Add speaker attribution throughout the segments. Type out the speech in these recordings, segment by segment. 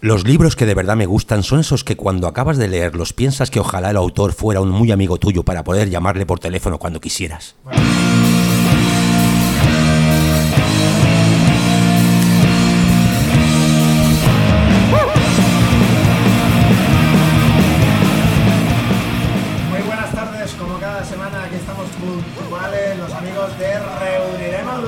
Speaker 1: Los libros que de verdad me gustan son esos que cuando acabas de leerlos piensas que ojalá el autor fuera un muy amigo tuyo para poder llamarle por teléfono cuando quisieras.
Speaker 2: Muy buenas tardes, como cada semana aquí estamos puntuales los amigos de Reuniremos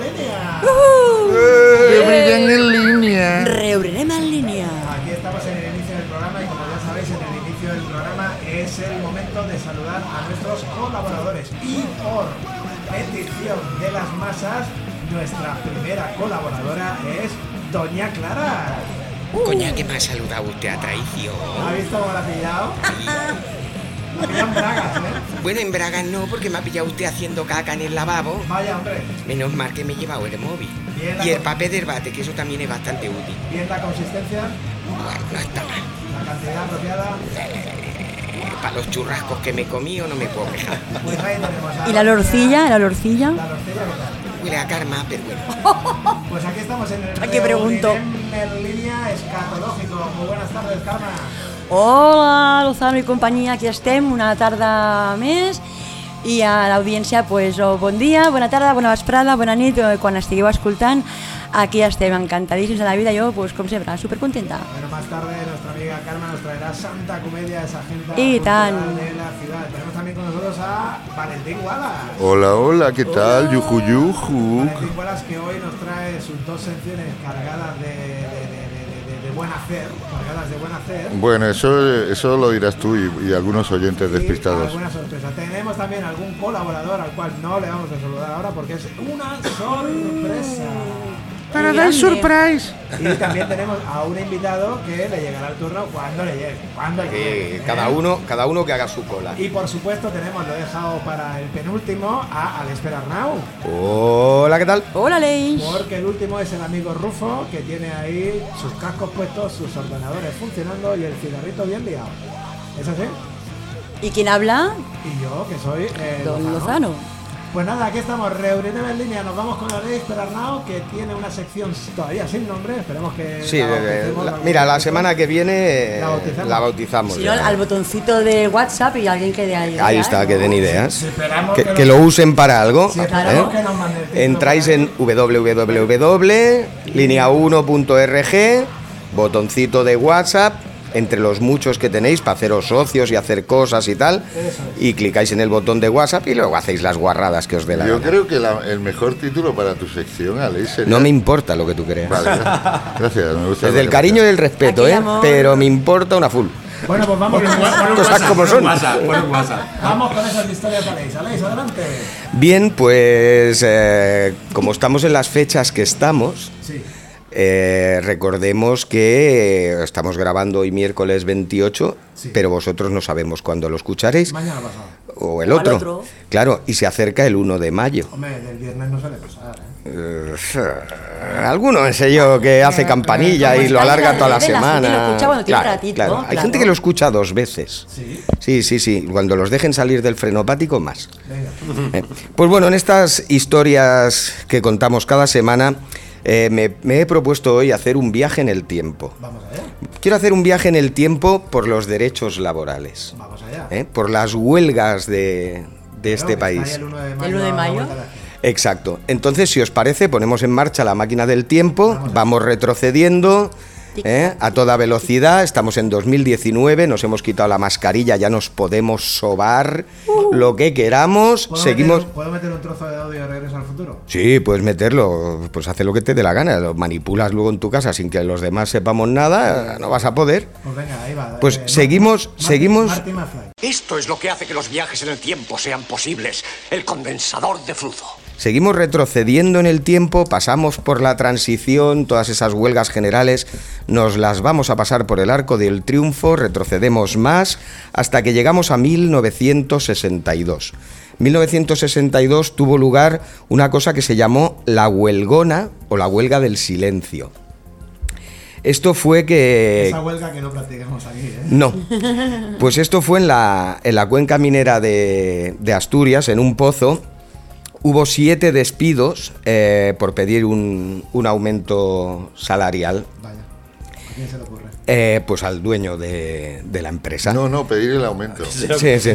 Speaker 2: Línea.
Speaker 3: Reuniremos en línea.
Speaker 2: Aquí estamos en el inicio del programa y como ya sabéis en el inicio del programa es el momento de saludar a nuestros colaboradores y por petición de las masas nuestra primera colaboradora es Doña Clara.
Speaker 4: Uh. Coña, que me ha saludado usted a traición.
Speaker 2: ¿Ha visto cómo la ha pillado? La pillan bragas, ¿eh?
Speaker 4: Bueno, en Bragas no, porque me ha pillado usted haciendo caca en el lavabo.
Speaker 2: Vaya hombre,
Speaker 4: Menos mal que me he llevado el móvil.
Speaker 2: Bien,
Speaker 4: Y el
Speaker 2: la-
Speaker 4: papel del bate, que eso también es bastante útil.
Speaker 2: bien la consistencia,
Speaker 4: Bueno, no está mal.
Speaker 2: la cantidad apropiada.
Speaker 4: Para los churrascos que me comí o no me puedo quejar.
Speaker 2: Pues ahí tenemos a
Speaker 3: ¿Y la lorcilla? ¿La lorcilla?
Speaker 2: La lorcilla, ¿qué tal?
Speaker 4: Huele a karma, pero bueno.
Speaker 2: Pues aquí estamos en el
Speaker 3: ¿A qué pregunto?
Speaker 2: en línea escatológico. Muy buenas tardes, Karma.
Speaker 3: Hola, Lozano i companyia, aquí estem, una tarda més. I a l'audiència, pues, oh, bon dia, bona tarda, bona vesprada, bona nit, eh, quan estigueu escoltant. Aquí estem encantadíssims de la vida, jo, pues, com sempre, supercontenta.
Speaker 2: Pero más tarde nuestra amiga Karma nos traerá Santa Comedia, esa agenda
Speaker 3: Y
Speaker 2: cultural
Speaker 3: tal.
Speaker 2: de la ciudad. Tenemos también con nosotros a Valentín Wallace.
Speaker 5: Hola, hola, ¿qué tal? Yuju, yuju.
Speaker 2: Valentín Wallace que hoy nos trae sus dos secciones cargadas de, de- de- de- de- de buen hacer, cargadas de buen hacer.
Speaker 5: Bueno, eso, eso lo dirás tú y, y algunos oyentes
Speaker 2: y
Speaker 5: despistados.
Speaker 2: alguna Ah, sorpresa. Tenemos también algún colaborador al cual no le vamos a saludar ahora porque es una sorpresa.
Speaker 3: Mm, Para dar surprise.
Speaker 2: Y también tenemos a un invitado que le llegará el turno cuando le llegue. Cuando le llegue, ¿eh?
Speaker 4: uno, cada uno que haga su cola.
Speaker 2: Y por supuesto tenemos, lo he dejado para el penúltimo, a Alesper Arnau.
Speaker 4: Hola, ¿qué tal?
Speaker 3: Hola, Aleix.
Speaker 2: Porque el último es el amigo Rufo, que tiene ahí sus cascos puestos, sus ordenadores funcionando y el cigarrito bien liado. ¿Es así?
Speaker 3: I quin habla?
Speaker 2: Y yo, que soy... eh,
Speaker 3: Don Lozano.
Speaker 2: Pues nada, aquí estamos, reuniremos en línea, nos vamos con Alesper Arnau, que tiene una sección todavía sin nombre, esperemos que...
Speaker 6: Sí,
Speaker 2: la
Speaker 6: de- de-
Speaker 2: bauticemos
Speaker 6: la-
Speaker 2: algún
Speaker 6: mira, la
Speaker 2: momento.
Speaker 6: semana que viene eh,
Speaker 2: La bautizamos.
Speaker 6: la bautizamos.
Speaker 3: Si no,
Speaker 6: ya.
Speaker 3: al botoncito de WhatsApp y alguien que de ahí. ¿eh?
Speaker 6: Ahí está, que den ideas.
Speaker 2: esperamos
Speaker 6: Que,
Speaker 2: que
Speaker 6: que lo usen para algo.
Speaker 2: Si esperamos
Speaker 6: ¿eh?
Speaker 2: que nos mande el título
Speaker 6: Entráis
Speaker 2: para-
Speaker 6: en www.linea1.org, botoncito de WhatsApp, entre los muchos que tenéis para haceros socios y hacer cosas y tal, y clicáis en el botón de WhatsApp y luego hacéis las guarradas que os dé la
Speaker 5: Yo
Speaker 6: gana.
Speaker 5: creo que la- el mejor título para tu sección, Alex, sería...
Speaker 6: No me importa lo que tú creas.
Speaker 5: Vale, gra- gracias, me gusta.
Speaker 6: Desde el cariño y el respeto,
Speaker 3: Aquí,
Speaker 6: ¿eh?
Speaker 3: amor.
Speaker 6: Pero me importa una full.
Speaker 2: Bueno, pues vamos,
Speaker 6: Cosas como son.
Speaker 2: vamos con esas historias de Aleix. Aleix, adelante.
Speaker 6: Bien, pues eh, como estamos en las fechas que estamos,
Speaker 2: Sí.
Speaker 6: eh, recordemos que eh, estamos grabando hoy miércoles 28,
Speaker 2: Sí.
Speaker 6: pero vosotros no sabemos cuándo lo escucharéis,
Speaker 2: Mañana pasado.
Speaker 6: o el
Speaker 3: O al
Speaker 6: otro.
Speaker 3: otro.
Speaker 6: Claro, y se acerca el 1 de mayo.
Speaker 2: Hombre, del viernes no suele pasar, ¿eh?
Speaker 6: Eh, alguno, ese yo, que hace campanilla
Speaker 3: Como
Speaker 6: y lo
Speaker 3: está
Speaker 6: alarga toda la
Speaker 3: de la gente,
Speaker 6: semana.
Speaker 3: lo escucha cuando tiene ratito,
Speaker 6: claro. Hay
Speaker 3: claro.
Speaker 6: gente que lo escucha dos veces.
Speaker 2: Sí.
Speaker 6: Sí, sí, sí. Cuando los dejen salir del frenopático, más.
Speaker 2: Venga.
Speaker 6: Eh, Pues bueno, en estas historias que contamos cada semana, eh, me, me he propuesto hoy hacer un viaje en el tiempo.
Speaker 2: Vamos allá.
Speaker 6: Quiero hacer un viaje en el tiempo por los derechos laborales,
Speaker 2: Vamos allá.
Speaker 6: ¿eh? por las huelgas de,
Speaker 2: Claro,
Speaker 6: de este
Speaker 2: que está ahí
Speaker 6: país.
Speaker 2: El 1 de mayo.
Speaker 3: El 1
Speaker 2: a
Speaker 3: de
Speaker 2: la
Speaker 3: mayo.
Speaker 2: vuelta de la esquina.
Speaker 6: Exacto. Entonces, si os parece, ponemos en marcha la máquina del tiempo, vamos retrocediendo.
Speaker 3: Tic,
Speaker 6: ¿eh? A toda velocidad, estamos en 2019, nos hemos quitado la mascarilla, ya nos podemos sobar lo que queramos,
Speaker 2: ¿Puedo
Speaker 6: seguimos...
Speaker 2: Meter, ¿Puedo meter un trozo de audio y regreso al futuro?
Speaker 6: Sí, puedes meterlo, pues hace lo que te dé la gana, lo manipulas luego en tu casa sin que los demás sepamos nada, no vas a poder.
Speaker 2: Pues venga, ahí va.
Speaker 6: Pues seguimos,
Speaker 2: Marty-
Speaker 6: seguimos.
Speaker 2: Marty McFly.
Speaker 7: Esto es lo que hace que los viajes en el tiempo sean posibles. El condensador de flujo.
Speaker 6: Seguimos retrocediendo en el tiempo, pasamos por la transición, todas esas huelgas generales, nos las vamos a pasar por el arco del triunfo, retrocedemos más hasta que llegamos a 1962. 1962 tuvo lugar una cosa que se llamó la huelgona o la huelga del silencio. Esto fue que...
Speaker 2: Esa huelga que no practicamos aquí, ¿eh?
Speaker 6: Eh, No. Pues esto fue en la, en la cuenca minera de, de Asturias, en un pozo. Hubo siete despidos eh, por pedir un, un aumento salarial.
Speaker 2: Vaya.
Speaker 8: ¿A quién se le ocurre?
Speaker 6: Eh, pues al dueño de, de la empresa.
Speaker 5: No, no, pedir el aumento.
Speaker 6: Sí, sí.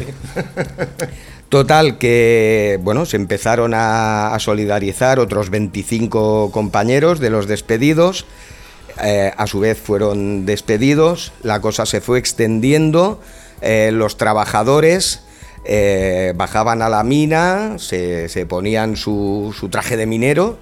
Speaker 6: Total, que bueno, se empezaron a, a solidarizar otros 25 compañeros de los despedidos. Eh, a su vez fueron despedidos, la cosa se fue extendiendo, eh, los trabajadores eh, bajaban a la mina, se, se ponían su, su traje de minero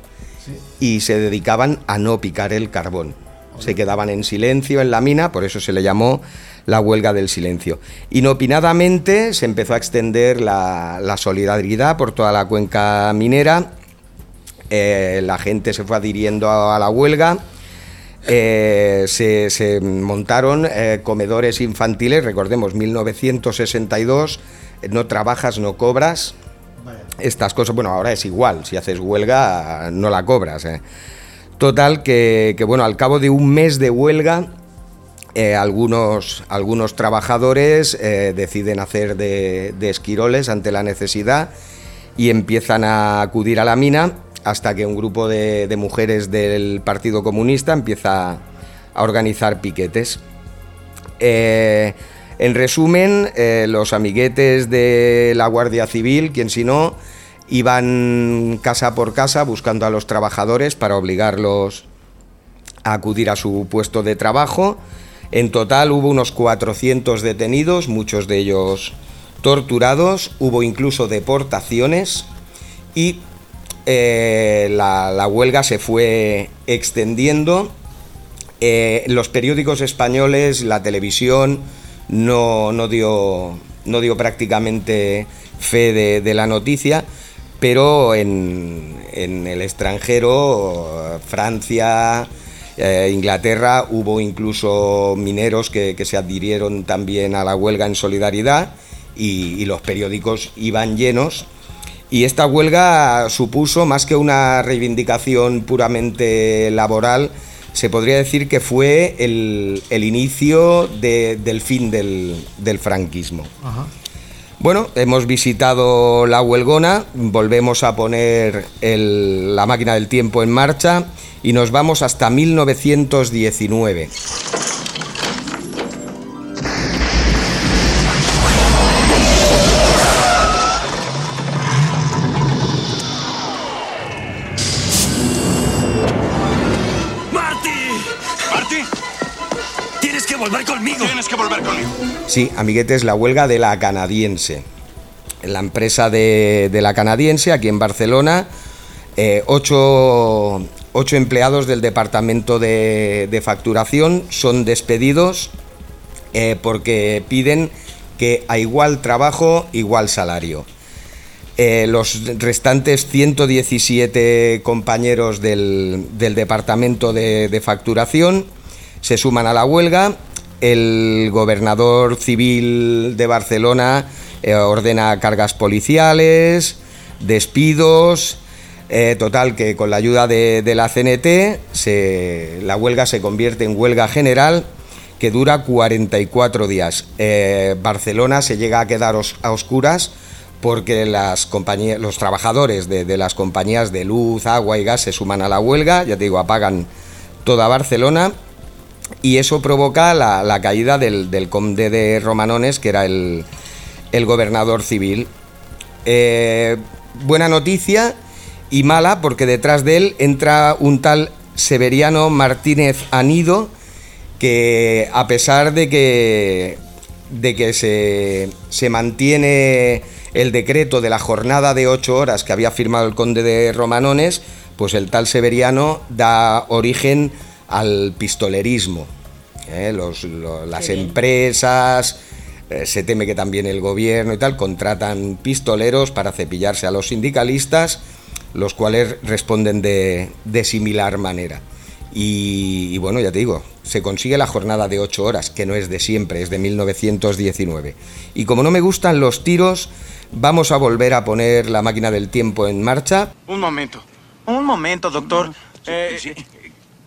Speaker 6: y se dedicaban a no picar el carbón. Se quedaban en silencio en la mina, por eso se le llamó la huelga del silencio. Inopinadamente se empezó a extender la, la solidaridad por toda la cuenca minera, eh, la gente se fue adhiriendo a, a la huelga, eh, se, se montaron eh, comedores infantiles, recordemos, 1962, no trabajas, no cobras,
Speaker 8: Vaya.
Speaker 6: estas cosas, bueno, ahora es igual, si haces huelga no la cobras. ¿eh? Total, que, que, bueno, al cabo de un mes de huelga, eh, algunos, algunos trabajadores eh, deciden hacer de, de esquiroles ante la necesidad y empiezan a acudir a la mina hasta que un grupo de, de mujeres del Partido Comunista empieza a organizar piquetes. Eh, en resumen, eh, los amiguetes de la Guardia Civil, quien si no, iban casa por casa buscando a los trabajadores para obligarlos a acudir a su puesto de trabajo. En total hubo unos 400 detenidos, muchos de ellos torturados, hubo incluso deportaciones y eh, la, la huelga se fue extendiendo. Eh, los periódicos españoles, la televisión, no, no dio, no dio prácticamente fe de, de la noticia, pero en, en el extranjero, Francia, eh, Inglaterra, hubo incluso mineros que, que se adhirieron también a la huelga en solidaridad y- y los periódicos iban llenos. Y esta huelga supuso, más que una reivindicación puramente laboral, se podría decir que fue el, el inicio de- del fin del, del franquismo. Bueno, hemos visitado la huelgona, volvemos a poner el- la máquina del tiempo en marcha y nos vamos hasta 1919.
Speaker 9: ¡Marty! ¡Marty! ¡Tienes que volver conmigo! Tienes que volver conmigo.
Speaker 6: Sí, amiguetes, la huelga de la canadiense. La empresa de, de la canadiense, aquí en Barcelona, eh, ocho, ocho empleados del departamento de, de facturación son despedidos eh, porque piden que a igual trabajo, igual salario. Eh, los restantes 117 compañeros del, del departamento de, de facturación se suman a la huelga. El gobernador civil de Barcelona eh, ordena cargas policiales, despidos. eh, total, que con la ayuda de, de la CNT se- la huelga se convierte en huelga general que dura 44 días. Eh, Barcelona se llega a quedar os- a oscuras porque las compañías, los trabajadores de, de las compañías de luz, agua y gas se suman a la huelga, ya te digo, apagan toda Barcelona y eso provoca la, la caída del, del conde de Romanones, que era el, el gobernador civil. Eh, buena noticia y mala, porque detrás de él entra un tal Severiano Martínez Anido, que a pesar de que, de que se, se mantiene el decreto de la jornada de ocho horas que había firmado el conde de Romanones, pues el tal Severiano da origen al pistolerismo. ¿eh? Los- lo- las
Speaker 3: Qué bien.
Speaker 6: empresas, eh, se teme que también el gobierno y tal, contratan pistoleros para cepillarse a los sindicalistas, los cuales responden de, de similar manera. Y, y bueno, ya te digo, se consigue la jornada de 8 horas, que no es de siempre, es de 1919. Y como no me gustan los tiros, vamos a volver a poner la máquina del tiempo en marcha.
Speaker 10: Un momento. Un momento, doctor. Eh,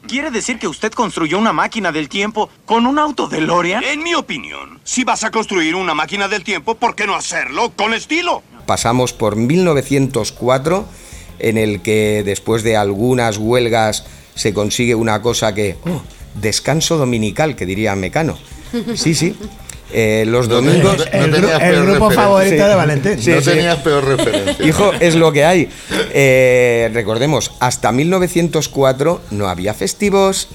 Speaker 10: ¿Quiere decir que usted construyó una máquina del tiempo con un auto de Loria?
Speaker 3: Eh.
Speaker 9: En mi opinión, si vas a construir una máquina del tiempo, ¿por qué no hacerlo con estilo?
Speaker 6: Pasamos por 1904, en el que después de algunas huelgas se consigue una cosa que oh, descanso dominical, que diría Mecano. Sí, sí. Eh, los
Speaker 5: No te-
Speaker 6: domingos...
Speaker 5: no
Speaker 2: El,
Speaker 5: tenías
Speaker 2: gru- el
Speaker 5: peor
Speaker 2: grupo
Speaker 5: referencia.
Speaker 2: favorito
Speaker 6: Sí.
Speaker 2: de Valentín.
Speaker 6: Sí.
Speaker 5: no tenías peor referencia.
Speaker 6: Hijo, es lo que hay. Eh, recordemos, hasta 1904 no había festivos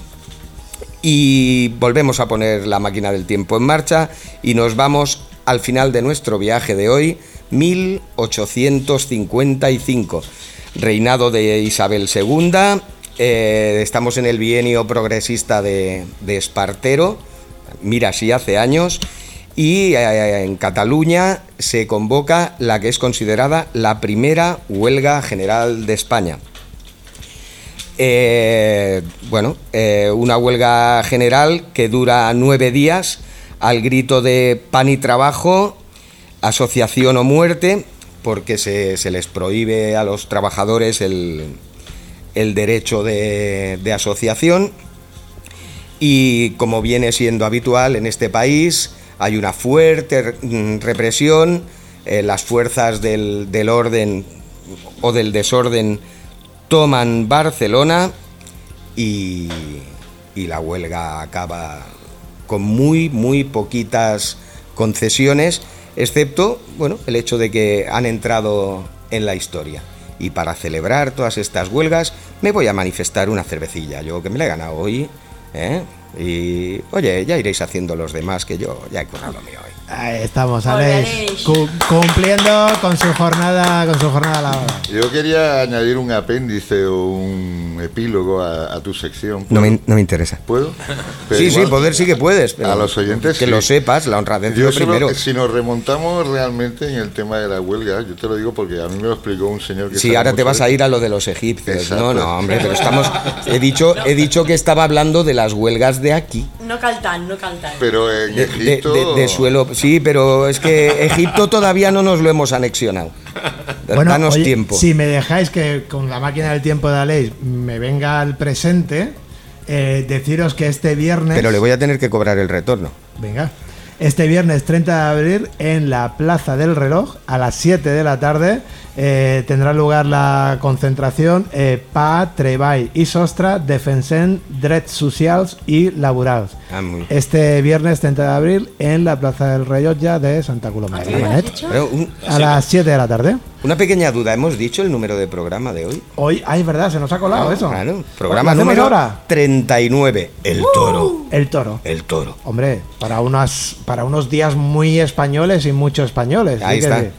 Speaker 6: y volvemos a poner la máquina del tiempo en marcha y nos vamos al final de nuestro viaje de hoy, 1855. Reinado de Isabel II, eh, estamos en el bienio progresista de, de Espartero, mira si hace años, y eh, en Cataluña se convoca la que es considerada la primera huelga general de España. Eh, bueno, eh, una huelga general que dura nueve días al grito de pan y trabajo, asociación o muerte, porque se, se les prohíbe a los trabajadores el, el derecho de, de asociación. Y como viene siendo habitual en este país, hay una fuerte mm, represión, eh, las fuerzas del, del orden o del desorden toman Barcelona y, y la huelga acaba con muy, muy poquitas concesiones, excepto bueno, el hecho de que han entrado en la historia. Y para celebrar todas estas huelgas me voy a manifestar una cervecilla, yo que me la he ganado hoy. ¿eh? Y oye, ya iréis haciendo los demás, que yo ya he currado lo mío hoy.
Speaker 2: Ahí estamos,
Speaker 3: Alex.
Speaker 2: Alex. Cu- cumpliendo con su jornada, con su jornada laboral.
Speaker 5: Yo quería añadir un apéndice o un epílogo a, a tu sección.
Speaker 6: No me, no me interesa.
Speaker 5: ¿Puedo? Pero
Speaker 6: sí,
Speaker 5: igual-
Speaker 6: sí, poder sí que puedes. pero
Speaker 5: A los oyentes
Speaker 6: Que
Speaker 5: sí.
Speaker 6: lo sepas, la honradez
Speaker 5: Yo
Speaker 6: lo
Speaker 5: solo-
Speaker 6: primero.
Speaker 5: si nos remontamos realmente en el tema de la huelga, yo te lo digo porque a mí me lo explicó un señor que...
Speaker 6: Sí,
Speaker 5: sabe
Speaker 6: ahora te
Speaker 5: mucho
Speaker 6: vas
Speaker 5: de-
Speaker 6: a ir a lo de los egipcios.
Speaker 5: Exacto.
Speaker 6: No, no, hombre, pero estamos. He dicho, he dicho que estaba hablando de las huelgas de aquí.
Speaker 3: No caltan, no caltan.
Speaker 5: Pero en
Speaker 6: De, de-
Speaker 5: Egipto...
Speaker 6: de- de suelo. Sí, pero es que Egipto todavía no nos lo hemos anexionado. Danos
Speaker 2: oye,
Speaker 6: tiempo.
Speaker 2: Si me dejáis que con la máquina del tiempo de Alex me venga al presente, eh, deciros que este viernes.
Speaker 6: Pero le voy a tener que cobrar el retorno.
Speaker 2: Venga. Este viernes 30 de abril en la Plaza del Reloj a las 7 de la tarde eh, tendrá lugar la concentración eh, PA, Treball y Sostra, Defensem, Drets Socials y Laborals.
Speaker 6: Ah, muy bien.
Speaker 2: Este viernes 30 de abril en la Plaza del Reloj ya de Santa Coloma de Gramenet,
Speaker 6: Pero un-
Speaker 2: a las 7 de la tarde.
Speaker 6: una pequeña duda. ¿Hemos dicho el número de programa de hoy?
Speaker 2: Hoy, ay, es verdad, se nos ha colado eso.
Speaker 6: Claro,
Speaker 2: ¿Lo
Speaker 6: programa
Speaker 2: hacemos
Speaker 6: número
Speaker 2: ahora?
Speaker 6: 39. El toro.
Speaker 2: El toro.
Speaker 6: El toro.
Speaker 2: Hombre, para unas, para unos días muy españoles y muchos españoles.
Speaker 6: Ahí
Speaker 2: sí que
Speaker 6: está.
Speaker 2: sí.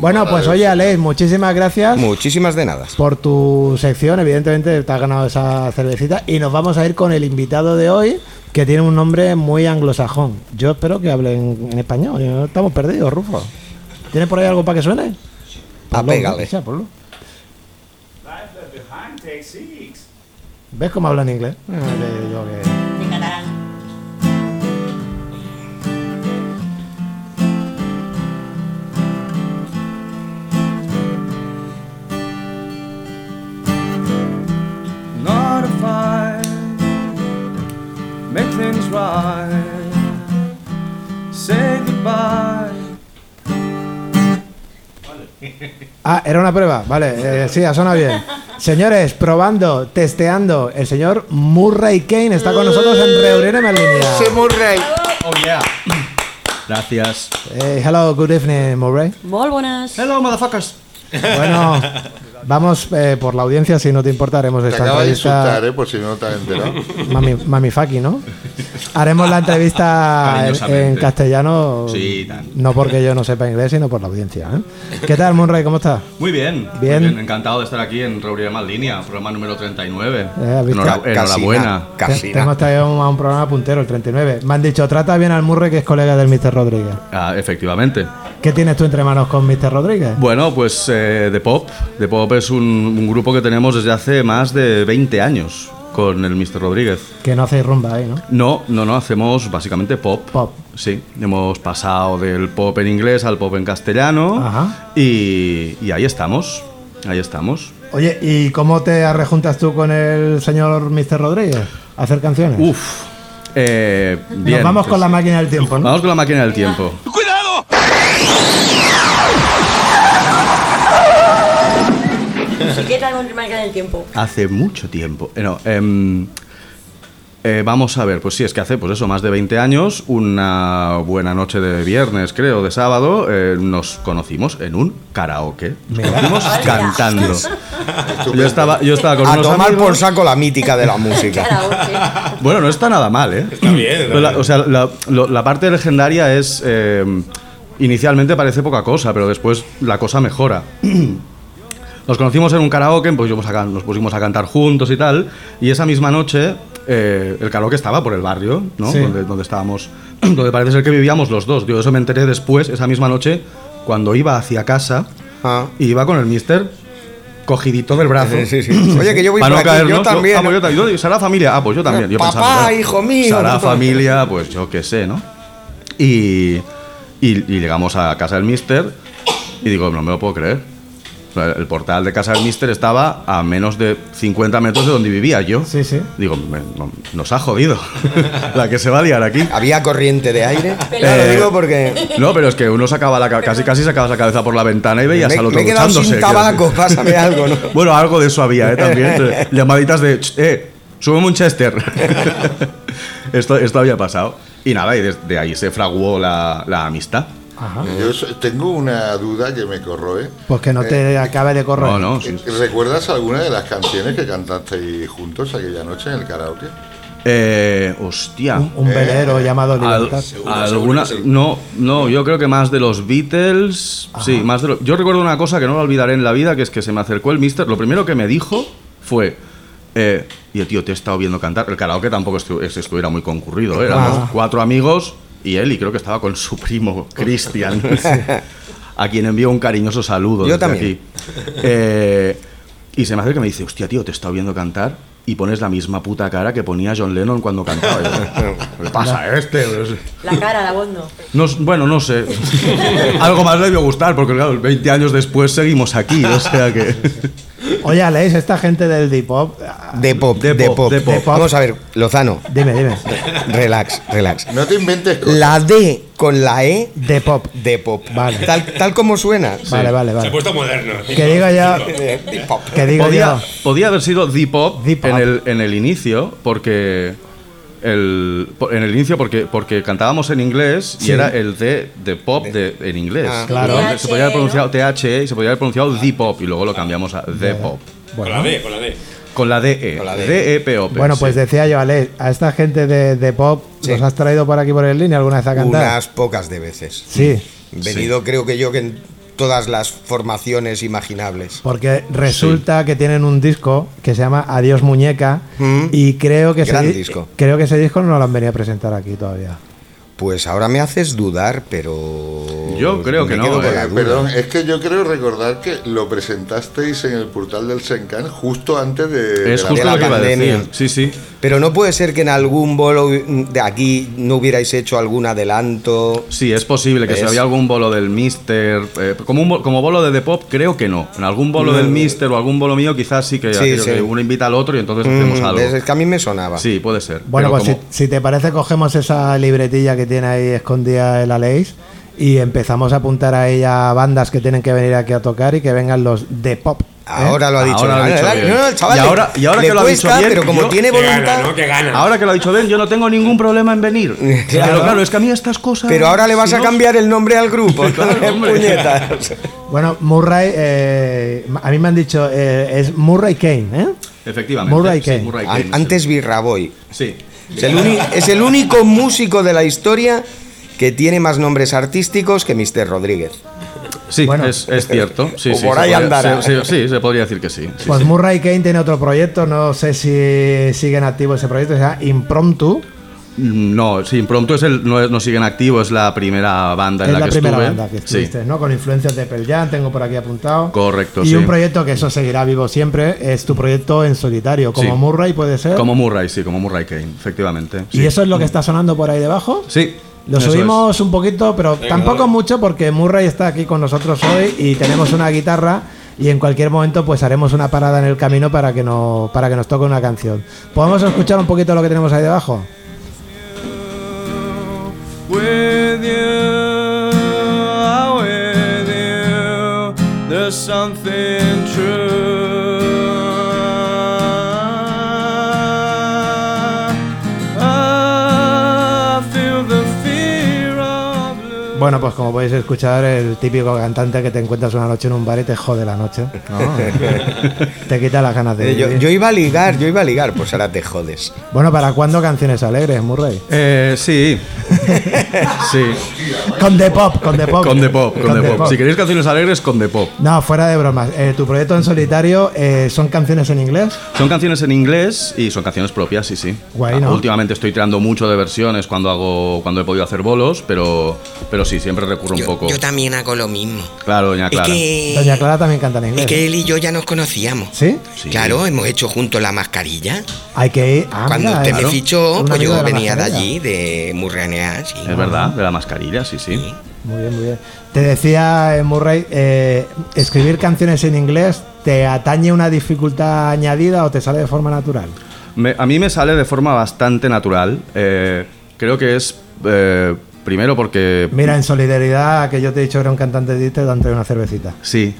Speaker 2: Bueno, pues oye, Alex, muchísimas gracias
Speaker 6: Muchísimas de nada.
Speaker 2: por tu sección. Evidentemente te has ganado esa cervecita. Y nos vamos a ir con el invitado de hoy, que tiene un nombre muy anglosajón. Yo espero que hable en, en español. yo- Estamos perdidos, Rufo. ¿Tienes por ahí algo para que suene? Ponlo,
Speaker 6: Apégale.
Speaker 2: hombre, ya, ponlo. ¿Ves cómo habla en inglés? Ah, que yo que-
Speaker 11: not a fight. Make things right. Say goodbye.
Speaker 2: Ah, era una prueba. Vale, eh, sí, ha sonado bien. Señores, probando, testeando, el señor Murray Kane está con nosotros en Reunión en línea.
Speaker 11: Oh yeah. Gracias.
Speaker 2: Eh, hello, good evening, Murray.
Speaker 3: Molt bones.
Speaker 11: Hello, motherfuckers.
Speaker 2: Bueno, vamos eh, por la audiencia, si no te importa, haremos
Speaker 5: Te
Speaker 2: esta
Speaker 5: acaba de
Speaker 2: entrevista.
Speaker 5: insultar, ¿eh? Por si no te has enterado.
Speaker 2: Mami, mami Faki, ¿no? Haremos la entrevista en,
Speaker 11: Cariñosamente.
Speaker 2: en castellano.
Speaker 11: Sí, tan-
Speaker 2: No porque yo no sepa inglés, sino por la audiencia. ¿eh? ¿Qué tal, Murray? ¿Cómo estás?
Speaker 11: Muy bien, muy
Speaker 2: Bien.
Speaker 11: bien, encantado de estar aquí en Reunión en Línea, programa número 39.
Speaker 2: Eh, ¿has visto?
Speaker 11: Enhora- enhorabuena.
Speaker 6: Casina. Casina.
Speaker 2: Tenemos traído a un programa puntero, el 39. Me han dicho, trata bien al Murray, que es colega del Mr. Rodríguez.
Speaker 11: Ah, efectivamente.
Speaker 2: ¿Qué tienes tú entre manos con Mr. Rodríguez?
Speaker 11: Bueno, pues eh, The Pop. The Pop es un, un grupo que tenemos desde hace más de 20 años con el Mr. Rodríguez.
Speaker 2: Que no hacéis rumba ahí, ¿no?
Speaker 11: No, no, no, hacemos básicamente pop.
Speaker 2: Pop.
Speaker 11: Sí, hemos pasado del pop en inglés al pop en castellano.
Speaker 2: Ajá.
Speaker 11: Y, y ahí estamos, ahí estamos.
Speaker 2: Oye, ¿y cómo te arrejuntas tú con el señor Mr. Rodríguez? ¿A hacer canciones?
Speaker 11: Uf. eh, bien.
Speaker 2: Nos vamos
Speaker 11: pues,
Speaker 2: con la máquina del tiempo, ¿no?
Speaker 11: Vamos con la máquina del tiempo.
Speaker 12: ¡Cuidado!
Speaker 3: Sí que tal con marca del tiempo.
Speaker 11: Hace mucho tiempo. eh, no, em, Eh, vamos a ver, pues sí, es que hace, pues eso, más de 20 años, una buena noche de viernes, creo, de sábado, eh, nos conocimos en un karaoke. Nos conocimos cantando. Yo estaba, yo estaba con
Speaker 6: a
Speaker 11: unos
Speaker 6: tomar
Speaker 11: amigos-
Speaker 6: por saco la mítica de la música.
Speaker 11: bueno, no está nada mal, ¿eh? Está
Speaker 13: bien, está bien.
Speaker 11: o sea, la, lo- la parte legendaria es. eh, inicialmente parece poca cosa, pero después la cosa mejora. Nos conocimos en un karaoke, pues yo pues, acá nos pusimos a cantar juntos y tal. Y esa misma noche, eh, el karaoke estaba por el barrio, ¿no?
Speaker 13: Sí.
Speaker 11: Donde, donde estábamos, donde parece ser que vivíamos los dos. Yo eso me enteré después, esa misma noche, cuando iba hacia casa, y iba con el mister cogidito del brazo.
Speaker 6: Ah. Sí, sí, sí. Oye, que yo voy
Speaker 11: Pa'
Speaker 6: por aquí, yo
Speaker 11: ¿no?
Speaker 6: también.
Speaker 11: Ah, pues yo ta- yo- ¿Será familia? Ah, pues yo también. Yo
Speaker 6: Papá,
Speaker 11: pensaba, ¿no?
Speaker 6: hijo mío.
Speaker 11: Será
Speaker 6: ¿no?
Speaker 11: familia, pues yo qué sé, ¿no? Y, y, y llegamos a casa del mister y digo, no me lo puedo creer. O sea, El portal de casa del mister estaba a menos de 50 metros de donde vivía yo. Sí, sí. Digo, me- no- nos ha jodido la que se va a liar aquí.
Speaker 6: ¿Había corriente de aire?
Speaker 11: Eh,
Speaker 6: No, lo digo porque
Speaker 11: No, pero es que uno sacaba la, ca- casi casi sacabas la cabeza por la ventana y veías
Speaker 6: me,
Speaker 11: al otro
Speaker 6: me he quedado
Speaker 11: duchándose,
Speaker 6: sin
Speaker 11: quiero decir.
Speaker 6: tabaco, pásame algo, ¿no?
Speaker 11: Bueno, algo de eso había, ¿eh? También. Llamaditas de, "Ch, eh, súbeme un Chester. esto, esto había pasado. Y nada, y desde ahí se fraguó la, la amistad.
Speaker 5: Yo so- tengo una duda que me corroe. Eh,
Speaker 2: Pues que no te acabe de correr.
Speaker 5: ¿Recuerdas alguna de las canciones que cantasteis juntos aquella noche en el karaoke?
Speaker 11: Eh, hostia.
Speaker 2: Un velero llamado Libertad.
Speaker 11: Al- alguna, no, no, yo creo que más de los Beatles. Sí, más de lo- Yo recuerdo una cosa que no lo olvidaré en la vida, que es que se me acercó el Mister. Lo primero que me dijo fue. Eh, y tío, te he estado viendo cantar. El karaoke tampoco estu- es- estuviera muy concurrido. ¿eh? Éramos
Speaker 13: Ah.
Speaker 11: cuatro amigos y él, y creo que estaba con su primo, Cristian, a quien envió un cariñoso saludo.
Speaker 6: Yo
Speaker 11: desde
Speaker 6: también.
Speaker 11: aquí. Eh, y se me hace que me dice, hostia, tío, te he estado viendo cantar y pones la misma puta cara que ponía John Lennon cuando cantaba. Y yo, ¿Qué le pasa a este?
Speaker 3: La cara, la voz no.
Speaker 11: No s- bueno, no sé. Algo más le debió gustar, porque claro, 20 años después seguimos aquí, o sea que...
Speaker 2: Oye, Alex, esta gente del Depop.
Speaker 11: Eh,
Speaker 6: De pop, de,
Speaker 11: pop,
Speaker 6: pop.
Speaker 11: de pop.
Speaker 6: Vamos a ver, Lozano,
Speaker 2: Dime, dime.
Speaker 6: relax, relax.
Speaker 5: No te inventes cosas.
Speaker 6: La D con la E
Speaker 2: De pop.
Speaker 6: de pop.
Speaker 2: Vale.
Speaker 6: Tal, tal como suena. Eh,
Speaker 2: Vale, vale,
Speaker 13: Se ha
Speaker 2: vale.
Speaker 13: puesto moderno.
Speaker 2: Que diga ya. Que diga
Speaker 11: Podía,
Speaker 2: ya.
Speaker 11: podía haber sido The Pop,
Speaker 2: The Pop.
Speaker 11: En, el, en el inicio, porque... El, po- en el inicio porque, porque cantábamos en inglés y
Speaker 2: Sí.
Speaker 11: era el D de pop de, en inglés.
Speaker 6: Ah,
Speaker 2: claro.
Speaker 11: Entonces, Se podía haber
Speaker 3: THE, ¿no?
Speaker 11: pronunciado THE y se podía haber pronunciado The Pop y luego lo cambiamos a The Pop.
Speaker 13: Con la D, con la D.
Speaker 11: Con la E. DE.
Speaker 6: Con la DE.
Speaker 11: D-E-P-O-P.
Speaker 2: Bueno, pues decía yo, Alex, a esta gente de, de pop,
Speaker 6: Sí.
Speaker 2: ¿los has traído por aquí por el línea alguna vez a cantar?
Speaker 6: Unas pocas de veces. Mm.
Speaker 2: Sí,
Speaker 6: Venido creo que yo que en todas las formaciones imaginables.
Speaker 2: porque resulta que tienen un disco que se llama Adiós Muñeca
Speaker 6: Mm.
Speaker 2: y creo que, ese,
Speaker 6: Gran
Speaker 2: di-
Speaker 6: disco.
Speaker 2: creo que ese disco no lo han venido a presentar aquí todavía.
Speaker 6: Pues ahora me haces dudar, pero...
Speaker 11: Yo creo
Speaker 6: Pues me
Speaker 11: que no,
Speaker 6: quedo con
Speaker 11: eh.
Speaker 6: la
Speaker 5: Eh,
Speaker 6: duda.
Speaker 5: perdón, es que yo creo recordar que lo presentasteis en el portal del Senkan justo antes de.
Speaker 11: es
Speaker 5: de la-
Speaker 11: justo
Speaker 6: la
Speaker 11: lo que iba a
Speaker 6: pandemia.
Speaker 11: decir. Sí, sí.
Speaker 6: Pero no puede ser que en algún bolo de aquí no hubierais hecho algún adelanto.
Speaker 11: Sí, es posible que si
Speaker 6: Es-
Speaker 11: había algún bolo del Mister. eh, como, un bo- como bolo de The Pop, creo que no. En algún bolo
Speaker 6: No,
Speaker 11: del
Speaker 6: no.
Speaker 11: Mister o algún bolo mío, quizás sí que,
Speaker 6: Sí,
Speaker 11: aquello
Speaker 6: sí.
Speaker 11: que uno invita al otro y entonces hacemos
Speaker 6: Mm,
Speaker 11: algo.
Speaker 6: ¿ves? Es que a mí me sonaba.
Speaker 11: Sí, puede ser.
Speaker 2: Bueno,
Speaker 11: Pero
Speaker 2: pues si,
Speaker 11: como-
Speaker 2: si te parece, cogemos esa libretilla que tiene ahí escondida el Alex y empezamos a apuntar a ella bandas que tienen que venir aquí a tocar y que vengan los de pop. ¿eh?
Speaker 6: Ahora lo ha dicho.
Speaker 11: Ahora lo ha
Speaker 6: bien.
Speaker 11: dicho
Speaker 6: Ahora-
Speaker 11: bien.
Speaker 6: no, no, el chaval
Speaker 11: Y
Speaker 6: le-
Speaker 11: ahora- y ahora
Speaker 6: le
Speaker 11: que lo ha dicho
Speaker 6: cuesta,
Speaker 11: bien,
Speaker 6: pero como
Speaker 11: yo-
Speaker 6: tiene
Speaker 13: Que gana,
Speaker 6: voluntad.
Speaker 13: ¿no? Que gana.
Speaker 11: Ahora que lo ha dicho Ben, yo no tengo ningún problema en venir. Pero claro, es que a mí estas cosas.
Speaker 6: Pero ahora le vas
Speaker 11: si
Speaker 6: a
Speaker 11: no-
Speaker 6: cambiar el nombre al grupo. ¿no?
Speaker 11: Claro, hombre.
Speaker 6: Puñetas.
Speaker 2: Bueno, Murray, eh, a mí me han dicho, eh, es Murray Kane, ¿eh?
Speaker 11: Efectivamente.
Speaker 2: Murray
Speaker 11: sí,
Speaker 2: Kane.
Speaker 11: Murray Kane,
Speaker 6: An- Antes Birraboy.
Speaker 11: Sí.
Speaker 6: Es el, uni- es el único músico de la historia que tiene más nombres artísticos que Mr. Rodríguez.
Speaker 11: Sí,
Speaker 2: Bueno.
Speaker 11: es, es cierto. Sí,
Speaker 6: O
Speaker 11: sí,
Speaker 6: por
Speaker 11: se
Speaker 6: ahí
Speaker 11: podría-
Speaker 6: andará.
Speaker 11: se- se- sí, se podría decir que sí. sí,
Speaker 2: Pues
Speaker 11: sí.
Speaker 2: Murray Kane tiene otro proyecto, no sé si siguen activo ese proyecto, se llama Impromptu.
Speaker 11: Mm, No, sí, Impromptu es el, no, es- no sigue en activo, es la primera banda
Speaker 2: Es
Speaker 11: en la,
Speaker 2: la,
Speaker 11: que
Speaker 2: primera
Speaker 11: estuve.
Speaker 2: banda que
Speaker 11: Sí.
Speaker 2: estuviste, ¿no? Con influencias de Pearl Jam, tengo por aquí apuntado.
Speaker 11: Correcto,
Speaker 2: Y
Speaker 11: sí.
Speaker 2: un proyecto que eso seguirá vivo siempre, es tu proyecto en solitario, como
Speaker 11: Sí.
Speaker 2: Murray puede ser.
Speaker 11: Como Murray, sí, como Murray Kane, efectivamente.
Speaker 2: y
Speaker 11: sí.
Speaker 2: eso es lo que está sonando por ahí debajo.
Speaker 11: Sí.
Speaker 2: Lo
Speaker 11: eso
Speaker 2: subimos un poquito, pero tampoco
Speaker 13: dale.
Speaker 2: mucho porque Murray está aquí con nosotros hoy y tenemos una guitarra y en cualquier momento pues haremos una parada en el camino para que no para que nos toque una canción. ¿Podemos escuchar un poquito lo que tenemos ahí debajo?
Speaker 14: with you, ah, with you, there's something true.
Speaker 2: Bueno, pues como podéis escuchar, el típico cantante que te encuentras una noche en un bar y te jode la noche. ¿no? te quita las ganas de
Speaker 6: Eh,
Speaker 2: vivir.
Speaker 6: Yo, yo iba a ligar, yo iba a ligar, pues ahora te jodes.
Speaker 2: Bueno, ¿para cuándo canciones alegres, Murray?
Speaker 11: Eh, sí. sí.
Speaker 2: Con The Pop, con The Pop.
Speaker 11: Con The Pop, con,
Speaker 2: Con
Speaker 11: The
Speaker 2: The
Speaker 11: Pop.
Speaker 2: Pop.
Speaker 11: Si queréis canciones alegres, con The Pop.
Speaker 2: No, fuera de bromas. Eh, tu proyecto en solitario eh, son canciones en inglés.
Speaker 11: Son canciones en inglés y son canciones propias, sí, sí.
Speaker 2: Guay, ¿no?
Speaker 11: Últimamente estoy tirando mucho de versiones cuando hago cuando he podido hacer bolos, pero pero sí, siempre recurro un poco.
Speaker 15: Yo también hago lo mismo.
Speaker 11: Claro, doña Clara.
Speaker 15: Es que.
Speaker 2: Doña Clara también canta en inglés. ¿eh?
Speaker 15: es que él y yo ya nos conocíamos.
Speaker 2: ¿Sí?
Speaker 15: Claro, hemos hecho juntos la mascarilla.
Speaker 2: Hay que ir. Ah,
Speaker 15: Cuando
Speaker 2: mira,
Speaker 15: usted
Speaker 2: eh,
Speaker 15: me fichó,
Speaker 2: un
Speaker 15: pues
Speaker 2: amigo
Speaker 15: yo
Speaker 2: la
Speaker 15: venía de
Speaker 2: mascarilla.
Speaker 15: allí, de Murrianea. sí.
Speaker 11: Es verdad, de la mascarilla, sí, sí.
Speaker 2: Muy bien, muy bien. Te decía eh, Murray, eh, escribir canciones en inglés, ¿te atañe una dificultad añadida o te sale de forma natural?
Speaker 11: Me- a mí me sale de forma bastante natural. Eh, creo que es eh, primero porque
Speaker 2: Mira, en solidaridad que yo te he dicho que era un cantante de te dan una cervecita.
Speaker 11: Sí.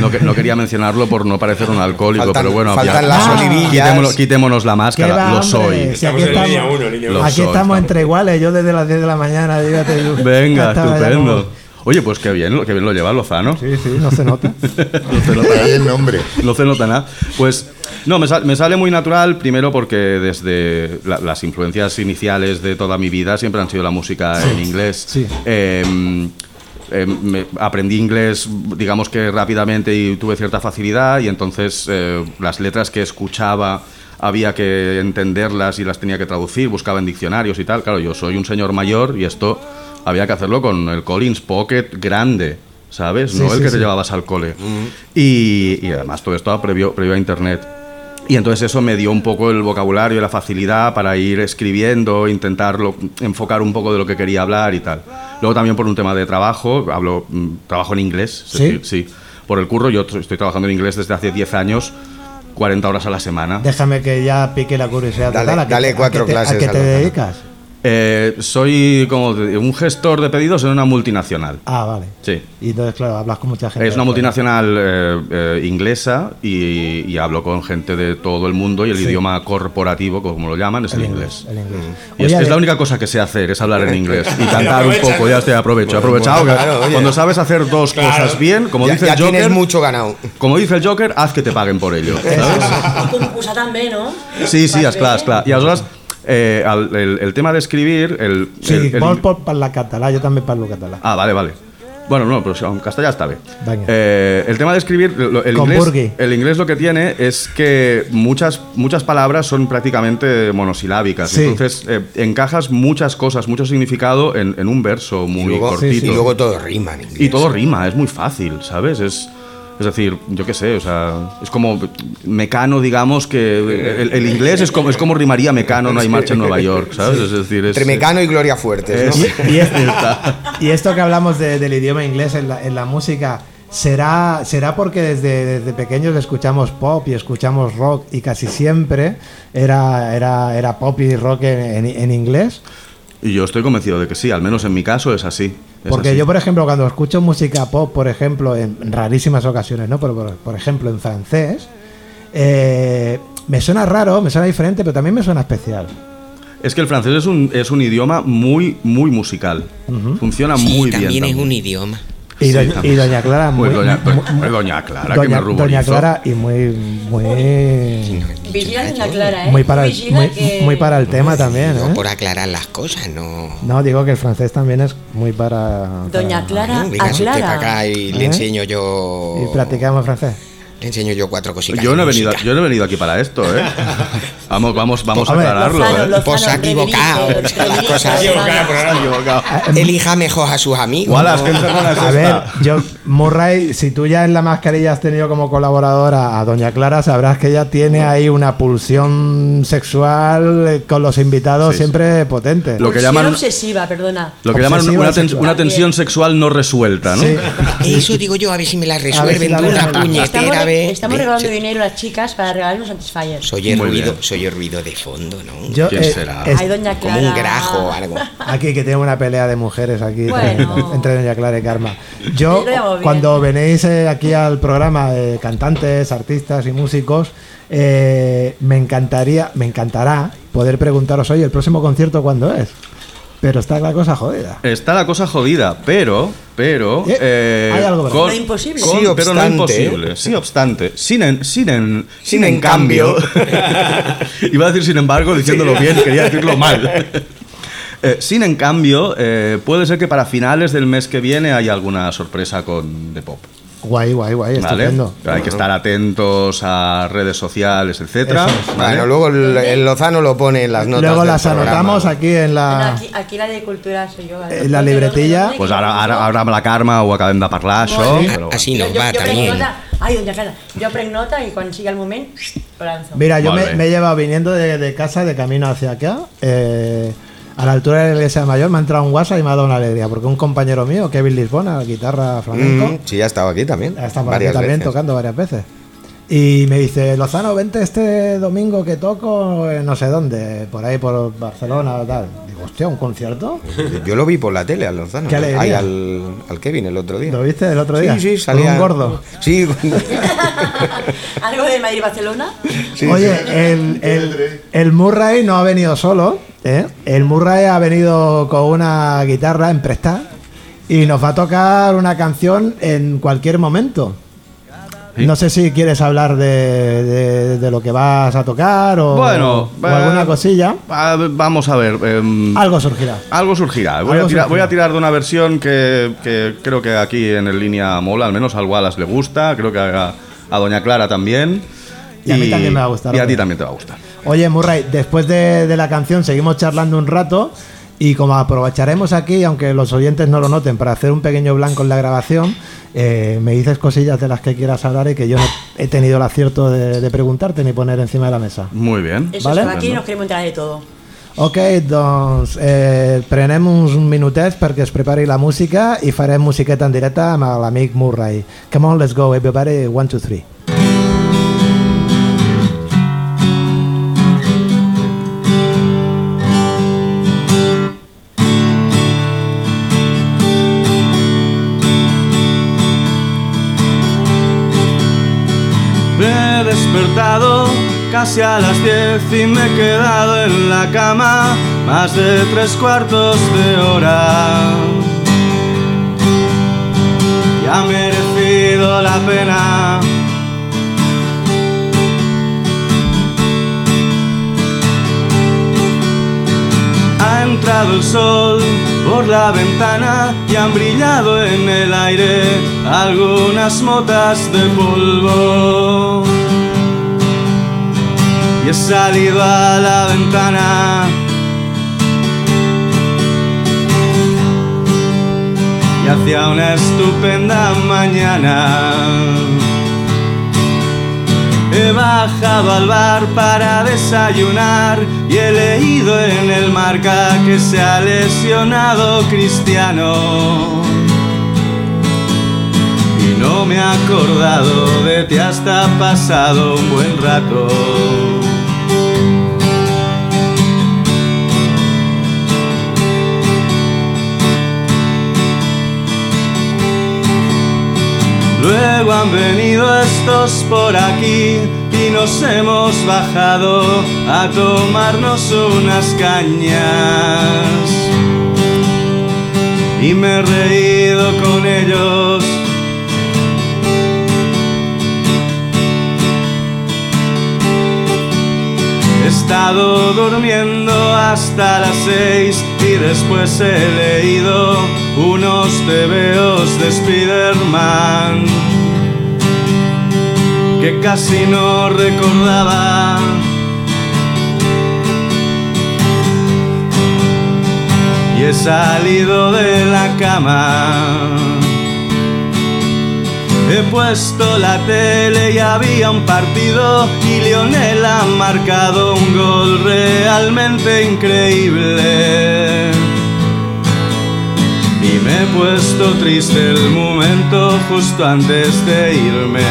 Speaker 11: No, que- no quería mencionarlo por no parecer un alcohólico,
Speaker 2: Faltan-
Speaker 11: pero bueno,
Speaker 2: faltan
Speaker 11: ya-
Speaker 2: las
Speaker 11: Ah.
Speaker 2: olivillas.
Speaker 11: Quitémonos, quitémonos la
Speaker 2: ¿Qué va,
Speaker 11: máscara, lo
Speaker 2: hombre?
Speaker 11: soy.
Speaker 2: Si aquí estamos,
Speaker 11: Lo
Speaker 2: aquí
Speaker 11: soy.
Speaker 2: estamos entre iguales, yo desde las 10 de la mañana. yo ya te digo, ya
Speaker 11: Venga,
Speaker 2: estaba ya
Speaker 11: estupendo. Oye, pues qué bien, lo- qué bien lo lleva Lozano.
Speaker 2: Sí, sí, no se nota.
Speaker 11: no se nota nada. el nombre. No se nota nada. Pues no, me, sal- me sale muy natural, primero porque desde la- las influencias iniciales de toda mi vida siempre han sido la música en inglés. Eh, eh, me- aprendí inglés, digamos que rápidamente y tuve cierta facilidad y entonces eh, las letras que escuchaba había que entenderlas y las tenía que traducir, buscaba en diccionarios y tal. Claro, yo soy un señor mayor y esto había que hacerlo con el Collins Pocket grande, ¿sabes?
Speaker 2: Sí,
Speaker 11: no el
Speaker 2: sí,
Speaker 11: que
Speaker 2: sí.
Speaker 11: te llevabas al cole. Y, y además todo esto previo, previo a internet. Y entonces eso me dio un poco el vocabulario y la facilidad para ir escribiendo, intentarlo, enfocar un poco de lo que quería hablar y tal. Luego también por un tema de trabajo, hablo, mm, trabajo en inglés, es
Speaker 2: ¿Sí?
Speaker 11: decir, sí. Por el curro, yo tr- estoy trabajando en inglés desde hace 10 años, 40 horas a la semana.
Speaker 2: Déjame que ya pique la curiosidad.
Speaker 11: Dale-
Speaker 2: total, ¿a qué-
Speaker 11: dale
Speaker 2: a qué
Speaker 11: cuatro
Speaker 2: te-
Speaker 11: clases
Speaker 2: ¿A qué
Speaker 11: a
Speaker 2: te
Speaker 11: Lozano.
Speaker 2: dedicas?
Speaker 11: Eh, soy como de- un gestor de pedidos en una multinacional.
Speaker 2: Ah, vale.
Speaker 11: Sí.
Speaker 2: Y entonces, claro, hablas con mucha gente.
Speaker 11: Es una multinacional eh, eh, inglesa y, y hablo con gente de todo el mundo y el
Speaker 2: Sí.
Speaker 11: idioma corporativo, como lo llaman, es el,
Speaker 2: El
Speaker 11: inglés. Mm.
Speaker 2: El inglés.
Speaker 11: Y
Speaker 2: Oye,
Speaker 11: es, es la
Speaker 2: Ale-
Speaker 11: única cosa que sé hacer, es hablar en inglés y cantar un
Speaker 2: Aprovecha.
Speaker 11: poco. Ya estoy, aprovecho. he
Speaker 2: Bueno,
Speaker 11: aprovechado
Speaker 2: Pues bueno,
Speaker 11: que
Speaker 2: claro, Ah, oye.
Speaker 11: cuando sabes hacer dos
Speaker 2: Claro.
Speaker 11: cosas bien, como
Speaker 6: Ya-
Speaker 11: dice
Speaker 6: ya
Speaker 11: el Joker.
Speaker 6: tienes mucho ganado.
Speaker 11: Como dice el Joker, haz que te paguen por ello. ¿sabes?
Speaker 3: I concursar també, no?
Speaker 11: Sí, sí, es clar, és clar. I aleshores, eh, el, el, el tema de escribir... El,
Speaker 2: Sí,
Speaker 11: el- el-
Speaker 2: vos por, para la catalá, yo también para lo catalá.
Speaker 11: Ah, vale, vale. Bueno, no, pero en castellà está bien.
Speaker 2: Venga.
Speaker 11: Eh, el tema de escribir, lo- el
Speaker 2: Con
Speaker 11: inglés,
Speaker 2: Burgi.
Speaker 11: el inglés lo que tiene es que muchas, muchas palabras son prácticamente monosilábicas.
Speaker 6: Sí.
Speaker 11: Entonces, eh, encajas muchas cosas, mucho significado en, en un verso muy
Speaker 6: Y luego,
Speaker 11: cortito.
Speaker 6: y luego todo rima. en inglés.
Speaker 11: Y todo rima, es muy fácil, ¿sabes? Es, es decir, yo qué sé, o sea, es como mecano, digamos, que el, el inglés es como, es como rimaría mecano, no hay marcha en Nueva York, ¿sabes? Es decir, es... eh,
Speaker 6: Entre Mecano y Gloria Fuertes. ¿no?
Speaker 11: es-
Speaker 2: Y esto que hablamos de- del idioma inglés en la, en la música, ¿será, será porque desde, desde pequeños escuchamos pop y escuchamos rock y casi siempre era, era, era pop y rock en, en- en inglés?
Speaker 11: Y yo estoy convencido de que sí, al menos en mi caso es así. es
Speaker 2: Porque
Speaker 11: así.
Speaker 2: yo, por ejemplo, cuando escucho música pop, por ejemplo, en rarísimas ocasiones, ¿no? Pero, por, por ejemplo, en francés, eh, me suena raro, me suena diferente, pero también me suena especial.
Speaker 11: Es que el francés es un, es un idioma muy, muy musical.
Speaker 2: Ujú.
Speaker 11: Funciona
Speaker 2: Sí,
Speaker 11: muy bien.
Speaker 2: también es
Speaker 15: un idioma.
Speaker 2: Y doña- y doña Clara,
Speaker 11: Pues
Speaker 2: muy-
Speaker 11: doña,
Speaker 2: muy-
Speaker 11: pues doña Clara, que me
Speaker 2: Doña,
Speaker 11: ruborizo.
Speaker 2: Doña Clara y muy... muy
Speaker 3: Vigila Doña Clara, eh?
Speaker 2: Muy para, el,
Speaker 3: Vigila
Speaker 2: muy,
Speaker 3: que-
Speaker 2: muy para el tema también,
Speaker 15: No
Speaker 2: ¿eh?
Speaker 15: por aclarar las cosas, no.
Speaker 2: No, digo que el francés también es muy para...
Speaker 3: Doña Clara,
Speaker 15: No, Ah, venga, usted
Speaker 3: aclara.
Speaker 15: para acá y le
Speaker 2: ¿Eh?
Speaker 15: enseño yo.
Speaker 2: para- Y practicamos francés.
Speaker 15: Le enseño yo cuatro cositas.
Speaker 11: Yo no, he
Speaker 15: de
Speaker 11: venido,
Speaker 15: música.
Speaker 11: yo no he venido aquí para esto, ¿eh? Vamos, vamos,
Speaker 2: Pues,
Speaker 11: vamos a,
Speaker 15: A ver,
Speaker 11: aclararlo.
Speaker 15: Lozano,
Speaker 11: ¿eh?
Speaker 15: Lozano, Pues se ha equivocado, Rodrigo, las Rodrigo, cosas- Equivocado, Elija mejor a sus amigos.
Speaker 11: Wallace, ¿qué encerrona es
Speaker 2: A ver, yo, Murray, si tú ya en la mascarilla has tenido como colaboradora a Doña Clara, sabrás que ella tiene ahí una pulsión sexual eh, con los invitados siempre potente.
Speaker 11: Lo que
Speaker 3: Pulsión
Speaker 11: llaman-
Speaker 3: obsesiva, perdona.
Speaker 11: Lo que llaman
Speaker 2: Obsesiva
Speaker 11: una,
Speaker 2: sexual.
Speaker 11: tens- una tensión sexual no resuelta, ¿no?
Speaker 15: Eso digo yo, a ver si me la
Speaker 11: ver si
Speaker 15: resuelven
Speaker 11: la
Speaker 15: de una
Speaker 11: resuelven.
Speaker 15: puñetera
Speaker 3: Estamos,
Speaker 15: vez.
Speaker 3: estamos regalando dinero a las chicas para regalarnos antisfires.
Speaker 15: Soy el,
Speaker 11: Muy
Speaker 15: ruido,
Speaker 11: bien.
Speaker 15: soy el ruido de fondo, ¿no?
Speaker 2: Yo, ¿Quién eh, será? es-
Speaker 3: Ay, doña
Speaker 15: Como un
Speaker 3: Clara.
Speaker 15: grajo o algo.
Speaker 2: Aquí que tengo una pelea de mujeres aquí
Speaker 3: Bueno.
Speaker 2: entre Doña Clara y Karma. Yo
Speaker 3: Lo llevo bien.
Speaker 2: cuando venís eh, aquí al programa de cantantes, artistas y músicos, eh, me encantaría, me encantará poder preguntaros hoy el próximo concierto cuándo es. Pero está la cosa jodida.
Speaker 11: Está la cosa jodida, pero, pero, eh,
Speaker 2: hay algo
Speaker 3: verdad. Lo imposible.
Speaker 11: con-
Speaker 3: Sí
Speaker 11: pero no
Speaker 3: obstante.
Speaker 11: imposible. Sí, obstante. Sin en, sin en, sin
Speaker 3: en
Speaker 11: en cambio. Iba a decir sin embargo, diciéndolo bien, quería decirlo mal. Eh, sin en cambio, eh, puede ser que para finales del mes que viene haya alguna sorpresa con The Pop.
Speaker 2: Guay, guay, guay,
Speaker 11: ¿vale?
Speaker 2: estupendo.
Speaker 11: Hay que estar atentos a redes sociales, etcétera.
Speaker 2: Eso es.
Speaker 11: ¿vale?
Speaker 2: Bueno,
Speaker 6: luego el, Lozano lo pone en las notas.
Speaker 2: Luego
Speaker 11: del
Speaker 2: las
Speaker 11: programa.
Speaker 2: anotamos aquí en
Speaker 15: Ah.
Speaker 2: la,
Speaker 3: Aquí, aquí la de cultura soy yo.
Speaker 2: en la libretilla.
Speaker 11: Pues ara, ara, ara amb la Carme ho acabem de
Speaker 15: Ah,
Speaker 11: parlar, això.
Speaker 2: Molt bé.
Speaker 11: Però...
Speaker 6: Així no,
Speaker 3: Jo prenc nota, ai, doña Clara, jo prenc nota i quan sigui el moment, lo lanzo.
Speaker 2: Mira, yo
Speaker 11: Vale.
Speaker 2: me, me he llevado viniendo de, de casa, de camino hacia acá, eh, a la altura de la iglesia mayor, me ha entrado un WhatsApp y me ha dado una alegría, porque un compañero mío, Kevin Lisbona, guitarra flamenco,
Speaker 6: Mm, sí, ha estado aquí también.
Speaker 2: ha estado por aquí
Speaker 6: varias
Speaker 2: también
Speaker 6: veces.
Speaker 2: tocando varias veces. Y me dice, Lozano, vente este domingo que toco en no sé dónde, por ahí por Barcelona o tal. Digo, hostia, ¿un concierto?
Speaker 6: Yo lo vi por la tele al Lozano.
Speaker 2: Qué alegría.
Speaker 6: Ahí al, al Kevin el otro día.
Speaker 2: ¿Lo viste el otro día?
Speaker 6: Sí, sí,
Speaker 2: Con
Speaker 6: salía.
Speaker 2: un gordo.
Speaker 6: Sí,
Speaker 3: Algo de Madrid-Barcelona?
Speaker 2: Oye, El, el, el Murray no ha venido solo, ¿eh? El Murray ha venido con una guitarra en prestada y nos va a tocar una canción en cualquier momento. No sé si quieres hablar de, de- de lo que vas a tocar o,
Speaker 11: Bueno,
Speaker 2: o alguna
Speaker 11: eh,
Speaker 2: cosilla.
Speaker 11: Ah, Vamos a ver. em,
Speaker 2: Algo surgirá.
Speaker 11: Algo surgirá.
Speaker 2: Algo
Speaker 11: Voy, a tirar,
Speaker 2: surgirá.
Speaker 11: voy a tirar de una versión que, que creo que aquí en el línea mola, al menos al Wallace le gusta, creo que a, a Doña Clara también.
Speaker 2: Y a mí también me va a gustar,
Speaker 11: Y a
Speaker 2: hombre.
Speaker 11: ti también te va a gustar.
Speaker 2: Oye, Murray, después de, de la canción seguimos charlando un rato y como aprovecharemos aquí, aunque los oyentes no lo noten, para hacer un pequeño blanco en la grabación, eh, me dices cosillas de las que quieras hablar y que yo no he tenido el acierto de, de preguntarte ni poner encima de la mesa.
Speaker 11: Muy bien.
Speaker 3: Eso
Speaker 2: Vale.
Speaker 3: es, aquí nos queremos enterar de todo.
Speaker 2: Ok, doncs eh, prenem uns minutets perquè es prepari la música i farem musiqueta en directe amb l'amic Murray. Come on, let's go, everybody, one, two, three.
Speaker 14: Me he despertado casi a las 10 y me he quedado en la cama más de tres cuartos de hora. Y ha merecido la pena. Ha entrado el sol por la ventana y han brillado en el aire algunas motas de polvo. Y he salido a la ventana. Y hacia una estupenda mañana. He bajado al bar para desayunar y he leído en el marca que se ha lesionado Cristiano. Y no me he acordado de ti hasta pasado un buen rato. Luego han venido estos por aquí y nos hemos bajado a tomarnos unas cañas. Y me he reído con ellos. He estado durmiendo hasta las seis y después he leído unos tebeos de Spider-Man que casi no recordaba. Y he salido de la cama. He puesto la tele y había un partido y Lionel ha marcado un gol realmente increíble. Y me he puesto triste el momento justo antes de irme.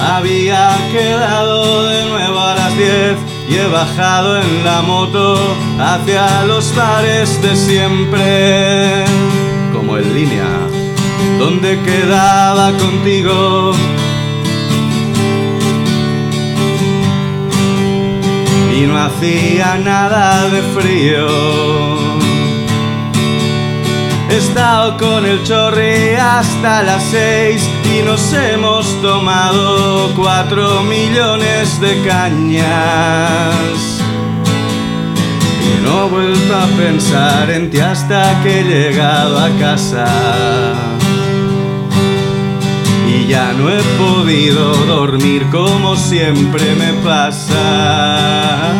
Speaker 14: Había quedado de nuevo a las 10 y he bajado en la moto hacia los bares de siempre. Como en línea. donde quedaba contigo. Y no hacía nada de frío. He estado con el chorri hasta las seis y nos hemos tomado cuatro millones de cañas. Y no he vuelto a pensar en ti hasta que he llegado a casa. Y ya no he podido dormir como siempre me pasa.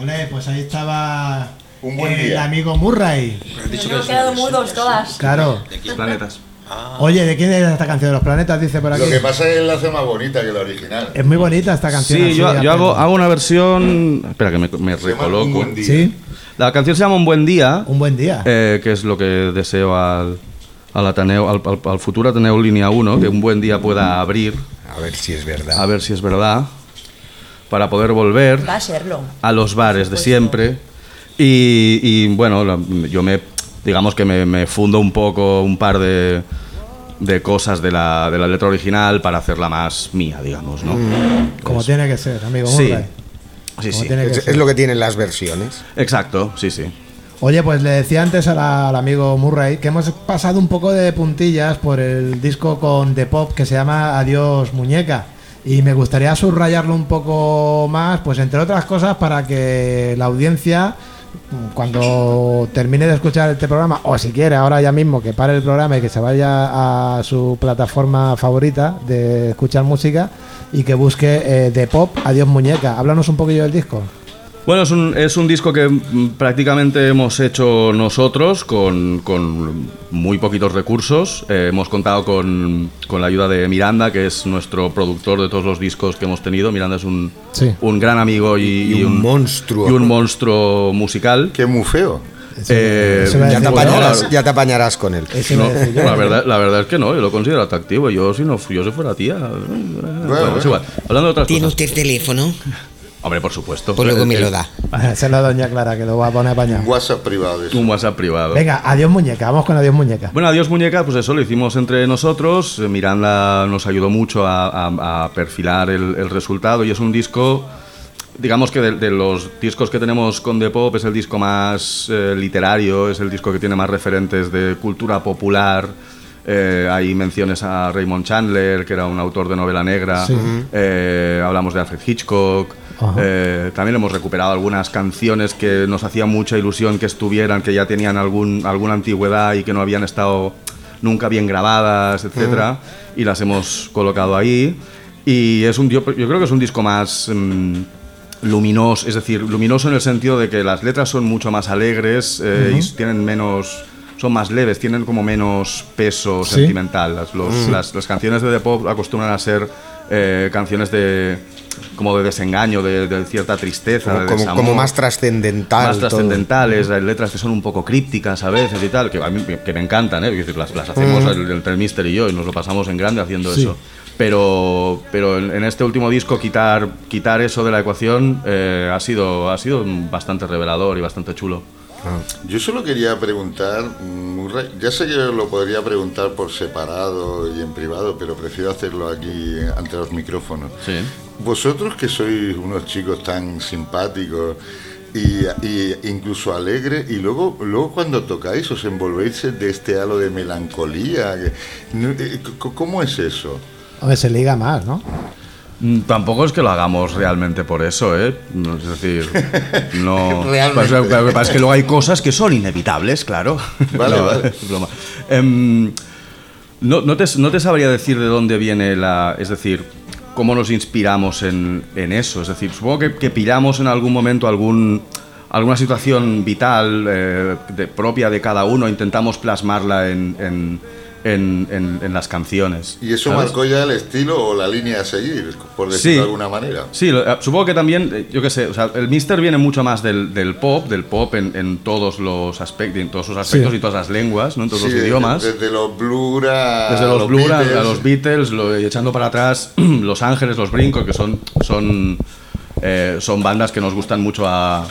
Speaker 2: Ole, pues ahí estaba
Speaker 5: buen
Speaker 2: el
Speaker 5: día.
Speaker 2: amigo Murray.
Speaker 3: Nos hemos quedado mudos todas.
Speaker 2: Claro.
Speaker 5: De
Speaker 11: planetas.
Speaker 2: Ah. Oye, ¿de quién es esta canción de los planetas? Dice por aquí.
Speaker 5: Lo que pasa es que la hace más bonita que la original.
Speaker 2: Es muy bonita esta canción.
Speaker 11: Sí,
Speaker 2: así,
Speaker 11: yo,
Speaker 2: apenas.
Speaker 11: yo hago, hago una versión. Espera, que me, me recoloco.
Speaker 5: Un Buen Día.
Speaker 2: Sí.
Speaker 11: La canción se llama Un Buen Día.
Speaker 2: Un Buen
Speaker 11: Eh,
Speaker 2: Día.
Speaker 11: que es lo que deseo al, al, Ateneo, al, al- al futuro Ateneo Línea 1, que un buen día pueda abrir,
Speaker 15: A ver si es verdad.
Speaker 11: a ver si es verdad, para poder volver
Speaker 3: Va a serlo.
Speaker 11: a los bares de siempre. Y, y, bueno, la- yo me, digamos que me, me fundo un poco un par de, de cosas de la, de la letra original para hacerla más mía, digamos, ¿no?
Speaker 15: Mm.
Speaker 2: Como
Speaker 11: Es-
Speaker 2: tiene que ser, amigo
Speaker 11: Sí.
Speaker 2: Murray.
Speaker 11: Sí,
Speaker 2: Como
Speaker 11: sí.
Speaker 2: tiene que
Speaker 11: Es-
Speaker 2: ser.
Speaker 11: es
Speaker 15: lo que tienen las versiones.
Speaker 11: Exacto, sí, sí.
Speaker 2: Oye, pues le decía antes a la- al amigo Murray que hemos pasado un poco de puntillas por el disco con The Pop que se llama Adiós Muñeca. Y me gustaría subrayarlo un poco más, pues entre otras cosas, para que la audiencia, mm, cuando termine de escuchar este programa, o si quiere, ahora ya mismo que pare el programa y que se vaya a su plataforma favorita de escuchar música y que busque eh, The Pop Adiós Muñeca. Háblanos un poquillo del disco.
Speaker 11: Bueno, es un, es un disco que mm, prácticamente hemos hecho nosotros con, con muy poquitos recursos. Eh, hemos contado con, con la ayuda de Miranda, que es nuestro productor de todos los discos que hemos tenido. Miranda es un,
Speaker 2: Sí.
Speaker 11: un gran amigo y,
Speaker 15: Y un monstruo.
Speaker 11: Y un monstruo musical.
Speaker 5: Que es muy feo.
Speaker 11: Eh,
Speaker 15: Eso iba a Ya te decir. apañarás- ya te apañarás con él.
Speaker 2: Eso
Speaker 11: No,
Speaker 2: iba a decir yo.
Speaker 11: la, verdad, la verdad es que no, yo lo considero atractivo. Yo, si no fu- yo si fuera tía. eh, bueno, es
Speaker 15: bueno.
Speaker 11: igual. Hablando de otras
Speaker 15: ¿Tiene
Speaker 11: cosas.
Speaker 15: usted teléfono?
Speaker 11: Hombre, por supuesto.
Speaker 15: Pues luego me
Speaker 11: Eh,
Speaker 15: lo da.
Speaker 2: Se lo doña Clara, que lo va a poner apañado.
Speaker 5: Un WhatsApp privado. eso.
Speaker 11: Un WhatsApp privado.
Speaker 2: Venga, adiós muñeca, vamos con adiós muñeca.
Speaker 11: Bueno, Adiós Muñeca, pues eso lo hicimos entre nosotros. Eh, Miranda nos ayudó mucho a, a- a perfilar el, el resultado y es un disco, digamos que de, de los discos que tenemos con The Pop, es el disco más eh, literario, es el disco que tiene más referentes de cultura popular. Eh, hay menciones a Raymond Chandler, que era un autor de novela negra.
Speaker 2: Sí.
Speaker 11: Eh, hablamos de Alfred Hitchcock. Eh, también hemos recuperado algunas canciones que nos hacía mucha ilusión que estuvieran, que ya tenían algún, alguna antigüedad y que no habían estado nunca bien grabadas, etcétera, y las hemos colocado ahí. Y es un, yo, yo creo que es un disco más mm, luminoso, es decir, luminoso en el sentido de que las letras son mucho más alegres eh, y
Speaker 2: Ujú.
Speaker 11: tienen menos, son más leves, tienen como menos peso
Speaker 2: Sí.
Speaker 11: sentimental tal. Las, los-
Speaker 2: Mm.
Speaker 11: las, las canciones de The Pop acostumbran a ser eh, canciones de como de desengaño, de, de cierta tristeza,
Speaker 15: Como,
Speaker 11: de
Speaker 15: como-
Speaker 11: desamor,
Speaker 15: como más trascendental.
Speaker 11: más
Speaker 15: todo.
Speaker 11: trascendentales, las letras que son un poco crípticas a veces y tal, que a mí que me encantan, ¿eh? Quiero decir, las, las hacemos
Speaker 15: Mm.
Speaker 11: el, el Mister y yo y nos lo pasamos en grande haciendo
Speaker 2: Sí.
Speaker 11: eso. Pero, pero en, en este último disco quitar, quitar eso de la ecuación eh, ha, sido, ha sido bastante revelador y bastante chulo.
Speaker 5: Yo solo quería preguntar, mm, ya sé que lo podría preguntar por separado y en privado, pero prefiero hacerlo aquí eh, ante los micrófonos. Vosotros que sois unos chicos tan simpáticos y, y incluso alegres, y luego, luego cuando tocáis os envolvéis de este halo de melancolía. que- no, eh, c- ¿Cómo es eso?
Speaker 2: Hombre, se liga más, ¿no?
Speaker 11: Mm, Tampoco es que lo hagamos realmente por eso, ¿eh? No, Es decir, no.
Speaker 5: Realmente.
Speaker 11: Pues, claro, lo que pasa es que luego hay cosas que son inevitables, claro.
Speaker 5: Vale,
Speaker 11: No,
Speaker 5: vale.
Speaker 11: es broma. Em, no, no te, no te sabría decir de dónde viene la. Es decir, cómo nos inspiramos en, en eso. Es decir, supongo que, que pillamos en algún momento algún, alguna situación vital eh, de- propia de cada uno, intentamos plasmarla en, en- en, en- en las canciones.
Speaker 5: ¿Y eso
Speaker 11: ¿sabes?
Speaker 5: marcó ya el estilo o la línea a seguir, por decirlo
Speaker 11: Sí.
Speaker 5: de alguna manera?
Speaker 11: Sí, lo- eh, supongo que también, eh, yo qué sé, o sea, el Mister viene mucho más del, del pop, del pop en, en todos los aspectos, en todos sus aspectos
Speaker 5: Sí.
Speaker 11: y todas las lenguas, ¿no? En todos
Speaker 5: Sí,
Speaker 11: los
Speaker 5: de-
Speaker 11: idiomas.
Speaker 5: Desde, los Blur a
Speaker 11: Desde los, Blur a- a los
Speaker 5: Beatles.
Speaker 11: Beatles, lo- y echando para atrás Los Ángeles, Los Brincos, que son, son, eh, son bandas que nos gustan mucho a,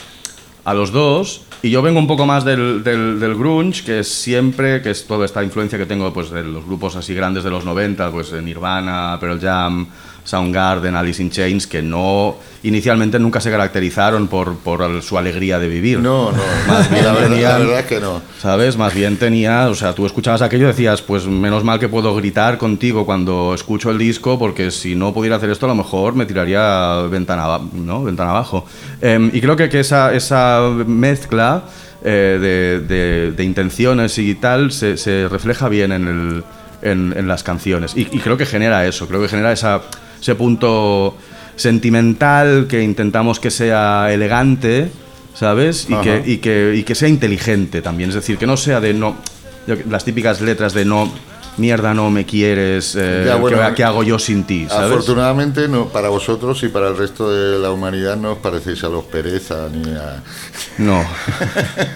Speaker 11: a los dos. Y yo vengo un poco más del, del- del grunge, que es siempre, que es toda esta influencia que tengo pues, de los grupos así grandes de los 90, pues de Nirvana, Pearl Jam, Soundgarden, Alice in Chains, que no inicialmente nunca se caracterizaron por, por el- su alegría de vivir.
Speaker 5: No, no,
Speaker 11: Más bien
Speaker 5: la, verdad, la
Speaker 11: tenían-
Speaker 5: verdad es que no.
Speaker 11: ¿Sabes? Más bien tenía, o sea, tú escuchabas aquello y decías, pues menos mal que puedo gritar contigo cuando escucho el disco, porque si no pudiera hacer esto, a lo mejor me tiraría ventana, aba- ¿no? ventana abajo. Em, y creo que, que esa, esa mezcla eh, de, de- de intenciones y tal se, se refleja bien en, el- en- en las canciones. Y, y creo que genera eso, creo que genera esa, ese punto sentimental que intentamos que sea elegante, ¿sabes? Y
Speaker 14: Ajá.
Speaker 11: que, y que, y que sea inteligente también. Es decir, que no sea de no. yo que- Las típicas letras de no. Mierda, no me quieres. eh,
Speaker 5: Ya, bueno,
Speaker 11: ¿qué, qué hago yo sin ti? ¿Sabes?
Speaker 5: Afortunadamente no, para vosotros y para el resto de la humanidad no os parecéis a los pereza ni a...
Speaker 11: No.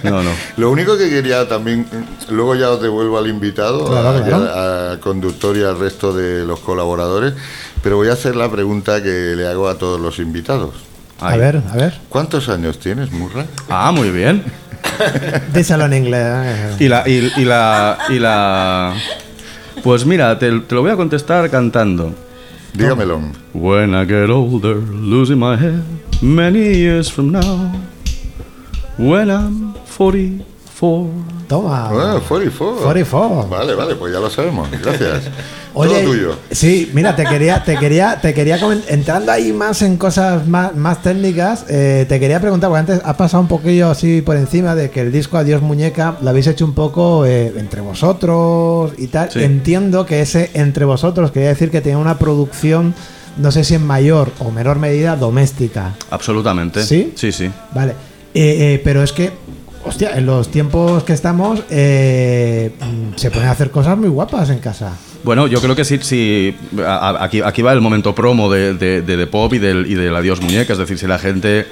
Speaker 11: No, no.
Speaker 5: Lo único que quería también, luego ya os devuelvo al invitado,
Speaker 11: Claro,
Speaker 5: a-
Speaker 11: claro.
Speaker 5: a- al conductor y al resto de los colaboradores, pero voy a hacer la pregunta que le hago a todos los invitados.
Speaker 2: A ver, a ver.
Speaker 5: ¿Cuántos años tienes, Murra?
Speaker 11: Ah, muy bien.
Speaker 2: Díselo en inglés.
Speaker 11: Y la. Y, y la, y la- Pues mira, te, te lo voy a contestar cantando.
Speaker 5: Dígamelo.
Speaker 11: When I get older, losing my head, many years from now, when I'm 44.
Speaker 2: Toma.
Speaker 5: Bueno, 44.
Speaker 2: 44.
Speaker 5: Ah, Vale, vale, pues ya lo sabemos. Gracias.
Speaker 2: Oye,
Speaker 5: Todo tuyo.
Speaker 2: sí, mira, te quería, te quería, te quería comen- entrando ahí más en cosas más, más técnicas, eh, te quería preguntar, porque antes has pasado un poquillo así por encima de que el disco Adiós Muñeca lo habéis hecho un poco eh, entre vosotros y tal.
Speaker 11: Sí.
Speaker 2: Entiendo que ese entre vosotros quería decir que tenía una producción, no sé si en mayor o menor medida, doméstica.
Speaker 11: Absolutamente.
Speaker 2: ¿Sí?
Speaker 11: Sí, sí.
Speaker 2: Vale. Eh, eh, pero es que, hostia, en los tiempos que estamos, eh, mm, se pueden hacer cosas muy guapas en casa.
Speaker 11: Bueno, yo creo que sí, sí a- a- aquí, aquí va el momento promo de, de, de The Pop y del, y del Adiós Muñeca, es decir, si la gente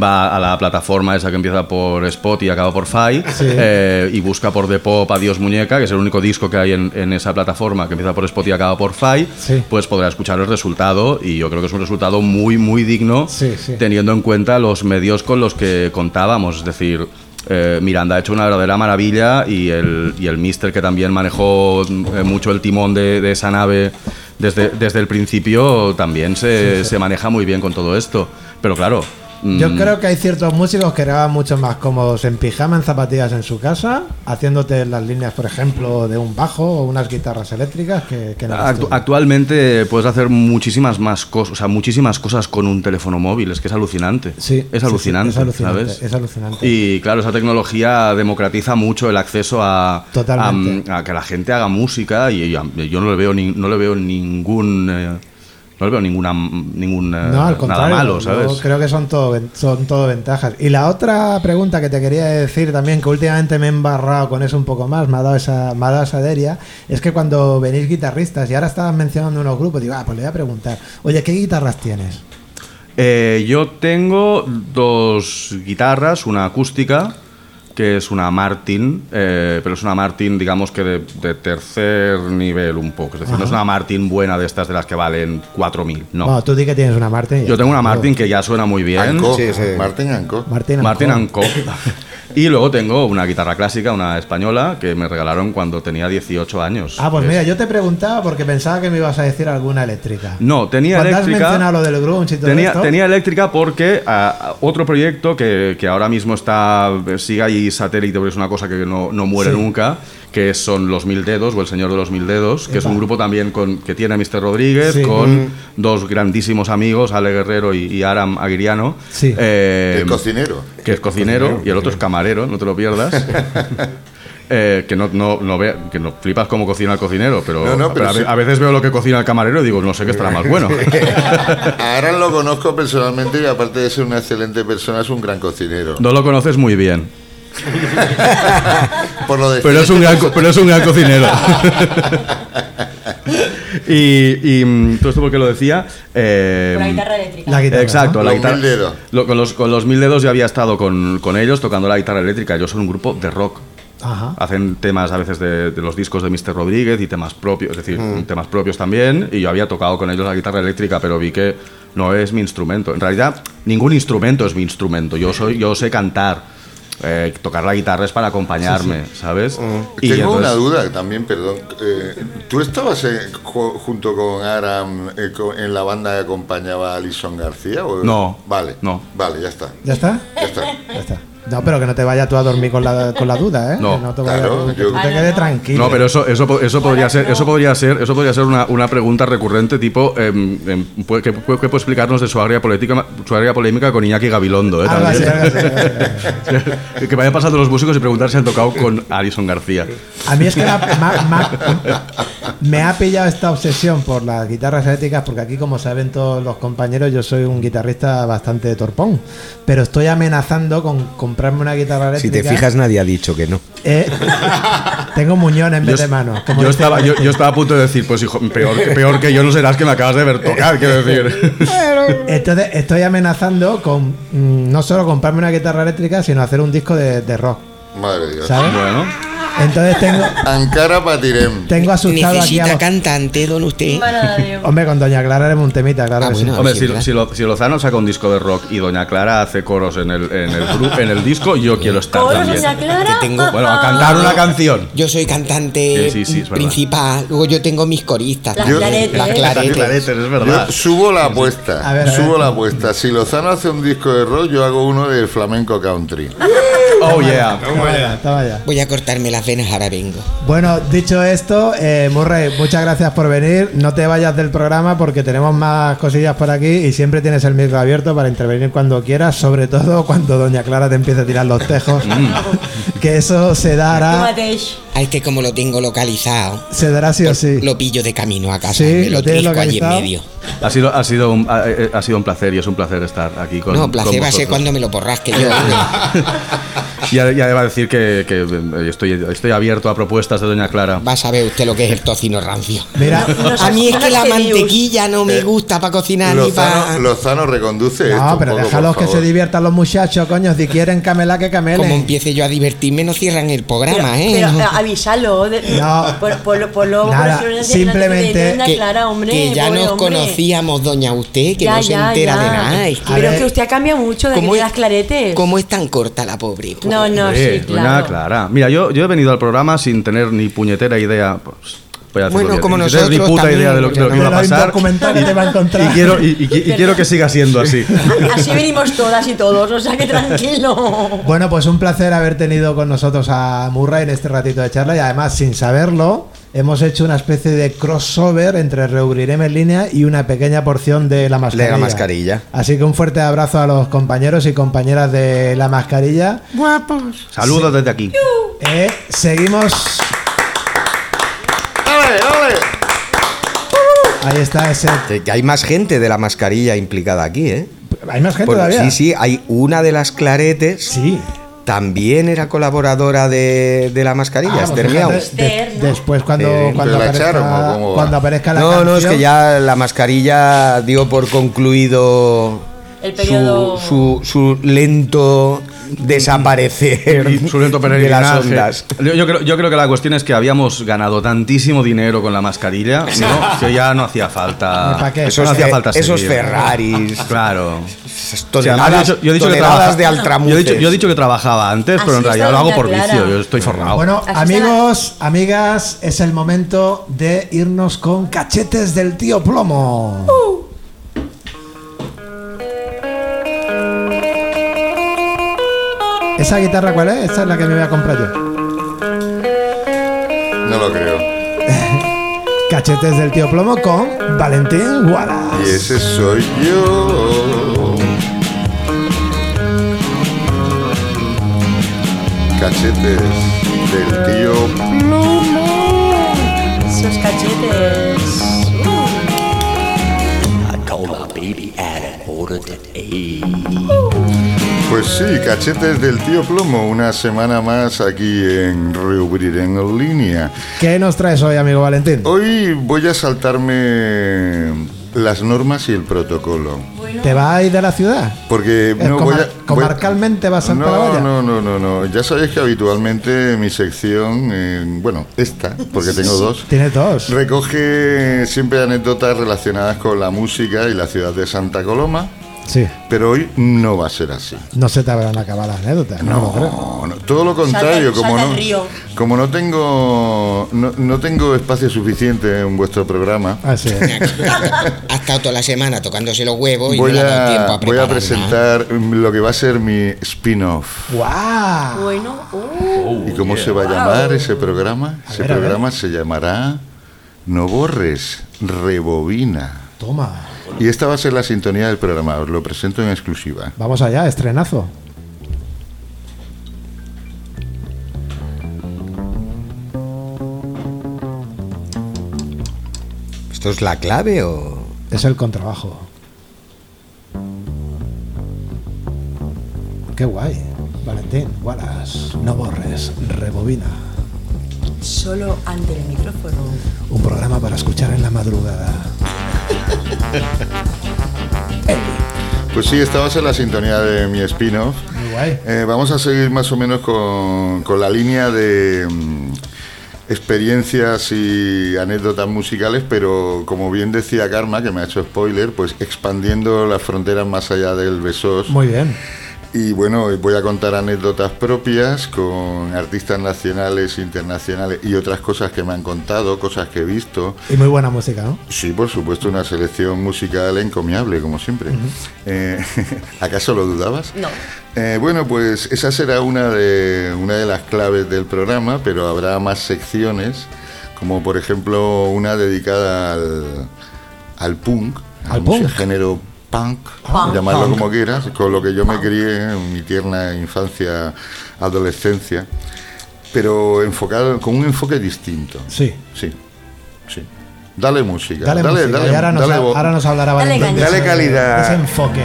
Speaker 11: va a la plataforma esa que empieza por Spot y acaba por Fai eh, y busca por The Pop Adiós Muñeca, que es el único disco que hay en, en esa plataforma que empieza por Spot y acaba por Fai,
Speaker 2: Sí.
Speaker 11: pues podrá escuchar el resultado y yo creo que es un resultado muy, muy digno
Speaker 2: sí.
Speaker 11: teniendo en cuenta los medios con los que contábamos, es decir, eh, Miranda ha hecho una verdadera maravilla y el, y el Mister que también manejó mm, eh, mucho el timón de, de esa nave desde, desde el principio también se,
Speaker 2: Sí, sí.
Speaker 11: se maneja muy bien con todo esto. Pero claro...
Speaker 2: Yo
Speaker 11: mm,
Speaker 2: creo que hay ciertos músicos que graban mucho más cómodos en pijama, en zapatillas en su casa, haciéndote las líneas, por ejemplo, de un bajo o unas guitarras eléctricas que, que en el
Speaker 11: actu-
Speaker 2: estudio.
Speaker 11: actualmente puedes hacer muchísimas más cosas, o sea, muchísimas cosas con un teléfono móvil, es que es alucinante.
Speaker 2: Sí,
Speaker 11: es
Speaker 2: sí,
Speaker 11: alucinante,
Speaker 2: sí, es alucinante,
Speaker 11: ¿sabes?
Speaker 2: es alucinante.
Speaker 11: Y claro, esa tecnología democratiza mucho el acceso a,
Speaker 2: Totalmente.
Speaker 11: a- a que la gente haga música y, y a- yo no le veo ni- no le veo ningún eh, no le veo ninguna ningún eh,
Speaker 2: No, al
Speaker 11: nada
Speaker 2: contrario.
Speaker 11: malo,
Speaker 2: yo
Speaker 11: ¿sabes?
Speaker 2: creo que son todo, ven- son todo ventajas. Y la otra pregunta que te quería decir también, que últimamente me he embarrado con eso un poco más, me ha dado esa, me ha dado esa deria, es que cuando venís guitarristas y ahora estabas mencionando unos grupos, digo, ah, pues le voy a preguntar, oye, ¿qué guitarras tienes?
Speaker 11: Eh, yo tengo dos guitarras, una acústica, que es una Martin, eh, pero es una Martin, digamos que de, de tercer nivel un poco. Es decir, no es
Speaker 2: Ajá. Ah,
Speaker 11: una Martin buena de estas de las que valen 4.000, no.
Speaker 2: Bueno, tú di que tienes una Martin. y ya
Speaker 11: Yo tengo
Speaker 2: está,
Speaker 11: una
Speaker 2: luego.
Speaker 11: Martin que ya suena muy bien.
Speaker 5: Anco, Sí, sí. Martin Anco.
Speaker 2: Martin
Speaker 11: Martin
Speaker 2: Anco.
Speaker 11: Anco. Y luego tengo una guitarra clásica, una española, que me regalaron cuando tenía 18 años.
Speaker 2: Ah, pues
Speaker 11: Es-
Speaker 2: mira, yo te preguntaba porque pensaba que me ibas a decir alguna eléctrica.
Speaker 11: No, tenía
Speaker 2: Cuando has
Speaker 11: eléctrica.
Speaker 2: mencionado lo del grunge y todo
Speaker 11: tenía,
Speaker 2: esto,
Speaker 11: tenía eléctrica porque ah, otro proyecto que, que ahora mismo está, sigue ahí satélite, porque es una cosa que no, no muere
Speaker 2: Sí.
Speaker 11: nunca, que son Los Mil Dedos o El Señor de los Mil Dedos, que es
Speaker 2: Epa.
Speaker 11: un grupo también con, que tiene a Mr. Rodríguez,
Speaker 2: Sí.
Speaker 11: con
Speaker 2: Mm.
Speaker 11: dos grandísimos amigos, Ale Guerrero y, y Aram Aguiriano.
Speaker 2: Sí.
Speaker 11: Eh,
Speaker 5: El cocinero.
Speaker 11: Que es cocinero, y el otro es camarero, no te lo pierdas. Eh, que no, no, no ve- que no flipas cómo cocina el cocinero, pero,
Speaker 5: No, no, pero
Speaker 11: a, ve-
Speaker 5: sí.
Speaker 11: a veces veo lo que cocina el camarero y digo, no sé qué estará más Ah, bueno.
Speaker 5: Ahora lo conozco personalmente y aparte de ser una excelente persona es un gran cocinero.
Speaker 11: No lo conoces muy bien.
Speaker 5: Por lo de-
Speaker 11: pero, es un gran, co- pero es un gran cocinero. y, y, mm, todo esto porque lo decía. eh,
Speaker 3: Con la guitarra eléctrica.
Speaker 2: La guitarra,
Speaker 11: exacto,
Speaker 2: ¿no?
Speaker 11: la
Speaker 2: Los
Speaker 11: guitarra.
Speaker 2: mil dedos.
Speaker 11: lo- con, los, con los mil dedos yo había estado con, con ellos tocando la guitarra eléctrica. Yo soy un grupo de rock.
Speaker 2: Ajá.
Speaker 11: Hacen temas a veces de, de los discos de Mr. Rodríguez y temas propios, es decir,
Speaker 2: Mm.
Speaker 11: temas propios también. Y yo había tocado con ellos la guitarra eléctrica, pero vi que no es mi instrumento. En realidad, ningún instrumento es mi instrumento. Yo, soy, yo sé cantar. Eh, tocar la guitarra es para acompañarme, ¿sabes? Y
Speaker 5: Mm. Tengo una
Speaker 11: entonces-
Speaker 5: duda también, perdón. Eh, ¿Tú estabas eh, jo- junto con Aram eh, co- en la banda que acompañaba a Alison García? o-
Speaker 11: No.
Speaker 5: Vale.
Speaker 11: No.
Speaker 5: Vale, ya está.
Speaker 2: ¿Ya está?
Speaker 5: Ya está.
Speaker 2: No, pero que no te vayas tú a dormir con la, con la duda, ¿eh?
Speaker 11: No.
Speaker 2: que no te vayas
Speaker 11: Claro,
Speaker 2: tú, que
Speaker 11: yo-
Speaker 2: tú te quedes tranquilo.
Speaker 11: Ah, No, pero eso, eso, po- eso podría ser, eso podría ser, eso podría ser una, una pregunta recurrente tipo em, em, pu- ¿qué, pu- qué puede explicarnos de su área política, su área polémica con Iñaki Gabilondo, eh,
Speaker 2: Algo así,
Speaker 11: también?
Speaker 2: algo así, algo así.
Speaker 11: que vayan pasando los músicos y preguntar si han tocado con Alison García.
Speaker 2: A mí es que la- ma- ma- me ha pillado esta obsesión por las guitarras eléctricas, porque aquí, como saben todos los compañeros, yo soy un guitarrista bastante torpón. Pero estoy amenazando con comprarme una guitarra
Speaker 6: Si te
Speaker 2: eléctrica.
Speaker 6: fijas, nadie ha dicho que no.
Speaker 2: Eh, tengo muñón en vez
Speaker 11: Yo-
Speaker 2: de mano. como este
Speaker 11: Yo
Speaker 2: dice
Speaker 11: estaba, yo,
Speaker 2: Valente.
Speaker 11: yo estaba a punto de decir, pues hijo, peor, que- peor que yo no serás que me acabas de ver tocar, quiero decir.
Speaker 2: Entonces estoy amenazando con mm, no solo comprarme una guitarra eléctrica, sino hacer un disco de, de rock.
Speaker 5: Madre de Dios.
Speaker 2: ¿Sabes?
Speaker 11: Bueno.
Speaker 2: Entonces tengo,
Speaker 5: Ankara Patirem.
Speaker 2: tengo asustado aquí a
Speaker 15: Necesita
Speaker 2: los...
Speaker 15: cantante, don usted. Ah,
Speaker 2: Hombre, con Doña Clara haremos un temita, claro. que Ah, sí.
Speaker 11: Hombre, si, si Lo- si Lozano saca un disco de rock y Doña Clara hace coros en el, en el, gru- en el disco, yo quiero estar
Speaker 3: Coros,
Speaker 11: también.
Speaker 3: Doña Clara.
Speaker 15: Que tengo- Ah.
Speaker 11: Bueno, a cantar una canción.
Speaker 15: Yo soy cantante
Speaker 11: Sí, sí, sí, es verdad.
Speaker 15: principal, luego yo tengo mis coristas.
Speaker 3: Las
Speaker 15: Yo-
Speaker 3: claretes.
Speaker 15: Las
Speaker 11: Las
Speaker 15: claretes.
Speaker 11: claretes, es verdad.
Speaker 5: Yo subo la apuesta.
Speaker 2: Eh, A ver, a ver.
Speaker 5: subo la apuesta. Si Lozano hace un disco de rock, yo hago uno de flamenco country.
Speaker 11: Oh yeah.
Speaker 2: Toma ya, toma ya.
Speaker 15: Voy a cortarme las venas, ahora vengo.
Speaker 2: Bueno, dicho esto, eh, Murray, muchas gracias por venir. No te vayas del programa porque tenemos más cosillas por aquí y siempre tienes el micro abierto para intervenir cuando quieras, sobre todo cuando Doña Clara te empiece a tirar los tejos. que eso se
Speaker 3: Tu
Speaker 2: dará,
Speaker 3: mateix.
Speaker 15: Ah, es que como lo tengo localizado, pues
Speaker 2: se dará sí o sí.
Speaker 15: lo pillo de camino a casa.
Speaker 2: Sí,
Speaker 15: me
Speaker 2: lo tienes
Speaker 15: trisco allí en
Speaker 2: localizado.
Speaker 15: medio.
Speaker 11: Ha sido, ha, sido un, ha, eh, ha sido un placer y es un placer estar aquí con
Speaker 15: no, placer
Speaker 11: con
Speaker 15: va a ser
Speaker 11: vosotros.
Speaker 15: cuando me lo borrasque yo.
Speaker 11: Ya, ya iba a decir que, que, eh, estoy, estoy abierto a propuestas de Doña Clara.
Speaker 15: Va a saber usted lo que es el tocino rancio.
Speaker 2: Mira,
Speaker 3: Unos-
Speaker 15: A mí es que
Speaker 3: unos
Speaker 15: la
Speaker 3: serios.
Speaker 15: mantequilla no
Speaker 11: Eh,
Speaker 15: me gusta para cocinar ni
Speaker 5: Lozano,
Speaker 15: para...
Speaker 5: Lozano reconduce esto.
Speaker 2: no,
Speaker 5: un
Speaker 2: pero
Speaker 5: poco,
Speaker 2: déjalos
Speaker 5: por
Speaker 2: que se
Speaker 5: favor.
Speaker 2: diviertan los muchachos, coño. Si quieren camelar, que
Speaker 15: Como
Speaker 2: camelen.
Speaker 15: empiece yo a divertirme, no cierran el
Speaker 3: Pero,
Speaker 15: programa, ¿eh?
Speaker 3: pero eh, avísalo. De,
Speaker 2: No.
Speaker 3: Por, por, lo- por lo.
Speaker 2: Nada,
Speaker 3: por lo-
Speaker 2: simplemente
Speaker 3: de- de- de-
Speaker 15: que,
Speaker 3: Clara, hombre,
Speaker 15: que ya
Speaker 3: pobre
Speaker 15: nos
Speaker 3: hombre.
Speaker 15: conocíamos, doña usted, que
Speaker 3: Ya,
Speaker 15: no se
Speaker 3: ya,
Speaker 15: entera
Speaker 3: ya.
Speaker 15: de nada. Es que-
Speaker 2: A
Speaker 3: Pero
Speaker 2: ver.
Speaker 3: que usted ha cambiado mucho de,
Speaker 15: ¿Cómo
Speaker 3: de
Speaker 15: es-
Speaker 3: las claretes.
Speaker 15: ¿Cómo es tan corta la pobre?
Speaker 3: No, no,
Speaker 11: Eh,
Speaker 3: sí,
Speaker 11: Doña
Speaker 3: claro.
Speaker 11: Clara. Mira, yo, yo he venido al programa sin tener ni puñetera idea. pues, voy a decirlo
Speaker 15: Bueno,
Speaker 11: bien,
Speaker 15: como
Speaker 11: sin tener ni
Speaker 15: nosotros
Speaker 11: puta
Speaker 15: también,
Speaker 11: idea de lo, de lo que
Speaker 15: porque
Speaker 11: iba a
Speaker 2: Pero hay un
Speaker 11: pasar.
Speaker 2: documental que te va a encontrar.
Speaker 11: Y quiero, y- y- y quiero que siga siendo así.
Speaker 3: Así venimos todas y todos, o sea que tranquilo.
Speaker 2: Bueno, pues un placer haber tenido con nosotros a Murray en este ratito de charla y además, sin saberlo, hemos hecho una especie de crossover entre Reubrirem en línea y una pequeña porción de La Mascarilla.
Speaker 6: La Mascarilla.
Speaker 2: Así que un fuerte abrazo a los compañeros y compañeras de La Mascarilla.
Speaker 11: Saludos desde aquí.
Speaker 2: Eh, seguimos...
Speaker 5: ¡Ole, ole!
Speaker 2: Ahí está ese...
Speaker 6: Que que hay más gente de la mascarilla implicada aquí, ¿eh?
Speaker 2: ¿Hay más gente
Speaker 6: Porque-
Speaker 2: todavía?
Speaker 6: sí, sí, hay una de las claretes.
Speaker 2: Sí.
Speaker 6: También era colaboradora de, de la mascarilla,
Speaker 2: Ah,
Speaker 6: Esther
Speaker 2: pues
Speaker 6: Miau.
Speaker 2: fíjate, de-
Speaker 3: Esther, ¿no?
Speaker 2: después cuando,
Speaker 11: Eh,
Speaker 6: Sí,
Speaker 2: cuando,
Speaker 5: pero la
Speaker 2: aparezca,
Speaker 5: echaron, ¿o cómo va?
Speaker 2: cuando aparezca la
Speaker 6: no,
Speaker 2: canción...
Speaker 6: no, es que ya la mascarilla dio por concluido
Speaker 3: El periodo-
Speaker 6: su, su- su lento desaparecer
Speaker 11: Y su lento
Speaker 6: de las
Speaker 11: peregrinaje.
Speaker 6: ondas.
Speaker 11: Yo, yo creo, yo creo que la cuestión es que habíamos ganado tantísimo dinero con la mascarilla ¿no? que ya no hacía falta.
Speaker 2: ¿Para qué?
Speaker 11: no
Speaker 6: Esos,
Speaker 11: hacía
Speaker 6: Fe-
Speaker 11: falta
Speaker 6: esos
Speaker 11: seguir.
Speaker 6: Ferraris,
Speaker 11: Claro.
Speaker 6: esas
Speaker 11: O sea, además,
Speaker 6: toneladas,
Speaker 11: yo he dicho- yo he dicho que
Speaker 6: toneladas
Speaker 11: trabaja-
Speaker 6: de altramuces. Ah,
Speaker 11: Yo he, dicho, yo he dicho que trabajaba antes, pero
Speaker 3: Así
Speaker 11: en realidad
Speaker 3: está
Speaker 11: lo hago
Speaker 3: doña
Speaker 11: por
Speaker 3: Clara.
Speaker 11: vicio. Yo estoy forrado.
Speaker 2: Bueno,
Speaker 3: Así
Speaker 2: amigos, amigas, es el momento de irnos con cachetes del tío plomo.
Speaker 3: Uh.
Speaker 2: ¿Esa guitarra cuál es? Esa es la que me voy a comprar yo.
Speaker 5: No lo creo.
Speaker 2: Cachetes del tío plomo con Valentín Wallace.
Speaker 5: Y ese soy yo. Cachetes del tío.
Speaker 3: Esos cachetes. Uh.
Speaker 7: I call my baby at a quarter to eight.
Speaker 5: Pues sí, cachetes del tío Plomo, una semana más aquí en Reubrir en línea.
Speaker 2: ¿Qué nos traes hoy, amigo Valentín?
Speaker 5: Hoy voy a saltarme las normas y el protocolo.
Speaker 2: ¿Te vas a ir de la ciudad?
Speaker 5: Porque
Speaker 2: Eh,
Speaker 5: no voy
Speaker 2: comar-
Speaker 5: a. voy-
Speaker 2: comarcalmente vas a
Speaker 5: no,
Speaker 2: Santa la Valla.
Speaker 5: no, no, no, no. Ya sabéis que habitualmente mi sección, eh, bueno, esta, porque tengo dos,
Speaker 2: Tiene dos.
Speaker 5: recoge siempre anécdotas relacionadas con la música y la ciudad de Santa Coloma,
Speaker 2: Sí.
Speaker 5: pero hoy no va a ser así.
Speaker 2: No se te habrán acabado las anécdotas. No, lo creo.
Speaker 5: No, no, todo lo contrario,
Speaker 2: Salta-
Speaker 5: como
Speaker 2: salta
Speaker 5: no,
Speaker 2: el río.
Speaker 5: como no tengo no, no tengo espacio suficiente en vuestro programa.
Speaker 2: Así es.
Speaker 15: Ha estado toda la semana tocándose los huevos y
Speaker 5: voy,
Speaker 15: no le ha dado tiempo
Speaker 5: a,
Speaker 15: a ¿eh?
Speaker 5: voy a
Speaker 15: preparar nada.
Speaker 5: presentar lo que va a ser mi spin-off.
Speaker 2: ¡Guau!
Speaker 3: Bueno,
Speaker 5: Ah.
Speaker 3: uh.
Speaker 11: Oh,
Speaker 5: ¿Y cómo se va a llamar ese programa? Ese
Speaker 2: ver, a ver.
Speaker 5: programa se llamará No borres, rebobina.
Speaker 2: Toma.
Speaker 5: Y esta va a ser la sintonía del programa, os lo presento en exclusiva.
Speaker 2: Vamos allá, estrenazo.
Speaker 6: ¿Esto es la clave o...?
Speaker 2: Es el contrabajo. Qué guay. Valentín, Wallace, no borres, rebobina.
Speaker 3: Solo ante el micrófono.
Speaker 2: Un programa para escuchar en la madrugada.
Speaker 5: Pues sí, esta va a ser la sintonía de mi spin-off.
Speaker 2: Muy guay.
Speaker 5: Eh, vamos a seguir más o menos con, con la línea de mm, experiencias y anécdotas musicales, pero como bien decía Karma, que me ha hecho spoiler, pues expandiendo las fronteras más allá del Besos.
Speaker 2: Muy bien.
Speaker 5: Y bueno, hoy voy a contar anécdotas propias con artistas nacionales, internacionales y otras cosas que me han contado, cosas que he visto.
Speaker 2: Y muy buena música, ¿no?
Speaker 5: Sí, por supuesto, una selección musical encomiable, como siempre. Eh, ¿Acaso lo dudabas?
Speaker 3: No.
Speaker 5: Eh, bueno, pues esa será una de, una de las claves del programa, pero habrá más secciones, como por ejemplo una dedicada al, al punk, al
Speaker 2: punk?
Speaker 5: género punk,
Speaker 2: Punk.
Speaker 5: llamarlo
Speaker 2: Punk.
Speaker 5: como quieras, con lo que yo me crié en mi tierna infancia, adolescencia, pero enfocado con un enfoque distinto.
Speaker 2: Sí.
Speaker 5: Sí, sí. Dale música.
Speaker 2: Dale,
Speaker 5: Dale,
Speaker 2: música,
Speaker 5: dale,
Speaker 2: y ahora nos,
Speaker 5: dale vo-
Speaker 2: ahora nos hablará
Speaker 5: Dale
Speaker 2: Valentín. de
Speaker 5: caña.
Speaker 2: ese-
Speaker 5: Dale calidad.
Speaker 2: de Ese enfoque.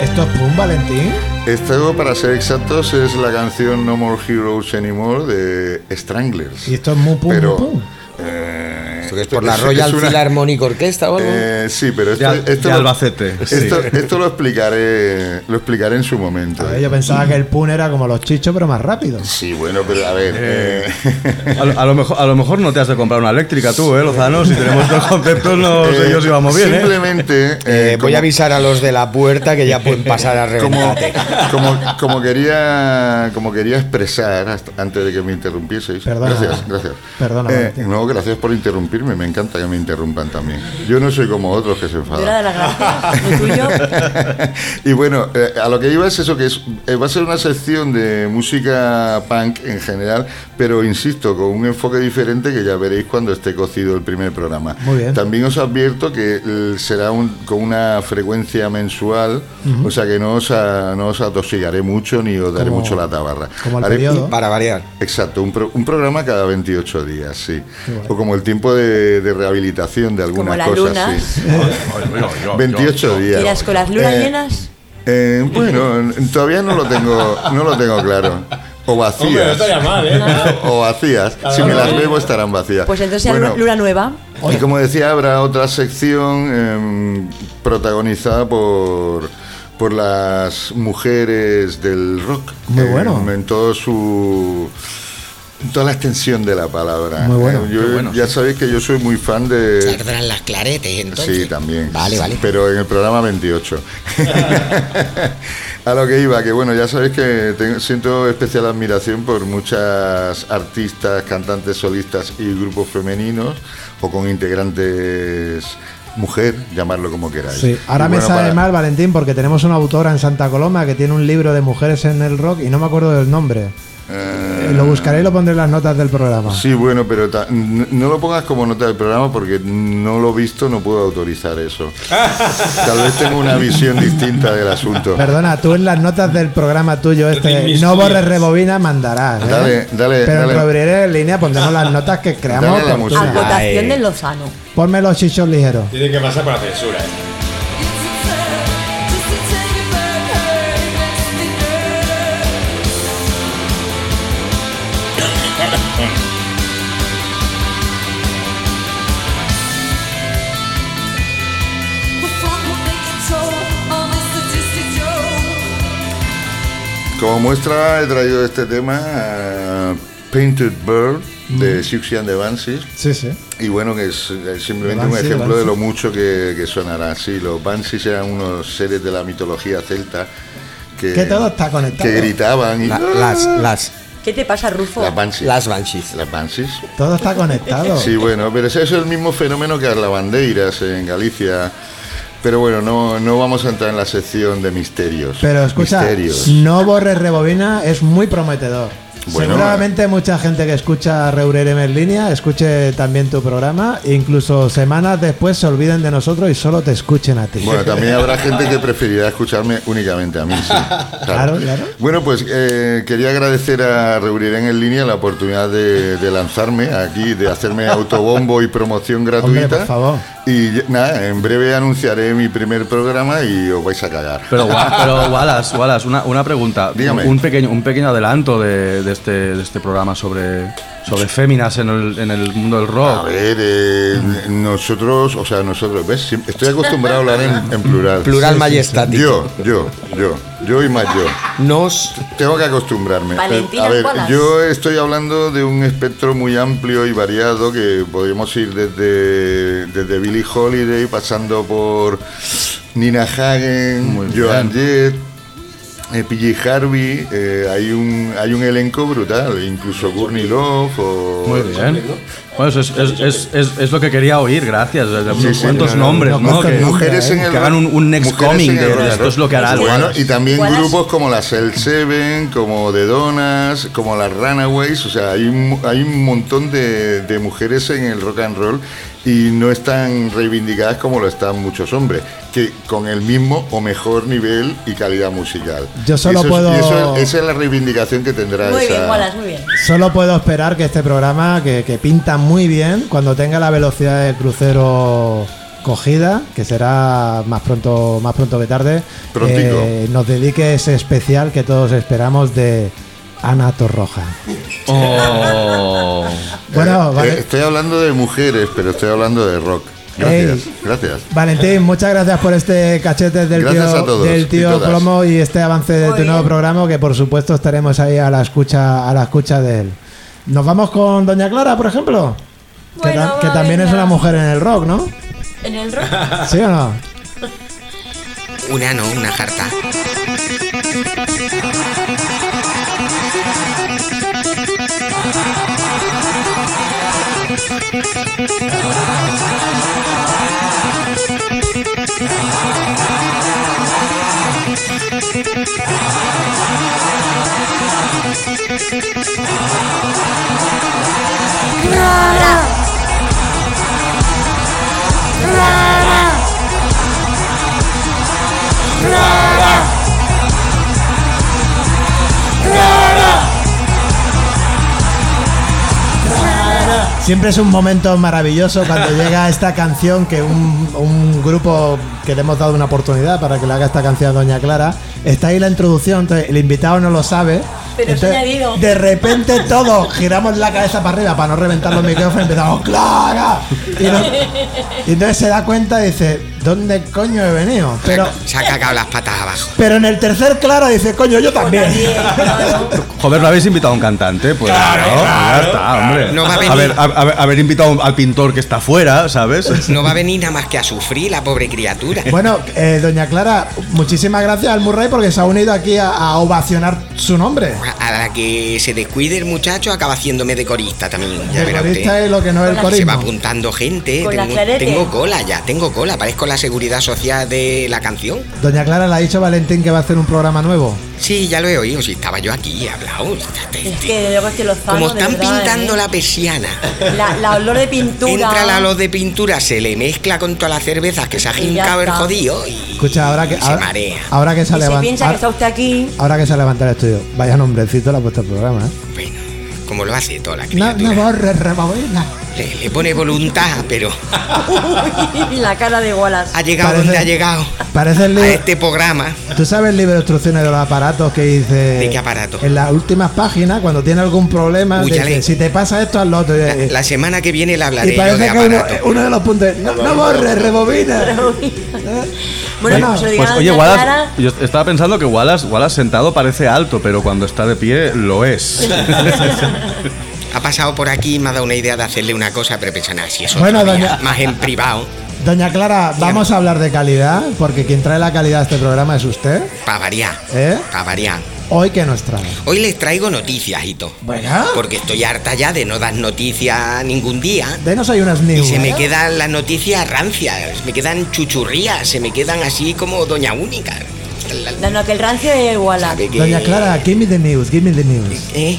Speaker 2: ¿Esto es Pum Valentín?
Speaker 5: Esto, Este para ser exactos, es la canción No More Heroes Anymore de Stranglers.
Speaker 2: Y esto es muy Pum
Speaker 5: Pero-
Speaker 2: muy Pum.
Speaker 5: Eh,
Speaker 15: ¿Esto que es por la Royal
Speaker 5: una-
Speaker 15: Philharmonic Orchestra o algo?
Speaker 5: Eh, sí, pero esto,
Speaker 11: De Al-
Speaker 5: esto
Speaker 11: de
Speaker 5: lo-
Speaker 11: Albacete,
Speaker 5: Esto,
Speaker 11: sí.
Speaker 5: esto lo explicaré, lo explicaré en su momento.
Speaker 2: Eh, Yo pensaba que el Pum era como los chichos, pero más rápido.
Speaker 5: Sí, bueno, pero a ver. eh,
Speaker 11: A lo, a lo mejor, a lo mejor no te has de comprar una eléctrica tú, ¿eh, Lozano? Si tenemos dos conceptos, no sé yo si vamos bien, ¿eh?
Speaker 5: Simplemente. eh,
Speaker 6: voy
Speaker 5: como-
Speaker 6: a avisar a los de la puerta que ya pueden pasar a
Speaker 5: como,
Speaker 6: reventar.
Speaker 5: como, como quería como quería expresar hasta- antes de que me interrumpieseis.
Speaker 2: Perdona.
Speaker 5: Gracias, gracias.
Speaker 2: Perdona,
Speaker 5: Eh,
Speaker 2: Valentín.
Speaker 5: no, gracias por interrumpirme, me encanta que me interrumpan también. Yo no soy como otros que se
Speaker 3: Yo era de
Speaker 5: enfadan.
Speaker 3: las gracias. Lo tuyo.
Speaker 5: y bueno, eh, a lo que iba es eso, que es, eh, va a ser una sección de música punk en general, pero insisto, con un enfoque diferente que ya veréis cuando esté cocido el primer programa.
Speaker 2: Muy bien.
Speaker 5: También os advierto que eh, será un- con una frecuencia mensual, o sea que no os, a- no os atosigaré mucho ni os daré
Speaker 2: Como-
Speaker 5: mucho la tabarra.
Speaker 2: como el
Speaker 5: Haré-
Speaker 2: periodo.
Speaker 6: Para variar.
Speaker 5: Exacto, un, pro- un programa cada 28 días, sí.
Speaker 2: Qué guay.
Speaker 5: O como el tiempo de, de rehabilitación de algunas
Speaker 3: la
Speaker 5: cosas,
Speaker 3: luna.
Speaker 5: sí.
Speaker 11: Oye, oye, yo-
Speaker 5: 28 días.
Speaker 3: Tiras con las lunas
Speaker 5: Eh,
Speaker 3: llenas.
Speaker 5: eh, bueno, n- todavía no lo tengo, no lo tengo claro. O vacías.
Speaker 16: Hombre, no estaría mal, ¿eh?
Speaker 5: O vacías. Si me las bebo estarán vacías.
Speaker 3: Pues entonces
Speaker 5: Bueno,
Speaker 3: luna, luna nueva.
Speaker 5: y como decía, habrá otra sección em, protagonizada por, por las mujeres del rock.
Speaker 2: Muy
Speaker 13: Eh,
Speaker 5: Em,
Speaker 2: bueno.
Speaker 5: En todo su. en Toda la extensión de la palabra.
Speaker 2: Muy bueno.
Speaker 5: Em, yo-
Speaker 2: Qué bueno,
Speaker 5: ya sabéis que yo soy muy fan de.
Speaker 15: Tardarán las claretes entonces.
Speaker 5: Sí, también.
Speaker 15: Vale, vale.
Speaker 5: Pero en el programa 28. A lo que iba, que bueno, ya sabéis que tengo- siento especial admiración por muchas artistas, cantantes solistas y grupos femeninos o con integrantes mujer, llamarlo como queráis.
Speaker 2: Sí, ahora
Speaker 5: Y
Speaker 2: me
Speaker 5: bueno,
Speaker 2: sale
Speaker 5: para-
Speaker 2: mal, Valentín, porque tenemos una autora en Santa Coloma que tiene un libro de mujeres en el rock y no me acuerdo del nombre.
Speaker 5: Eh,
Speaker 2: y lo buscaré y lo pondré en las notas del programa.
Speaker 5: Sí, bueno, pero ta- n- no lo pongas como nota del programa porque no lo he visto, no puedo autorizar eso. Tal vez tengo una visión distinta del asunto.
Speaker 2: Perdona, tú en las notas del programa tuyo este
Speaker 5: mis
Speaker 2: no borres
Speaker 5: tuyas.
Speaker 2: rebobina mandarás. ¿eh?
Speaker 5: Dale, dale,
Speaker 2: Pero
Speaker 5: dale.
Speaker 2: en Proveedores en línea pondremos las notas que creamos.
Speaker 5: Dale la
Speaker 2: oportunas.
Speaker 5: música.
Speaker 3: Votación
Speaker 2: eh,
Speaker 3: del Lozano.
Speaker 2: Ponme los chichos ligeros.
Speaker 16: Tiene que pasar por la censura.
Speaker 5: Como muestra, he traído este tema, eh, Painted Bird,
Speaker 2: Mm.
Speaker 5: de Siouxsie and the Banshees.
Speaker 2: Sí, sí.
Speaker 5: Y bueno, que es eh,
Speaker 2: Los
Speaker 5: simplemente un
Speaker 2: Banshees,
Speaker 5: ejemplo
Speaker 2: los
Speaker 5: de lo
Speaker 2: Banshees.
Speaker 5: mucho que, que sonará. Sí, los Banshees eran unos seres de la mitología celta que,
Speaker 2: Que todo está conectado.
Speaker 5: que gritaban. Y,
Speaker 2: La- las-
Speaker 5: las,
Speaker 3: ¿Qué te pasa, Rufo?
Speaker 5: las Banshees. Las Banshees. Las Banshees.
Speaker 2: Todo está conectado.
Speaker 5: Sí, bueno, pero eso es el mismo fenómeno que las lavandeiras en Galicia. Pero bueno, no, no vamos a entrar en la sección de misterios.
Speaker 2: Pero escucha,
Speaker 5: Misterios.
Speaker 2: no borres rebobina es muy prometedor.
Speaker 5: Bueno.
Speaker 2: Seguramente mucha gente que escucha Reurerem en línea escuche también tu programa, incluso semanas después se olviden de nosotros y solo te escuchen a ti.
Speaker 5: Bueno, también habrá gente que preferirá escucharme únicamente a mí. sí.
Speaker 2: Claro, claro.
Speaker 5: Bueno, pues eh, quería agradecer a Reurirén en línea la oportunidad de, de lanzarme aquí, de hacerme autobombo y promoción gratuita.
Speaker 2: Hombre, por favor.
Speaker 5: Y ya- nada, en breve anunciaré mi primer programa y os vais a cagar.
Speaker 11: Pero, Wa- pero Wallace, Wallace, una, una pregunta.
Speaker 5: Dígame.
Speaker 11: Un pequeño, un pequeño adelanto de, de este, de este programa sobre, sobre féminas en el, en el mundo del rock.
Speaker 5: A ver, eh, nosotros, o sea, nosotros, ¿ves? Sí, Estoy acostumbrado a hablar en, en plural.
Speaker 15: Plural majestático.
Speaker 5: Yo, yo, yo, yo y más yo.
Speaker 15: Nos.
Speaker 5: Tengo que acostumbrarme.
Speaker 15: Valentina
Speaker 5: a ver,
Speaker 15: Wallace.
Speaker 5: yo estoy hablando de un espectro muy amplio y variado que podríamos ir desde, desde Billie Holiday, pasando por Nina Hagen, Joan Jett, eh, PG Harvey, eh, hay, un, hay un elenco brutal, incluso Courtney Love o...
Speaker 11: Muy bien. Bueno, eso es, es- es- es- es lo que quería oír, gracias. De- de-
Speaker 5: Sí, sí,
Speaker 11: ¿Cuántos
Speaker 5: no, no,
Speaker 11: nombres?
Speaker 5: no,
Speaker 11: ¿no?
Speaker 5: no,
Speaker 11: que,
Speaker 5: mujeres
Speaker 11: que
Speaker 5: en el
Speaker 11: hagan un, un next
Speaker 5: mujeres
Speaker 11: coming
Speaker 5: en el
Speaker 11: de, de
Speaker 5: rock.
Speaker 11: esto es lo que hará el
Speaker 5: Bueno,
Speaker 11: Wallace.
Speaker 5: y también
Speaker 11: Wallace.
Speaker 5: grupos como las El Seven, como The Donas, como las Runaways, o sea, hay un, hay un montón de, de mujeres en el rock and roll y no están reivindicadas como lo están muchos hombres, que con el mismo o mejor nivel y calidad musical.
Speaker 2: Yo solo
Speaker 5: Y eso es-
Speaker 2: puedo-
Speaker 5: y eso es- esa es la reivindicación que tendrá
Speaker 3: Muy
Speaker 5: esa-
Speaker 3: bien, Wallace, muy bien.
Speaker 2: Solo puedo esperar que este programa, que, que pinta muy bien, cuando tenga la velocidad del crucero cogida, que será más pronto, más pronto que tarde, eh,
Speaker 5: Prontico.
Speaker 2: nos dedique ese especial que todos esperamos de Ana Torroja. Oh. Bueno,
Speaker 5: Eh,
Speaker 2: vale.
Speaker 5: eh, Estoy hablando de mujeres, pero estoy hablando de rock. Gracias, gracias.
Speaker 2: Valentín, muchas gracias por este cachete del
Speaker 5: Eh. Gracias a
Speaker 2: tío,
Speaker 5: todos
Speaker 2: del
Speaker 5: y
Speaker 2: tío
Speaker 5: todas.
Speaker 2: Plomo y este avance de tu nuevo programa, que por supuesto estaremos ahí a la escucha, a la escucha de él. Nos vamos con Doña Clara, por ejemplo. Que
Speaker 3: Bueno,
Speaker 2: tam- que,
Speaker 3: va,
Speaker 2: también es
Speaker 3: venga.
Speaker 2: una mujer en el rock, ¿no?
Speaker 3: En el rock.
Speaker 2: ¿Sí o no?
Speaker 15: Una no, una jarta.
Speaker 2: Siempre es un momento maravilloso cuando llega esta canción que un, un grupo que le hemos dado una oportunidad para que le haga esta canción a Doña Clara. Está ahí la introducción, entonces el invitado no lo sabe.
Speaker 3: Pero es
Speaker 2: Entonces,
Speaker 3: añadido.
Speaker 2: de repente todos giramos la cabeza para arriba para no reventar los micrófonos y empezamos ¡Clara! Y, no- y entonces se da cuenta y dice, ¿dónde coño he venido? Pero,
Speaker 15: Se ha cagado las patas abajo.
Speaker 2: pero en el tercer Clara dice, coño, yo también.
Speaker 11: Joder, ¿no habéis invitado a un cantante? Pues claro, ya está, hombre.
Speaker 15: No va a
Speaker 11: a,
Speaker 15: venir.
Speaker 11: ver, a- a ver, haber invitado al pintor que está fuera, ¿sabes?
Speaker 15: No va a venir nada más que a sufrir la pobre criatura.
Speaker 2: Bueno, eh, Doña Clara, muchísimas gracias al Murray porque se ha unido aquí a, a ovacionar su nombre.
Speaker 6: a la que se descuide el muchacho acaba haciéndome de corista también. Ya
Speaker 2: De
Speaker 6: verá
Speaker 2: corista
Speaker 6: usted.
Speaker 2: es lo que no es el
Speaker 6: Se
Speaker 2: corismo.
Speaker 6: va apuntando gente.
Speaker 2: Con la
Speaker 6: Tengo,
Speaker 2: clarete.
Speaker 6: tengo cola ya, tengo cola. Parezco la seguridad social de la canción.
Speaker 2: Doña Clara le ha dicho a Valentín que va a hacer un programa nuevo.
Speaker 6: Sí, ya lo he oído. Si estaba yo aquí, he hablado. este,
Speaker 3: Es que luego es que los
Speaker 6: Como están pintando la persiana.
Speaker 3: La, ¿eh? la olor de pintura.
Speaker 6: Entra la luz de pintura, se le mezcla con todas las cervezas que se ha jincado el
Speaker 3: está.
Speaker 6: jodido y
Speaker 2: Escucha, ahora que.
Speaker 6: se
Speaker 2: ahora,
Speaker 6: marea.
Speaker 2: ahora que se
Speaker 3: Y se
Speaker 2: levanta.
Speaker 3: piensa que está usted aquí.
Speaker 2: Ahora que se ha levantado el estudio, vaya nombrecito le ha puesto el programa. ¿eh?
Speaker 6: como lo hace toda la
Speaker 2: No,
Speaker 6: criatura.
Speaker 2: no borres, rebobina.
Speaker 6: Le, le pone voluntad, pero
Speaker 3: Uy, la cara de Wallace.
Speaker 6: ha llegado
Speaker 2: Parece-
Speaker 6: donde ha llegado.
Speaker 2: Parece el
Speaker 6: A
Speaker 2: libro.
Speaker 6: este programa.
Speaker 2: ¿Tú sabes el libro de instrucciones de los aparatos que dice.
Speaker 6: ¿De qué aparato?
Speaker 2: En las últimas páginas, cuando tiene algún problema,
Speaker 6: Uy, ya
Speaker 2: dice,
Speaker 6: le-
Speaker 2: si te pasa esto, al otro. Y-
Speaker 6: La semana que viene le
Speaker 2: Y
Speaker 6: hablaré yo de
Speaker 2: parece que uno,
Speaker 6: aparato.
Speaker 2: uno de los puntos. es, No, no borres, rebobina.
Speaker 3: Bueno, pues se lo digan
Speaker 11: Pues,
Speaker 3: a
Speaker 11: oye,
Speaker 3: doña
Speaker 11: Wallace,
Speaker 3: Clara.
Speaker 11: yo estaba pensando que Wallace, Wallace sentado parece alto, pero cuando está de pie lo es.
Speaker 6: Ha pasado por aquí y me ha dado una idea de hacerle una cosa, pero pensé, nada, si eso
Speaker 2: Bueno,
Speaker 6: todavía
Speaker 2: doña-
Speaker 6: más en privado,
Speaker 2: Doña Clara, vamos a hablar de calidad, porque quien trae la calidad a este programa es usted.
Speaker 6: para variar,
Speaker 2: ¿Eh?
Speaker 6: para variar.
Speaker 2: Hoy que nos trae.
Speaker 6: Hoy les traigo noticias, Hito.
Speaker 2: Bueno.
Speaker 6: Porque estoy harta ya de no dar noticias ningún día.
Speaker 2: Denos ahí unas
Speaker 6: Y
Speaker 2: news.
Speaker 6: se me
Speaker 2: ¿eh?
Speaker 6: quedan las noticias rancias, me quedan chuchurrías, se me quedan así como doña única. La-
Speaker 3: No, no, que el rancio es el Wallace.
Speaker 6: que-
Speaker 2: Doña Clara, give me the news, give me the news.
Speaker 6: ¿Eh?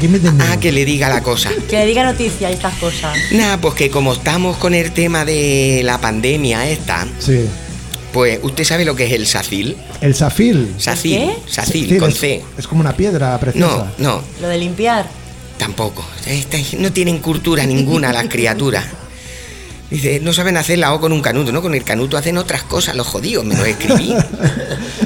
Speaker 2: Give me the news.
Speaker 6: Ah, que le diga la cosa.
Speaker 3: Que le diga noticias y estas cosas.
Speaker 6: Nada, pues que como estamos con el tema de la pandemia esta,
Speaker 2: Sí.
Speaker 6: pues usted sabe lo que es el SACIL.
Speaker 2: El safil.
Speaker 6: SACIL, SACIL,
Speaker 2: Sí,
Speaker 6: con
Speaker 2: es-
Speaker 6: C.
Speaker 2: Es como una piedra preciosa.
Speaker 6: No, no,
Speaker 3: Lo de limpiar.
Speaker 6: Tampoco. Esta- No tienen cultura ninguna las criaturas. Dice, no saben hacer la O con un canuto, ¿no? Con el canuto hacen otras cosas, los jodidos, me lo escribí.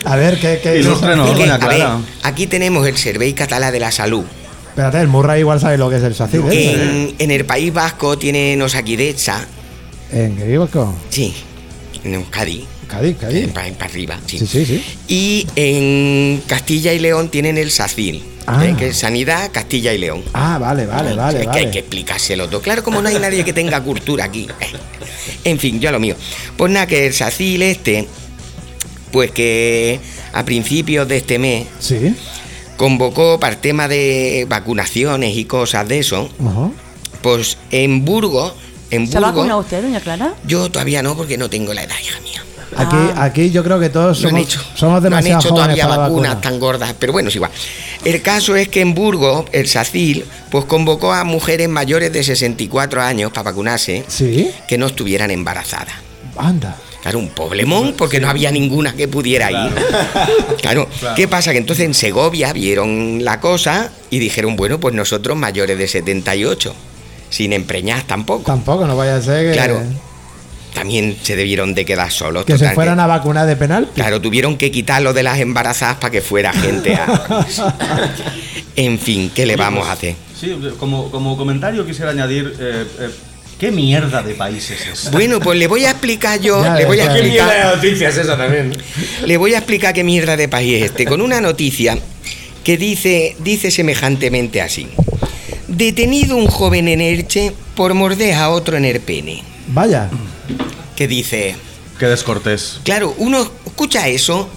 Speaker 2: A ver, ¿qué, qué
Speaker 11: Ilústrenos,
Speaker 2: qué-
Speaker 6: Dice,
Speaker 11: doña
Speaker 6: a ver,
Speaker 11: Clara.
Speaker 6: aquí tenemos el Servei Catalá de la Salud.
Speaker 2: Espérate, el Murray igual sabe lo que es el safil. ¿eh?
Speaker 6: En, en el País Vasco tienen Osakidecha,
Speaker 2: En Gribosco.
Speaker 6: sí, en Euskadi,
Speaker 2: Cádiz, Cádiz.
Speaker 6: para, para arriba, sí.
Speaker 2: Sí, sí, sí.
Speaker 6: Y en Castilla y León tienen el SACIL,
Speaker 2: Ah.
Speaker 6: ¿eh? que es Sanidad Castilla y León.
Speaker 2: Ah, vale, vale,
Speaker 6: Es
Speaker 2: vale.
Speaker 6: que hay que
Speaker 2: vale.
Speaker 6: explicárselo todo. Claro, como no hay nadie que tenga cultura aquí. En fin, yo a lo mío. Pues nada, que el SACIL este, pues que a principios de este mes
Speaker 2: Sí.
Speaker 6: convocó para el tema de vacunaciones y cosas de eso,
Speaker 2: Ajá.
Speaker 6: pues en Burgos, en
Speaker 3: ¿Se ha vacunado
Speaker 6: Burgos,
Speaker 3: usted, doña Clara?
Speaker 6: yo todavía no porque no tengo la edad, hija mía.
Speaker 2: Aquí,
Speaker 3: Ah.
Speaker 2: aquí yo creo que todos
Speaker 6: No han
Speaker 2: somos,
Speaker 6: hecho,
Speaker 2: somos
Speaker 6: no han
Speaker 2: demasiado
Speaker 6: hecho
Speaker 2: jóvenes
Speaker 6: todavía
Speaker 2: para la
Speaker 6: vacunas
Speaker 2: vacuna.
Speaker 6: tan gordas, pero bueno, es igual. El caso es que en Burgos, el SACIL, pues convocó a mujeres mayores de 64 años para vacunarse
Speaker 2: Sí,
Speaker 6: que no estuvieran embarazadas.
Speaker 2: anda.
Speaker 6: Claro, un poblemón, porque no había ninguna que pudiera ir. Claro, ¿qué pasa? Que entonces en Segovia vieron la cosa y dijeron, bueno, pues nosotros mayores de 78, sin empreñar tampoco.
Speaker 2: Tampoco, no vaya a ser que,
Speaker 6: Claro, También se debieron de quedar solos.
Speaker 2: que se
Speaker 6: total,
Speaker 2: fueran a vacunar de penal.
Speaker 6: Claro, tuvieron que quitarlo de las embarazadas para que fuera gente a... En fin, ¿qué le vamos a hacer?
Speaker 11: Sí, como, como comentario quisiera añadir, eh, eh, ¿qué mierda de país es este? ese?
Speaker 6: Bueno, pues le voy a explicar yo,
Speaker 2: Ya,
Speaker 6: le
Speaker 2: ya,
Speaker 6: voy a
Speaker 2: ya.
Speaker 6: explicar,
Speaker 13: noticias esa también.
Speaker 6: le voy a explicar qué mierda de país es este, con una noticia que dice, dice semejantemente así. Detenido un joven en Elche por morder a otro en el pene.
Speaker 2: Vaya.
Speaker 6: Que dice,
Speaker 11: Qué descortés.
Speaker 6: claro, uno escucha eso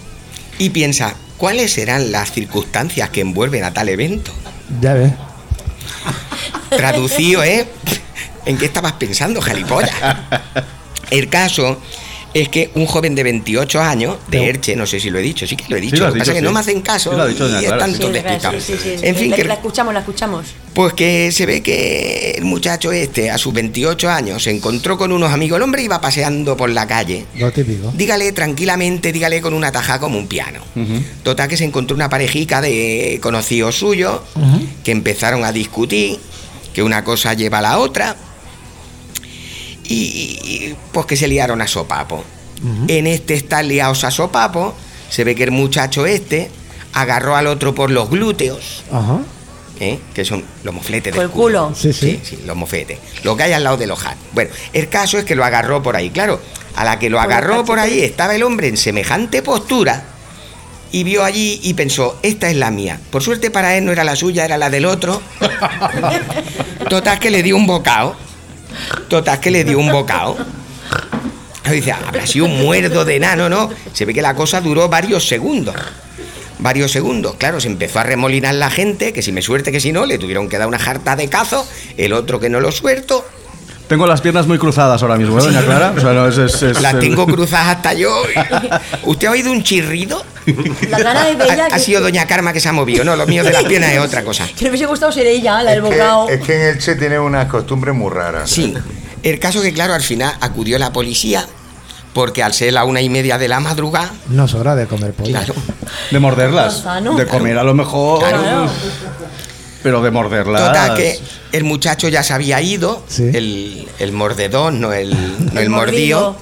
Speaker 6: y piensa, ¿cuáles serán las circunstancias que envuelven a tal evento?
Speaker 2: Ya ves.
Speaker 6: Traducido, ¿eh? ¿En qué estabas pensando, gilipollas? El caso es que un joven de 28 años, de Erche, no sé si lo he dicho, sí que lo he dicho,
Speaker 11: lo
Speaker 6: lo
Speaker 11: has
Speaker 6: que pasa es que
Speaker 11: dicho,
Speaker 6: no
Speaker 11: sí.
Speaker 6: me hacen caso
Speaker 11: Sí, lo ha dicho doña
Speaker 6: y
Speaker 11: Clara,
Speaker 6: están
Speaker 11: sí.
Speaker 6: todos
Speaker 3: Sí,
Speaker 6: despistados.
Speaker 3: sí, sí, sí.
Speaker 6: En fin,
Speaker 3: La-
Speaker 6: que-
Speaker 3: la escuchamos, la escuchamos.
Speaker 6: pues que se ve que el muchacho este, a sus 28 años, se encontró con unos amigos, el hombre iba paseando por la calle.
Speaker 2: Lo típico.
Speaker 6: Dígale tranquilamente, dígale con una taja como un piano. Total que se encontró una parejica de conocidos suyos que empezaron a discutir, que una cosa lleva a la otra, y, y, pues que se liaron a sopapo.
Speaker 15: ¿Mm?
Speaker 6: En este están liados a sopapo, se ve que el muchacho este agarró al otro por los glúteos,
Speaker 2: Ajá.
Speaker 6: ¿eh? que son los mofletes
Speaker 3: Por
Speaker 6: del
Speaker 3: el culo.
Speaker 2: Sí,
Speaker 6: Sí,
Speaker 2: sí.
Speaker 6: sí, los mofetes. Lo que hay al lado de los hats. Bueno, el caso es que lo agarró por ahí. Claro, a la que lo
Speaker 3: Con los
Speaker 6: agarró por ahí
Speaker 3: cachetes.
Speaker 6: estaba el hombre en semejante postura y vio allí y pensó, esta es la mía. Por suerte para él no era la suya, era la del otro. Total que le dio un bocado. Total que le dio un bocado. Dice, habrá sido un muerdo de enano, ¿no? Se ve que la cosa duró varios segundos. varios segundos. Claro, se empezó a remolinar la gente, que si me suerte, que si no, le tuvieron que dar una jarta de cazo, el otro que no lo suelto.
Speaker 11: Tengo las piernas muy cruzadas ahora mismo, ¿eh, doña Clara? O sea, no, es- es- es-
Speaker 6: Las tengo cruzadas hasta yo. ¿Usted ha oído un chirrido?
Speaker 3: La cara de Bella
Speaker 6: Ha, ha
Speaker 3: que-
Speaker 6: sido doña Karma que se ha movido, no, lo mío de las piernas es otra cosa.
Speaker 3: Que le hubiese gustado ser ella, la del bocado.
Speaker 6: Es que en Elche tiene unas costumbres muy raras. Sí. El caso que, claro, al final acudió la policía, porque al ser la una y media de la madrugada,
Speaker 2: No es hora de comer pollo.
Speaker 11: De morderlas.
Speaker 3: Ah,
Speaker 6: Manzano.
Speaker 11: De comer a lo mejor. Pero de morderlas.
Speaker 6: total que el muchacho ya se había ido, el, el mordedón, no el, no el
Speaker 11: El
Speaker 6: mordido.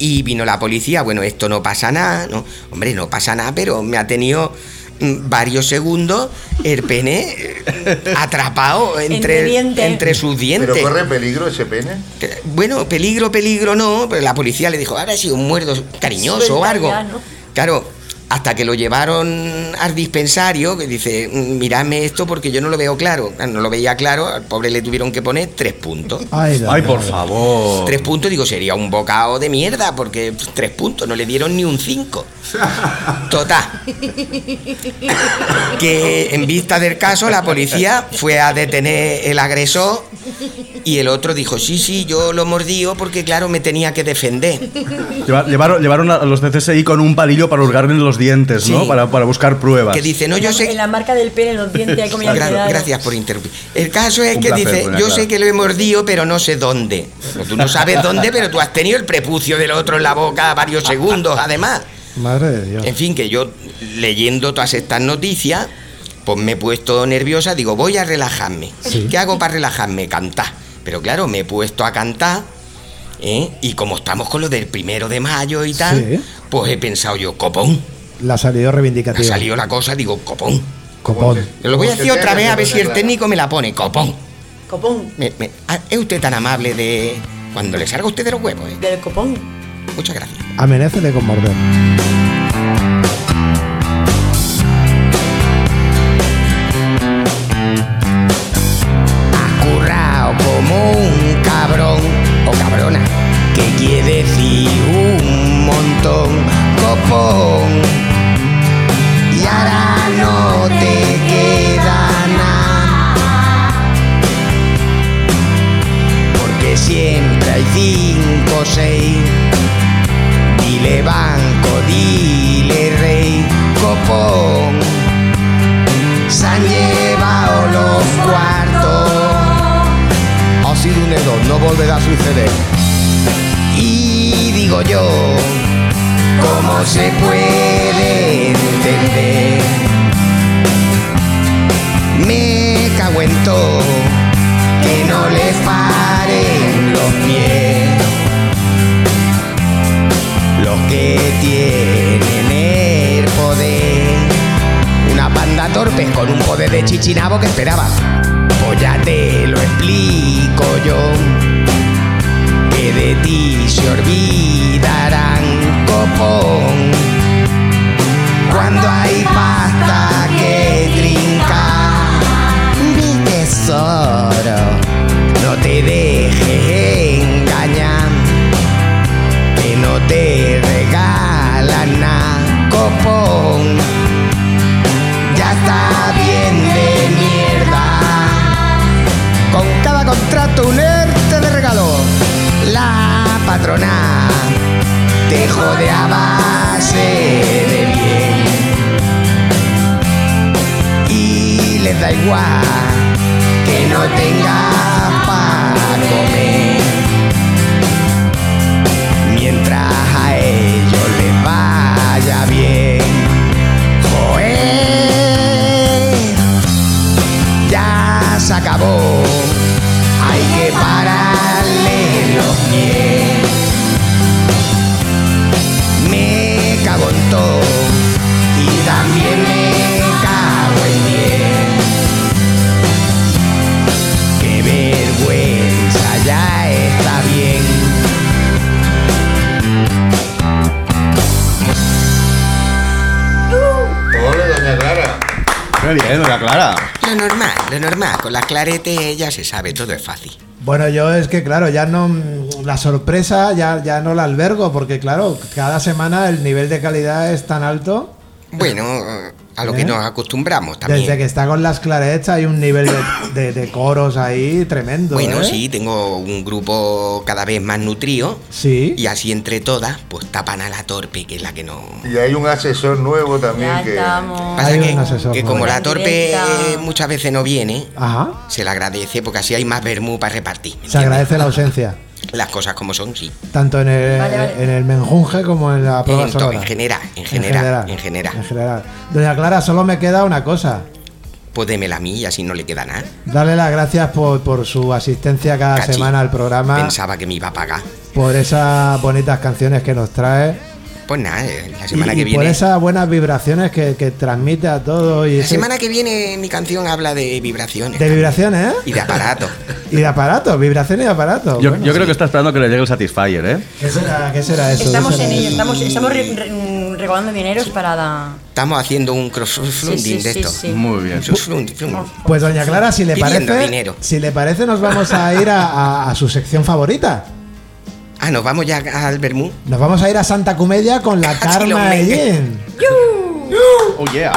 Speaker 6: Y vino la policía, bueno, esto no pasa nada, no, hombre, no pasa nada, pero me ha tenido mm, varios segundos el pene eh, atrapado
Speaker 15: Entre
Speaker 6: entre,
Speaker 15: dientes.
Speaker 6: entre sus dientes.
Speaker 15: ¿Pero corre peligro ese pene?
Speaker 6: Eh, Bueno, peligro, peligro no, pero la policía le dijo, ahora sí, un muerdo cariñoso o
Speaker 15: Suelta
Speaker 6: algo.
Speaker 15: ya,
Speaker 6: Claro, hasta que lo llevaron al dispensario, que dice, "Mm, miradme esto porque yo no lo veo claro. Claro, No lo veía claro, al pobre le tuvieron que poner tres puntos.
Speaker 2: Ay, la-
Speaker 11: por favor.
Speaker 6: Tres puntos, digo, sería un bocado de mierda, porque pues, tres puntos, no le dieron ni un cinco. Total, que en vista del caso, la policía fue a detener el agresor y el otro dijo, sí, sí, yo lo mordío porque, claro, me tenía que defender.
Speaker 11: Lleva- llevaron, llevaron a los de CSI con un palillo para hurgarle en los dientes, ¿no?
Speaker 6: Sí.
Speaker 11: Para, para buscar pruebas.
Speaker 6: Que dice, no, yo sé...
Speaker 3: En la marca del pene, en los dientes, ahí como ya
Speaker 6: Gra-
Speaker 3: quedado.
Speaker 6: gracias por interrumpir. El caso es
Speaker 11: Un
Speaker 6: que
Speaker 11: placer,
Speaker 6: dice,
Speaker 11: doña
Speaker 6: yo
Speaker 11: Clara.
Speaker 6: sé que lo he mordido, pero no sé dónde. Pero tú no sabes dónde, pero tú has tenido el prepucio del otro en la boca varios segundos, además.
Speaker 2: Madre de Dios.
Speaker 6: En fin, que yo leyendo todas estas noticias, pues me he puesto nerviosa, digo, voy a relajarme. ¿Qué hago para relajarme? Cantar. Pero claro, me he puesto a cantar, ¿eh? y como estamos con lo del primero de mayo y tal,
Speaker 2: Sí.
Speaker 6: pues he pensado yo, copón.
Speaker 2: La salió
Speaker 6: Me ha
Speaker 2: reivindicativa.
Speaker 6: salido la cosa, digo, copón.
Speaker 2: Copón.
Speaker 6: Lo voy a decir otra vez a ver si el
Speaker 2: Clara.
Speaker 6: técnico me la pone, copón.
Speaker 3: Copón.
Speaker 6: Me- me- ah, ¿Es usted tan amable de... Cuando le salga a usted de los huevos, ¿eh?
Speaker 3: Del copón.
Speaker 6: Muchas gracias.
Speaker 2: Amenécele con morder.
Speaker 6: currao como un cabrón o cabrona que quiere decir un montón copón y ahora no te queda nada porque siempre hay cinco o seis dile banco dile rey copón se han llevado los cuartos
Speaker 17: Ha sido un error, no volverá a suceder.
Speaker 6: Y digo yo, ¿cómo se puede entender? Me cago en todo, que no le paren los pies. Los que tienen el poder. Una banda torpe con un poder de chichinabo que esperabas. Pues ya te lo explico yo que de ti se olvidarán copón. Cuando hay pasta que trincar, mi tesoro, no te dejes engañar, que no te regalan nada, copón. Ya está bien de mierda. Con cada contrato un ERTE de regalo. La patrona te jode a base de bien. Y les da igual que no tengas para comer. Mientras a ellos les vaya bien. ¡Joder! ya se acabó. Hay que pararle los pies. Me cago en todo y también me cago en diez. Qué vergüenza, ya está bien.
Speaker 15: Ole, doña Clara.
Speaker 11: Muy bien, doña Clara.
Speaker 6: Lo normal, lo normal. Con las claretes ya se sabe, todo es fácil.
Speaker 2: Bueno, yo es que claro, ya no mm, la sorpresa ya, ya no la albergo porque claro, cada semana el nivel de calidad es tan alto
Speaker 6: Bueno, a lo
Speaker 2: ¿Eh?
Speaker 6: que nos acostumbramos también.
Speaker 2: Desde que está con las clarets hay un nivel de, de- de coros ahí tremendo.
Speaker 6: Bueno,
Speaker 2: ¿eh?
Speaker 6: sí, tengo un grupo cada vez más nutrido.
Speaker 2: Sí.
Speaker 6: Y así entre todas, pues tapan a la torpe, que es la que no.
Speaker 5: Y hay un asesor nuevo también que.
Speaker 6: Pasa
Speaker 2: Hay
Speaker 6: que,
Speaker 2: un asesor
Speaker 6: que
Speaker 2: nuevo.
Speaker 6: como la torpe eh, muchas veces no viene,
Speaker 2: Ajá.
Speaker 6: se le agradece porque así hay más vermú para repartir. ¿me
Speaker 2: Se
Speaker 6: entiendes?
Speaker 2: agradece la ausencia.
Speaker 6: Las cosas como son, sí.
Speaker 2: Tanto en el,
Speaker 6: Vale, vale.
Speaker 2: en el menjunje como en la prueba
Speaker 6: En, to-
Speaker 2: sonora.
Speaker 6: en general, en general, en
Speaker 2: En
Speaker 6: general.
Speaker 2: general. Doña Clara, solo me queda una cosa.
Speaker 6: Pues démela a mí y así no le queda nada.
Speaker 2: Darle las gracias por, por su asistencia cada
Speaker 6: Cachi.
Speaker 2: semana al programa,
Speaker 6: Pensaba que me iba a pagar.
Speaker 2: por esas bonitas canciones que nos trae
Speaker 6: Pues nada, eh, la
Speaker 2: y,
Speaker 6: semana que
Speaker 2: y por
Speaker 6: viene.
Speaker 2: esas buenas vibraciones que, que transmite a todos. Y
Speaker 6: La
Speaker 2: ese-
Speaker 6: semana que viene mi canción habla de vibraciones.
Speaker 2: De vibraciones, ¿eh?
Speaker 6: Y de aparatos.
Speaker 2: Y de aparatos, vibraciones y aparatos.
Speaker 11: Yo,
Speaker 2: Bueno,
Speaker 11: yo creo que está esperando que le llegue el Satisfyer, ¿eh?
Speaker 2: ¿Qué será, qué será eso?
Speaker 3: Estamos
Speaker 2: ¿Qué
Speaker 3: en
Speaker 2: será
Speaker 3: ello,
Speaker 2: eso?
Speaker 3: estamos, estamos re- re- regalando dineros para la...
Speaker 6: Estamos haciendo un crossfunding
Speaker 3: Sí, sí,
Speaker 6: de
Speaker 3: sí,
Speaker 6: esto.
Speaker 3: sí. Muy
Speaker 11: bien.
Speaker 2: Pues doña Clara, si le
Speaker 6: Pidiendo
Speaker 2: parece,
Speaker 6: dinero.
Speaker 2: si le parece, nos vamos a ir a, a- a su sección favorita.
Speaker 6: Ah, nos vamos ya al Bermú.
Speaker 2: Nos vamos a ir a Santa Comedia con la
Speaker 6: lo
Speaker 2: Karma
Speaker 6: me-
Speaker 2: Ellín.
Speaker 11: Oh yeah.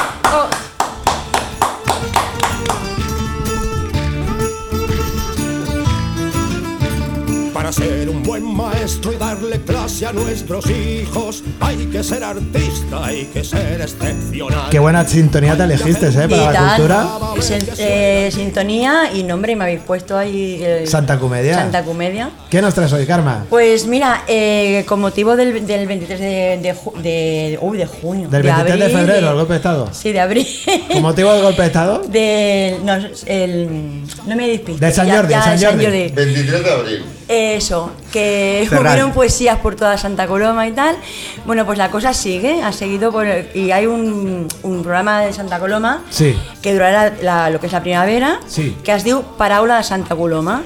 Speaker 13: Para ser un buen maestro y darle clase a nuestros hijos, hay que ser artista, hay que ser excepcional.
Speaker 2: Qué buena sintonía te elegiste, ¿eh? Para la cultura.
Speaker 3: Sin- eh, sintonía y nombre, y me habéis puesto ahí... eh,
Speaker 2: Santa Comedia.
Speaker 3: Santa Comedia.
Speaker 2: ¿Qué nos traes hoy, Karma?
Speaker 3: Pues mira, eh, con motivo del, del 23 de, de, ju- de- uy, de junio.
Speaker 2: Del 23 de
Speaker 3: abril,
Speaker 2: febrero, el golpe de Estado.
Speaker 3: Sí, de abril.
Speaker 2: ¿Con motivo del golpe de Estado?
Speaker 3: De, no, el, no me despisto.
Speaker 2: De San Jordi, San Jordi.
Speaker 5: 23 de abril.
Speaker 3: Eso, que
Speaker 2: Ferran.
Speaker 3: hubieron poesías por toda Santa Coloma y tal. Bueno, pues la cosa sigue, ha seguido por, y hay un, un programa de Santa Coloma
Speaker 2: Sí,
Speaker 3: que durará la- lo que es la primavera,
Speaker 2: sí.
Speaker 3: que has diu Paraula de Santa Coloma.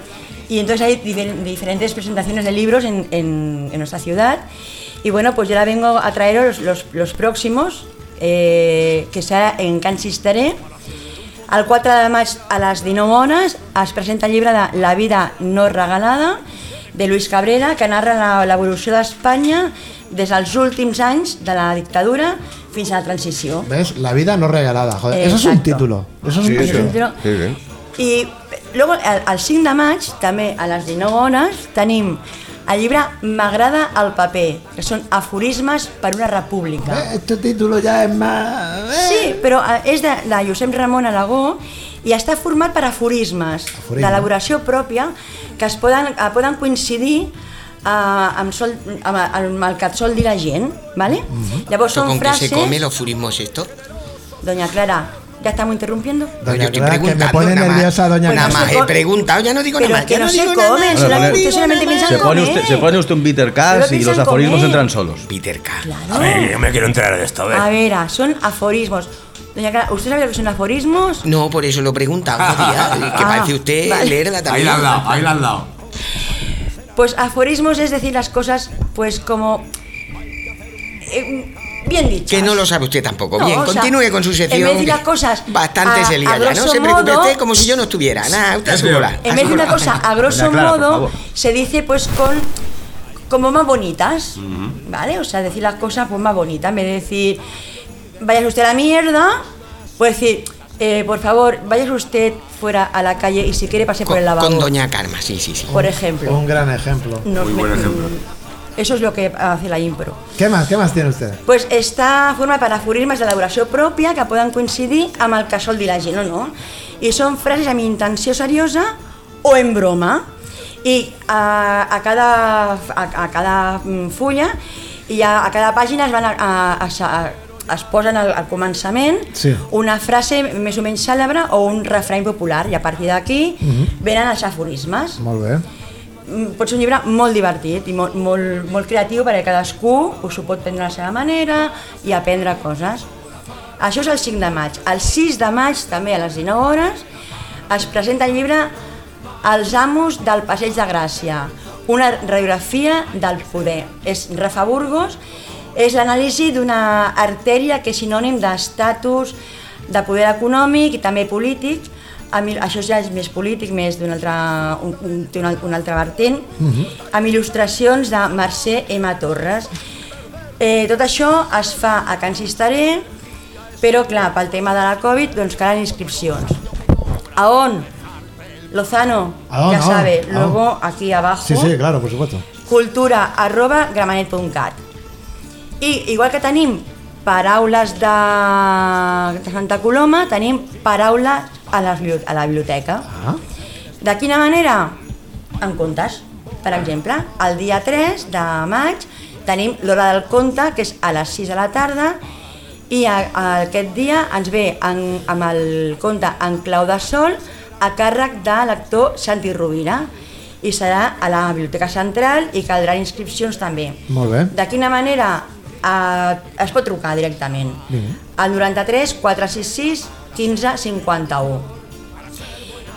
Speaker 3: Y entonces hay difer- diferentes presentaciones de libros en, en- en nuestra ciudad. Y bueno, pues yo la vengo a traeros los, los- los próximos, eh, que será en Cansistaré. Al 4 de maig a les 19 hores es presenta el llibre de La vida no regalada de Luis Cabrera que narra la- l'evolució d'Espanya des dels últims anys de la dictadura fins a la transició.
Speaker 2: ¿ves? La vida no regalada, joder. Eso es un
Speaker 3: Exacto.
Speaker 2: título. Eso es un
Speaker 3: Sí,
Speaker 2: título.
Speaker 3: eso. I llavors, al, al 5 de maig, també a les 19 hores, tenim el llibre M'agrada el paper, que són aforismes per una república.
Speaker 2: Eh, Este título ya es más...
Speaker 3: Sí, però eh, és de, de Josep Ramon Aragó i està format per aforismes
Speaker 2: Aforismes.
Speaker 3: d'elaboració pròpia que es poden, eh, poden coincidir eh, amb, sol, amb, amb el que et sol dir la gent. ¿vale?
Speaker 2: Mm.
Speaker 3: Llavors
Speaker 6: ¿Esto
Speaker 3: són
Speaker 6: ¿Con qué se
Speaker 3: frases...
Speaker 6: come los furismos esto?
Speaker 3: Doña Clara, ¿ya estamos interrumpiendo?
Speaker 6: No, yo
Speaker 2: Clara,
Speaker 6: estoy
Speaker 2: que me
Speaker 6: preguntando
Speaker 2: pone
Speaker 6: nada más.
Speaker 2: nerviosa, doña
Speaker 6: Nada
Speaker 2: Clara.
Speaker 6: más, he preguntado, ya no digo
Speaker 3: Pero
Speaker 6: nada más.
Speaker 3: que
Speaker 6: ya
Speaker 3: no se
Speaker 6: digo
Speaker 3: come,
Speaker 6: nada más.
Speaker 3: se la- Bueno, usted solamente piensa
Speaker 11: se,
Speaker 3: en
Speaker 11: pone
Speaker 3: comer.
Speaker 11: usted, se pone usted un bitter
Speaker 3: Solo
Speaker 11: cast y
Speaker 3: piensa
Speaker 11: los
Speaker 3: en
Speaker 11: aforismos
Speaker 3: comer.
Speaker 11: entran solos.
Speaker 6: Bitter
Speaker 11: A ver, yo me quiero enterar de esto,
Speaker 3: A ver, ah, son aforismos. Doña Clara, ¿usted sabe lo que son aforismos?
Speaker 6: No, por eso lo he preguntado, jodida, que
Speaker 3: Ah,
Speaker 6: parece usted
Speaker 3: vale.
Speaker 6: leerla
Speaker 3: Ahí
Speaker 6: también.
Speaker 3: la han dado, ahí la
Speaker 18: han dado.
Speaker 3: Pues aforismos es decir las cosas, pues como. eh, bien dicho.
Speaker 6: Que no lo sabe usted tampoco.
Speaker 3: No,
Speaker 6: Bien,
Speaker 3: o sea,
Speaker 6: continúe con su sección.
Speaker 3: En vez de decir
Speaker 6: que
Speaker 3: las cosas.
Speaker 6: Bastante
Speaker 3: a-
Speaker 6: se lía
Speaker 3: a
Speaker 6: ya, no
Speaker 3: grosso
Speaker 6: se preocupe
Speaker 3: modo,
Speaker 6: usted, como si yo no estuviera. Nada, usted a su bola.
Speaker 3: En
Speaker 6: a
Speaker 3: vez
Speaker 6: su
Speaker 3: de una
Speaker 6: bola.
Speaker 3: cosa, a grosso
Speaker 6: Doña Clara, por
Speaker 3: modo,
Speaker 6: favor.
Speaker 3: se dice pues con. como más bonitas. ¿Vale? O sea, decir las cosas pues más bonitas. En vez de decir. Vaya usted a la mierda, pues decir. eh, por favor, vaya usted fuera a la calle y si quiere pase por el lavabo.
Speaker 6: Con Doña Karma, sí, sí, sí.
Speaker 3: Por ejemplo.
Speaker 2: Un gran ejemplo.
Speaker 3: No, Muy buen me- ejemplo. Eso es lo que hace la impro.
Speaker 2: ¿Qué más? ¿Qué más tiene usted?
Speaker 3: Pues esta forma per aforismes d'elaboració pròpia que poden coincidir amb el que sol dir la gent o no. I són frases amb intenció seriosa o en broma. I a, a, cada, a, a cada mm, fulla i a, a cada pàgina es, van a, a, a, a, es posen al, al començament
Speaker 2: Sí.
Speaker 3: una frase més o menys cèlebre o un refrany popular i a partir d'aquí
Speaker 2: Mhm.
Speaker 3: venen els aforismes.
Speaker 2: Molt bé.
Speaker 3: Mm, pot ser un llibre molt divertit i molt, molt, molt creatiu perquè cadascú us ho pot prendre a la seva manera i aprendre coses. Això és el 5 de maig. El 6 de maig, també a les 19 hores, es presenta el llibre Els amos del passeig de Gràcia, una radiografia del poder. És Rafa Burgos, és l'anàlisi d'una artèria que és sinònim d'estatus, de poder econòmic i també polític. A mi, això ja és més polític, més d'un altre, un, un, té un, al- un altre vertent amb il·lustracions de Mercè M. Torres. Eh, tot això es fa a Can Cisteré però clar, pel tema de la Covid doncs calen inscripcions. A on? Lozano,
Speaker 2: A on, a
Speaker 3: ya
Speaker 2: on,
Speaker 3: sabe,
Speaker 2: a on.
Speaker 3: luego aquí abajo.
Speaker 2: Sí, sí, claro, por supuesto.
Speaker 3: cultura arroba gramenet.cat i igual que tenim paraules de, de Santa Coloma tenim paraules a la, bibli- a la biblioteca
Speaker 2: Ah.
Speaker 3: de quina manera? en contes per exemple, el dia 3 de maig tenim l'hora del conte que és a les 6 de la tarda i a, a aquest dia ens ve en, amb el conte en clau de sol a càrrec de l'actor Santi Rovira i serà a la Biblioteca Central i caldran inscripcions també.
Speaker 2: Molt bé.
Speaker 3: De quina manera eh, es pot trucar directament?
Speaker 2: Vinga.
Speaker 3: Al 93 466 15 51.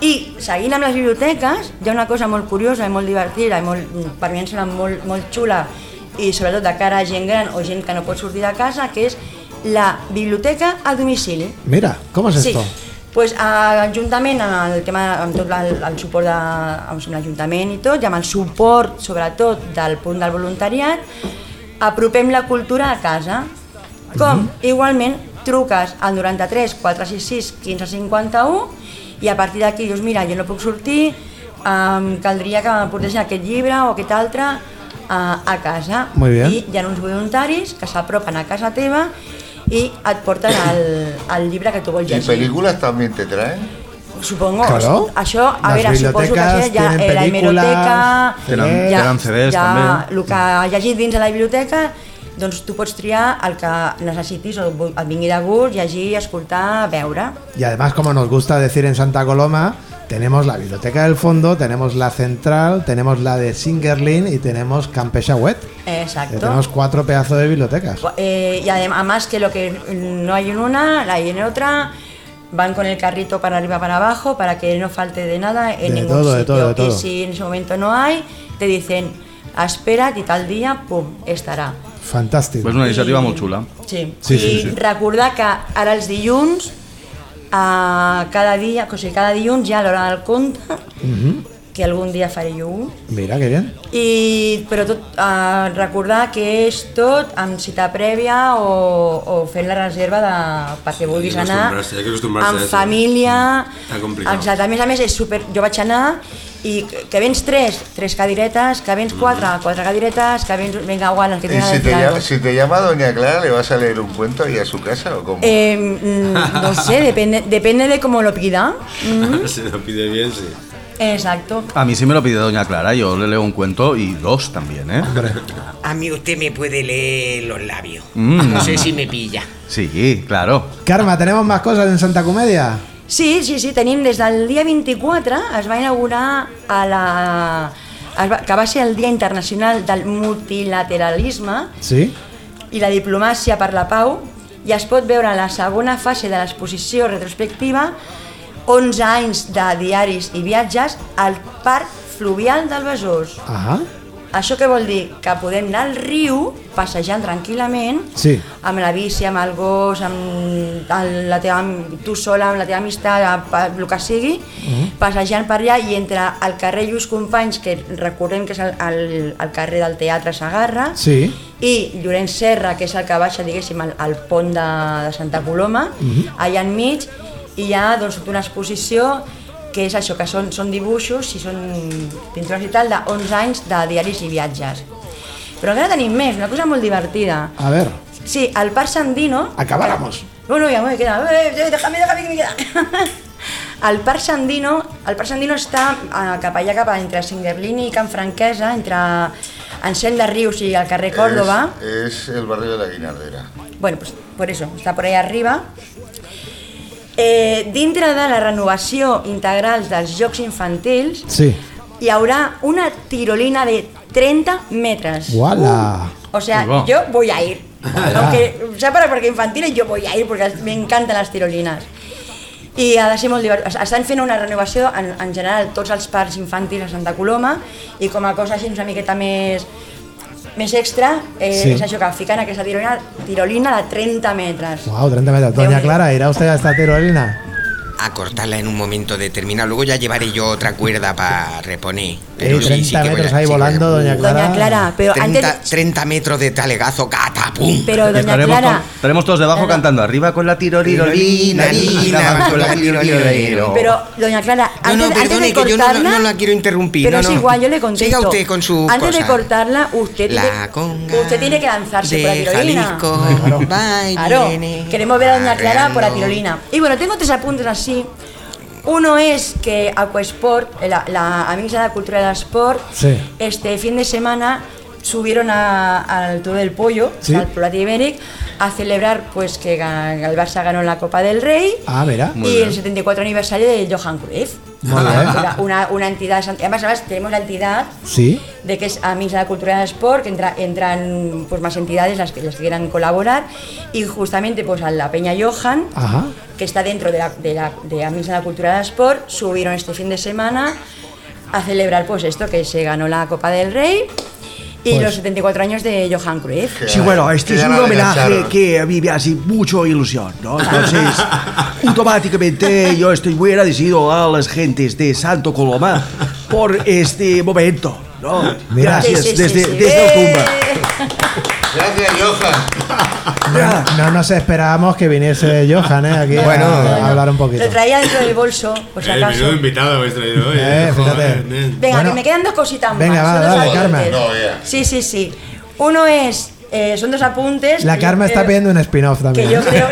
Speaker 3: I seguint amb les biblioteques, hi ha una cosa molt curiosa i molt divertida, i molt, per mi em sembla molt, molt xula, i sobretot de cara a gent gran o gent que no pot sortir de casa, que és la biblioteca a domicili.
Speaker 2: Mira, ¿cómo es
Speaker 3: Sí.
Speaker 2: esto?
Speaker 3: Pues, eh, juntament amb el tema, amb tot el, el suport de amb l'Ajuntament i tot, i amb el suport, sobretot, del punt del voluntariat, apropem la cultura a casa.
Speaker 2: Mhm.
Speaker 3: Com? Igualment, truques al 93 466 1551 i a partir d'aquí dius, mira, jo no puc sortir, em caldria que em portessin aquest llibre o aquest altre a, a casa.
Speaker 2: Muy bien.
Speaker 3: I hi ha uns voluntaris que s'apropen a casa teva i et porten el, el llibre que tu vols
Speaker 5: ¿Y
Speaker 3: llegir.
Speaker 5: películas también te traen?
Speaker 3: Supongo.
Speaker 5: Claro.
Speaker 3: Això, a
Speaker 5: Les
Speaker 3: veure, suposo que
Speaker 5: biblioteques
Speaker 3: això ja
Speaker 5: tenen
Speaker 3: eh, la
Speaker 5: pel·lícules,
Speaker 3: hemeroteca...
Speaker 11: tenen- tenen CDs
Speaker 3: ja,
Speaker 11: també.
Speaker 3: El que hi hagi dins de la biblioteca, doncs tu pots triar el que necessitis o vu- et vingui de gust, llegir, escoltar, veure.
Speaker 2: Y además, como nos gusta decir en Santa Coloma, tenemos la biblioteca del fondo, tenemos la central, tenemos la de Singerlin y tenemos Campecha Wet.
Speaker 3: Exacto.
Speaker 2: Tenemos cuatro pedazos de bibliotecas.
Speaker 3: Eh, y adem- además que lo que no hay en una, la hay en otra. Van con el carrito para arriba, para abajo, para que no falte de nada en
Speaker 2: De
Speaker 3: ningún
Speaker 2: todo, de
Speaker 3: sitio.
Speaker 2: todo, de todo.
Speaker 3: Y si en ese momento no hay, te dicen, espera y tal día, pum, estará.
Speaker 2: Fantástico.
Speaker 11: Pues una iniciativa muy chula.
Speaker 3: Sí. sí,
Speaker 11: Sí, sí,
Speaker 3: sí, I
Speaker 11: sí.
Speaker 3: recordar que ara els dilluns, a cada dia, o sigui, cada dilluns hi ha l'hora del conte,
Speaker 2: Ujú.
Speaker 3: que algun dia faré jo un,
Speaker 2: Mira, qué bien.
Speaker 3: i, però tot, eh, recordar que és tot amb cita prèvia o, o fent la reserva de, perquè vulguis
Speaker 19: Hay que
Speaker 3: anar
Speaker 19: acostumbrarse, hay que acostumbrarse a
Speaker 13: eh,
Speaker 3: amb
Speaker 19: eso.
Speaker 3: família,
Speaker 19: Está complicado.
Speaker 3: exacte, a més a més és super, jo vaig anar i que que vens tres, tres cadiretes, que vens quatre, quatre cadiretes, que vens, vinga, guanes, que
Speaker 5: ¿Y si
Speaker 3: tenen
Speaker 5: te,
Speaker 3: el
Speaker 5: llama, si te llama Doña Clara, le vas a leer un cuento ahí a su casa o cómo?
Speaker 3: Eh, mm, no sé, depende, depende de cómo lo pida. Mm,
Speaker 11: Se lo pide bien, sí.
Speaker 3: exacto.
Speaker 11: A mí sí me lo pide Doña Clara, yo le leo un cuento y dos también, ¿eh?
Speaker 15: A mí usted me puede leer los labios.
Speaker 11: Mm.
Speaker 15: No sé si me pilla.
Speaker 11: Sí, claro.
Speaker 2: Karma, ¿tenemos más cosas en Santa Comedia?
Speaker 3: Sí, sí, sí, tenim des del dia 24 es va inaugurar a la es va, que va ser el Dia Internacional del Multilateralisme
Speaker 2: Sí.
Speaker 3: i la Diplomàcia per la Pau i es pot veure la segona fase de l'exposició retrospectiva 11 anys de diaris i viatges al Parc Fluvial del Besòs.
Speaker 2: Ajá.
Speaker 3: Això què vol dir? Que podem anar al riu passejant tranquil·lament
Speaker 2: Sí.
Speaker 3: amb la bici, amb el gos, amb el- la teva, amb tu sola, amb la teva amistat, amb- amb el que sigui, passejant per allà i entre el carrer Lluís Companys, que recordem que és el, el, el carrer del Teatre Sagarra,
Speaker 2: Sí.
Speaker 3: i Llorenç Serra, que és el que baixa, diguéssim, al, al pont de, de Santa Coloma,
Speaker 2: Mhm.
Speaker 3: allà enmig hi ha doncs, tota una exposició que és això, que són, són dibuixos i són pintures i tal de 11 anys de diaris i viatges. Però encara tenim més, una cosa molt divertida.
Speaker 2: A ver,
Speaker 3: Sí, al Parc Sandino...
Speaker 2: acabáramos.
Speaker 3: Bueno, ya me queda... eh, eh, déjame, déjame que me queda. Al Parc Sandino, el Parc Sandino està eh, cap allà, cap a- entre Singerlini i Can Franquesa, entre Ansel de Rius i el carrer Córdoba.
Speaker 5: Es, es el barrio de la Guinardera.
Speaker 3: Bueno, pues por eso, está por ahí arriba. Eh, dintre de la renovació integral dels Jocs Infantils
Speaker 2: Sí.
Speaker 3: hi haurà una tirolina de 30 metres.
Speaker 2: ¡Wala!
Speaker 3: O sea,
Speaker 2: Ahí va.
Speaker 3: yo voy a ir.
Speaker 2: Ojalá.
Speaker 3: Aunque sea para porque infantiles, yo voy a ir porque me encantan les tirolines. I ha de ser molt divertit. Estan fent una renovació en, en general tots els parcs infantils a Santa Coloma i com a cosa així una miqueta més més extra eh,
Speaker 2: Sí.
Speaker 3: és això que fiquen aquesta tirolina, tirolina de 30 metres.
Speaker 2: Wow, 30 metros. Doña Clara, ¿irá usted a esta tirolina?
Speaker 15: a cortarla en un momento determinado. Luego ya llevaré yo otra cuerda para reponer.
Speaker 2: Eh, 30
Speaker 15: que
Speaker 2: metros
Speaker 15: voy a- sí que voy
Speaker 2: ahí
Speaker 15: a-
Speaker 2: volando, doña Clara.
Speaker 3: Doña Clara, pero
Speaker 15: 30,
Speaker 3: antes-
Speaker 15: 30 metros de talegazo, gata, pum.
Speaker 3: Pero, doña
Speaker 11: estaremos,
Speaker 3: Clara-
Speaker 11: con- estaremos todos debajo cantando arriba con la tirorirolina,
Speaker 15: Tirorirolina,
Speaker 11: abajo con la tirorirolino.
Speaker 3: Pero, doña Clara,
Speaker 15: No,
Speaker 3: antes,
Speaker 15: no,
Speaker 3: antes
Speaker 15: perdone,
Speaker 3: de
Speaker 15: que yo no,
Speaker 3: cortarla...
Speaker 15: no- no la quiero interrumpir.
Speaker 3: pero
Speaker 15: no,
Speaker 3: es
Speaker 15: no.
Speaker 3: igual, yo le contesto.
Speaker 15: Siga usted con su
Speaker 3: Antes de
Speaker 15: cosa.
Speaker 3: cortarla, usted
Speaker 15: La
Speaker 3: tiene, usted tiene que lanzarse
Speaker 15: de
Speaker 3: por la tirolina.
Speaker 15: Jalisco va y
Speaker 3: Claro,
Speaker 15: viene
Speaker 3: queremos ver a Doña Clara por la
Speaker 15: arreando.
Speaker 3: tirolina. Y bueno, tengo tres apuntes así. Uno es que Aquasport, la, la amiga de la cultura del sport,
Speaker 2: Sí.
Speaker 3: este fin de semana subieron a- al Tour del Pollo,
Speaker 2: Sí.
Speaker 3: al Plat Iberic, a celebrar pues que gan- el Barça ganó la Copa del Rey
Speaker 2: Ah, verá.
Speaker 3: y el 74 aniversario de Johan Cruyff.
Speaker 2: Muy bien.
Speaker 3: Una, una- una entidad, además, además tenemos la entidad
Speaker 2: Sí.
Speaker 3: de que es Amics de la Cultura del Sport, que entra- entran pues, más entidades las que, las que quieran colaborar, y justamente pues, a la Peña Johan,
Speaker 19: Ah.
Speaker 2: Ajá.
Speaker 3: que está dentro de, la, de, la, de Amics de la Cultura del Sport, subieron este fin de semana a celebrar pues esto, que se ganó la Copa del Rey y
Speaker 19: Pues-
Speaker 3: los 74 años de Johan Cruyff.
Speaker 19: Sí, bueno, este
Speaker 3: Que
Speaker 19: es
Speaker 3: ya
Speaker 19: un
Speaker 3: la
Speaker 19: homenaje
Speaker 3: adelantaron.
Speaker 19: que a mí me hace mucho ilusión, ¿no? Entonces, automáticamente yo estoy muy agradecido a las gentes de Santo Coloma por este momento, ¿no?
Speaker 2: Mira.
Speaker 19: Gracias,
Speaker 2: Sí, sí, sí,
Speaker 19: desde,
Speaker 2: sí.
Speaker 19: desde la tumba.
Speaker 5: Gracias, Johan.
Speaker 2: No, no nos esperábamos que viniese Johan, ¿eh? Aquí
Speaker 19: Bueno.
Speaker 2: a, a hablar un poquito.
Speaker 3: Lo traía dentro del bolso, por si
Speaker 13: El
Speaker 3: acaso.
Speaker 13: Eh, menudo invitado habéis traído hoy.
Speaker 2: Eh,
Speaker 13: joder,
Speaker 2: fíjate.
Speaker 13: nen.
Speaker 3: Venga, que me quedan dos cositas
Speaker 2: Venga,
Speaker 3: más.
Speaker 2: va,
Speaker 3: son dos
Speaker 2: dale,
Speaker 3: apuntes.
Speaker 2: Carmen. No,
Speaker 3: Sí, sí, sí. Uno es, eh, son dos apuntes.
Speaker 2: La
Speaker 3: que yo
Speaker 2: Karma está
Speaker 3: creo-
Speaker 2: pidiendo un spin-off también.
Speaker 3: Que yo creo.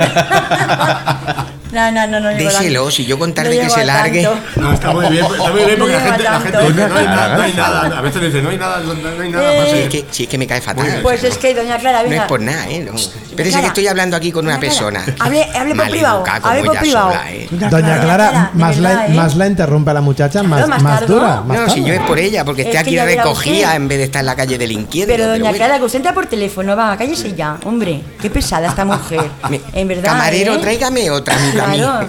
Speaker 3: No, no, no, no. llego a-
Speaker 15: Déselo, si yo
Speaker 3: no
Speaker 15: contarle que
Speaker 3: llego
Speaker 15: se
Speaker 3: a
Speaker 15: largue.
Speaker 3: tanto.
Speaker 13: No, está muy bien, está muy bien porque la
Speaker 3: No
Speaker 13: gente, la
Speaker 3: lleva
Speaker 13: gente
Speaker 3: tanto.
Speaker 13: dice, no hay, nada, no hay
Speaker 15: Claro.
Speaker 13: nada. A veces dice, no hay nada, no, no hay nada.
Speaker 3: Eh.
Speaker 15: Si es, que, si es que me cae fatal.
Speaker 3: Pues es que, doña Clara,
Speaker 15: No
Speaker 3: venga.
Speaker 15: es por nada, ¿eh? no. Pero es que
Speaker 3: Clara,
Speaker 15: estoy hablando aquí con una
Speaker 3: Clara,
Speaker 15: persona.
Speaker 3: Hable, hable por privado.
Speaker 15: Maleducada como
Speaker 3: Hable por
Speaker 15: ella
Speaker 3: privado.
Speaker 15: sola, ¿eh?
Speaker 2: Doña Clara,
Speaker 3: de
Speaker 2: más, la,
Speaker 3: verdad, ¿eh?
Speaker 2: más la interrumpe a la muchacha, más,
Speaker 3: Claro, más
Speaker 2: más,
Speaker 3: tarde,
Speaker 2: dura.
Speaker 3: ¿no?
Speaker 2: Más
Speaker 15: No, si
Speaker 2: tarde.
Speaker 15: yo es por ella, porque
Speaker 3: Es
Speaker 15: esté
Speaker 3: que
Speaker 15: aquí
Speaker 3: ya verá
Speaker 15: recogida
Speaker 3: usted.
Speaker 15: en vez de estar en la calle delinquiendo.
Speaker 3: Pero doña
Speaker 15: bueno.
Speaker 3: Clara, que usted entra por teléfono, va, cállese ya, hombre. Qué pesada esta mujer. En verdad.
Speaker 15: Camarero,
Speaker 3: ¿eh?
Speaker 15: tráigame otra mitad a mí.
Speaker 3: Claro.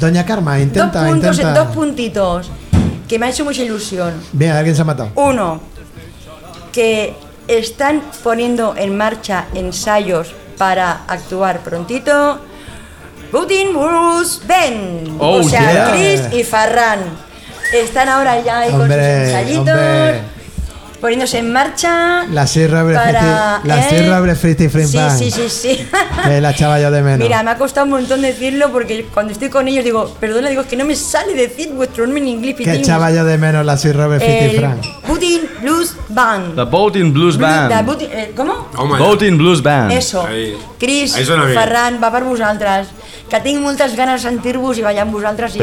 Speaker 2: Doña Karma, intenta,
Speaker 3: dos puntos,
Speaker 2: intenta.
Speaker 3: dos puntitos. Que me ha hecho mucha ilusión.
Speaker 2: Bien, alguien se ha matado.
Speaker 3: Uno, que están poniendo en marcha ensayos para actuar prontito. Putin, Bruce, Ben.
Speaker 2: Oh,
Speaker 3: o sea,
Speaker 2: yeah.
Speaker 3: Chris y Farran. Están ahora ya ahí con sus
Speaker 2: Hombre,
Speaker 3: ensayitos,
Speaker 2: hombre.
Speaker 3: poniéndose en marcha.
Speaker 2: La Sierra abre
Speaker 3: para,
Speaker 2: Friti- la
Speaker 3: ¿eh?
Speaker 2: Sierra abre Friti Frim
Speaker 3: Sí,
Speaker 2: Bang,
Speaker 3: sí, sí, sí.
Speaker 2: que la echaba yo de menos.
Speaker 3: Mira, me ha costado un montón decirlo porque cuando estoy con ellos digo, perdona, digo, es que no me sale decir vuestro nombre en inglés.
Speaker 2: que
Speaker 3: pitín".
Speaker 2: echaba yo de menos la Sierra abre Friti
Speaker 3: El
Speaker 2: Frank.
Speaker 3: Putin Blues Band.
Speaker 11: The Boating Blues
Speaker 3: La
Speaker 11: Band.
Speaker 3: Putin- eh, ¿Cómo?
Speaker 11: Boating Blues Band.
Speaker 3: Eso. Chris,
Speaker 11: Ahí suena bien.
Speaker 3: Ferran, va per vosaltres. Que tinc moltes ganas de sentir-vos y vaya amb vosaltres. i-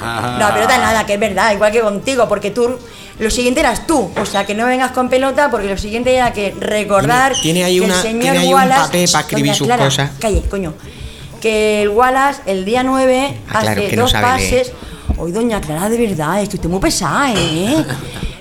Speaker 11: Ah.
Speaker 3: No, pelota nada, que es verdad, igual que contigo, porque tú... Lo siguiente eras tú, o sea, que no vengas con pelota, porque lo siguiente era que recordar
Speaker 15: Tiene- tiene ahí
Speaker 3: que
Speaker 15: una-
Speaker 3: el señor
Speaker 15: tiene ahí un
Speaker 3: Wallace...
Speaker 15: papel para escribir
Speaker 3: Doña
Speaker 15: sus
Speaker 3: Clara,
Speaker 15: cosas.
Speaker 3: Calle, coño. Que el Wallace, el día 9,
Speaker 15: Ah, claro,
Speaker 3: hace
Speaker 15: que no
Speaker 3: dos
Speaker 15: sabe
Speaker 3: pases... Hoy, doña Clara, de verdad, es que usted muy pesada, ¿eh?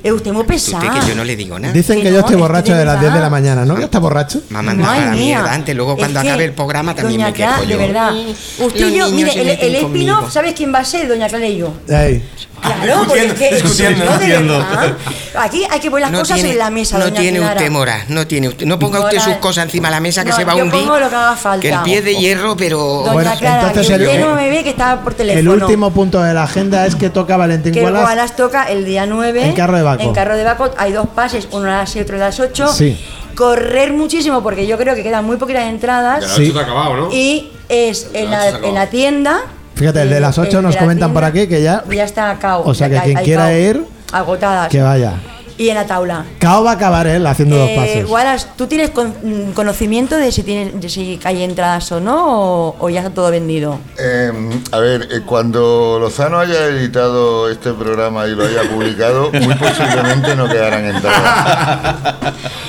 Speaker 3: Es usted muy pesada.
Speaker 15: Usted que yo no le digo nada.
Speaker 2: Dicen que yo estoy
Speaker 3: es que
Speaker 2: borracho
Speaker 3: de
Speaker 2: de las
Speaker 3: verdad.
Speaker 2: 10 de la mañana, ¿no? ¿Que está borracho?
Speaker 15: Me ha mandado
Speaker 3: Madre
Speaker 15: a la
Speaker 3: mía.
Speaker 15: mierda antes. Luego
Speaker 3: Es
Speaker 15: cuando
Speaker 3: que,
Speaker 15: acabe el programa también
Speaker 3: Doña
Speaker 15: me quejo
Speaker 3: Clara,
Speaker 15: yo.
Speaker 3: de verdad. Usted
Speaker 15: Los
Speaker 3: y yo,
Speaker 15: niños
Speaker 3: mire,
Speaker 15: se
Speaker 3: el,
Speaker 15: meten
Speaker 3: el
Speaker 15: conmigo.
Speaker 3: spin-off, ¿sabes quién va a ser? Doña Clara y yo.
Speaker 2: Ey.
Speaker 3: Claro, porque es que.
Speaker 15: Discutiendo,
Speaker 3: no, de
Speaker 15: discutiendo.
Speaker 3: verdad. Aquí hay que poner las
Speaker 15: No
Speaker 3: cosas
Speaker 15: tiene,
Speaker 3: en la mesa,
Speaker 15: no
Speaker 3: doña
Speaker 15: tiene
Speaker 3: Clara.
Speaker 15: usted mora, no tiene usted, no ponga usted
Speaker 3: Moral.
Speaker 15: sus cosas encima de la mesa que
Speaker 3: No,
Speaker 15: se va a
Speaker 3: yo
Speaker 15: hundir.
Speaker 3: pongo lo que haga falta.
Speaker 15: Que el pie de hierro, pero
Speaker 3: Doña Clara,
Speaker 2: entonces
Speaker 3: que
Speaker 2: el-
Speaker 3: usted no me ve que estaba por teléfono.
Speaker 2: El último punto de la agenda es que toca Valentín
Speaker 3: Que
Speaker 2: Wallace.
Speaker 3: Wallace toca el día 9.
Speaker 2: En Carro de Baco.
Speaker 3: En Carro de Baco hay dos pases, uno a las 7 y otro a las 8.
Speaker 2: Sí.
Speaker 3: Correr muchísimo porque yo creo que quedan muy poquitas entradas.
Speaker 2: Ya, la Sí. ocho
Speaker 13: está acabado, ¿no?
Speaker 3: Y es en
Speaker 2: ocho
Speaker 3: la,
Speaker 2: se acabó.
Speaker 3: en la tienda.
Speaker 2: Fíjate, el de las 8
Speaker 3: el
Speaker 2: nos
Speaker 3: de la
Speaker 2: comentan por
Speaker 3: tienda
Speaker 2: aquí que ya.
Speaker 3: Ya está acabado.
Speaker 2: O sea,
Speaker 3: Ya
Speaker 2: que quien
Speaker 3: hay
Speaker 2: quiera
Speaker 3: cao.
Speaker 2: ir,
Speaker 3: Agotadas.
Speaker 2: que vaya.
Speaker 3: Y en la taula.
Speaker 2: Cao va a acabar él haciendo dos
Speaker 3: Eh,
Speaker 2: pases.
Speaker 3: Wallace, ¿tú tienes con- mm, conocimiento de si, tienes, de si hay entradas o no? ¿O, o ya está todo vendido?
Speaker 5: Eh, a ver, eh, cuando Lozano haya editado este programa y lo haya publicado, muy posiblemente no quedarán entradas.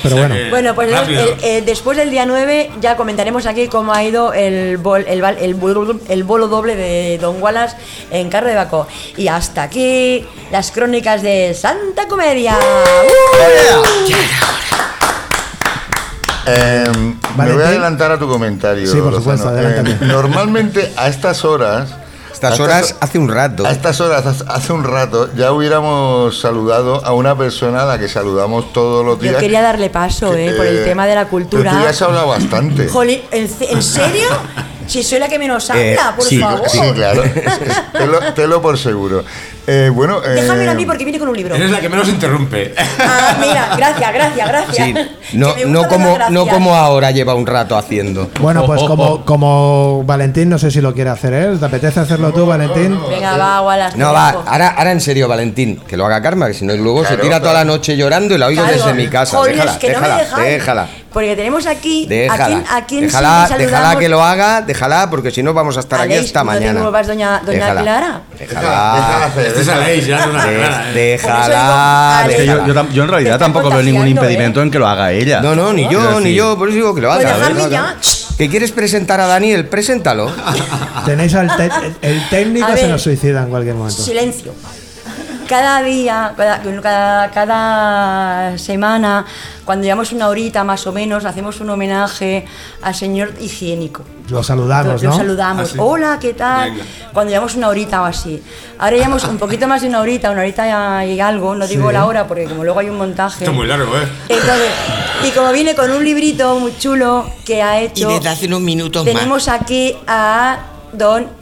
Speaker 2: Pero bueno.
Speaker 3: Bueno, pues
Speaker 5: Eh, Rápido.
Speaker 3: el- el- después del día 9 ya comentaremos aquí cómo ha ido el, bol- el, bal- el bol- el bolo doble de Don Wallace en Carro de Baco. Y hasta aquí las crónicas de Santa Comedia.
Speaker 5: Eh, me voy
Speaker 2: Valentín.
Speaker 5: a adelantar a tu comentario.
Speaker 6: Sí, por
Speaker 5: Lozano.
Speaker 6: supuesto,
Speaker 5: Eh,
Speaker 6: adelántame.
Speaker 5: normalmente a estas horas.
Speaker 6: Estas horas hace un rato.
Speaker 5: A estas horas, hace- hace un rato, ya hubiéramos saludado a una persona a la que saludamos todos los días.
Speaker 3: Yo quería darle paso eh, por el
Speaker 5: Eh,
Speaker 3: tema de la
Speaker 5: Pero tú
Speaker 3: cultura.
Speaker 5: ya has hablado bastante.
Speaker 3: Jolín, ¿en, ce- en serio? Si soy la que menos habla,
Speaker 5: Eh,
Speaker 3: por
Speaker 5: sí,
Speaker 3: favor.
Speaker 5: Sí, claro. Telo, telo por seguro. Eh, bueno, eh,
Speaker 3: Déjamelo a mí porque viene con un libro.
Speaker 13: Eres la que menos interrumpe.
Speaker 3: Ah, mira, gracias, gracias, gracias. Que
Speaker 6: Sí, no,
Speaker 3: me gusta
Speaker 6: no
Speaker 3: dar
Speaker 6: como,
Speaker 3: gracias.
Speaker 6: no como ahora lleva un rato haciendo.
Speaker 2: Bueno, pues como, como Valentín, no sé si lo quiere hacer él. ¿Te apetece hacerlo tú, Valentín?
Speaker 3: Venga, va, Wallace.
Speaker 6: No,
Speaker 3: te
Speaker 6: va,
Speaker 3: dejo.
Speaker 6: ahora, ahora en serio, Valentín, que lo haga Karma, que si no luego se
Speaker 3: Claro,
Speaker 6: tira toda la
Speaker 3: claro.
Speaker 6: noche llorando y la oigo
Speaker 3: Claro.
Speaker 6: desde mi casa.
Speaker 3: Joder,
Speaker 6: déjala,
Speaker 3: es que no me
Speaker 6: déjala,
Speaker 3: dejáis.
Speaker 6: déjala.
Speaker 3: Porque tenemos aquí
Speaker 6: Déjala,
Speaker 3: a quién, a quién
Speaker 6: déjala,
Speaker 3: sí le
Speaker 6: déjala
Speaker 3: saludamos.
Speaker 6: que lo haga, déjala, porque si no vamos a estar
Speaker 3: Aleix,
Speaker 6: aquí hasta
Speaker 3: no
Speaker 6: mañana. Ah,
Speaker 3: tengo más doña, doña
Speaker 6: Déjala.
Speaker 3: Clara.
Speaker 6: Déjala.
Speaker 11: Este es Aleix, ya no es
Speaker 6: Dé-
Speaker 15: ¿eh?
Speaker 11: Clara,
Speaker 6: Déjala.
Speaker 11: Es que yo, yo tam- yo en realidad tampoco veo ningún
Speaker 3: ¿eh?
Speaker 11: impedimento en que lo haga ella.
Speaker 6: No, no, ni yo,
Speaker 11: Quiero
Speaker 6: ni
Speaker 11: decir-
Speaker 6: yo, por eso digo que lo
Speaker 11: Pues
Speaker 6: haga.
Speaker 11: déjame
Speaker 6: ¿no?
Speaker 11: ya.
Speaker 6: ¿Que quieres presentar a Daniel? Preséntalo.
Speaker 2: Tenéis al te- el técnico
Speaker 3: A
Speaker 2: se
Speaker 3: ver.
Speaker 2: nos suicida en cualquier momento.
Speaker 3: Silencio. Cada día, cada, cada, cada semana, cuando llevamos una horita más o menos, hacemos un homenaje al señor higiénico.
Speaker 2: Lo saludamos,
Speaker 3: Lo
Speaker 2: ¿no?
Speaker 3: saludamos. Hola, ¿qué tal?
Speaker 2: Venga.
Speaker 3: Cuando llevamos una horita o así. Ahora llevamos un poquito más de una horita, una horita y algo. No digo
Speaker 13: Sí.
Speaker 3: la hora porque como luego hay un montaje.
Speaker 13: Esto es muy largo, ¿eh?
Speaker 3: Entonces, y como viene con un librito muy chulo que ha
Speaker 15: Y
Speaker 3: hecho.
Speaker 15: desde hace unos minutos más.
Speaker 3: Tenemos aquí a Don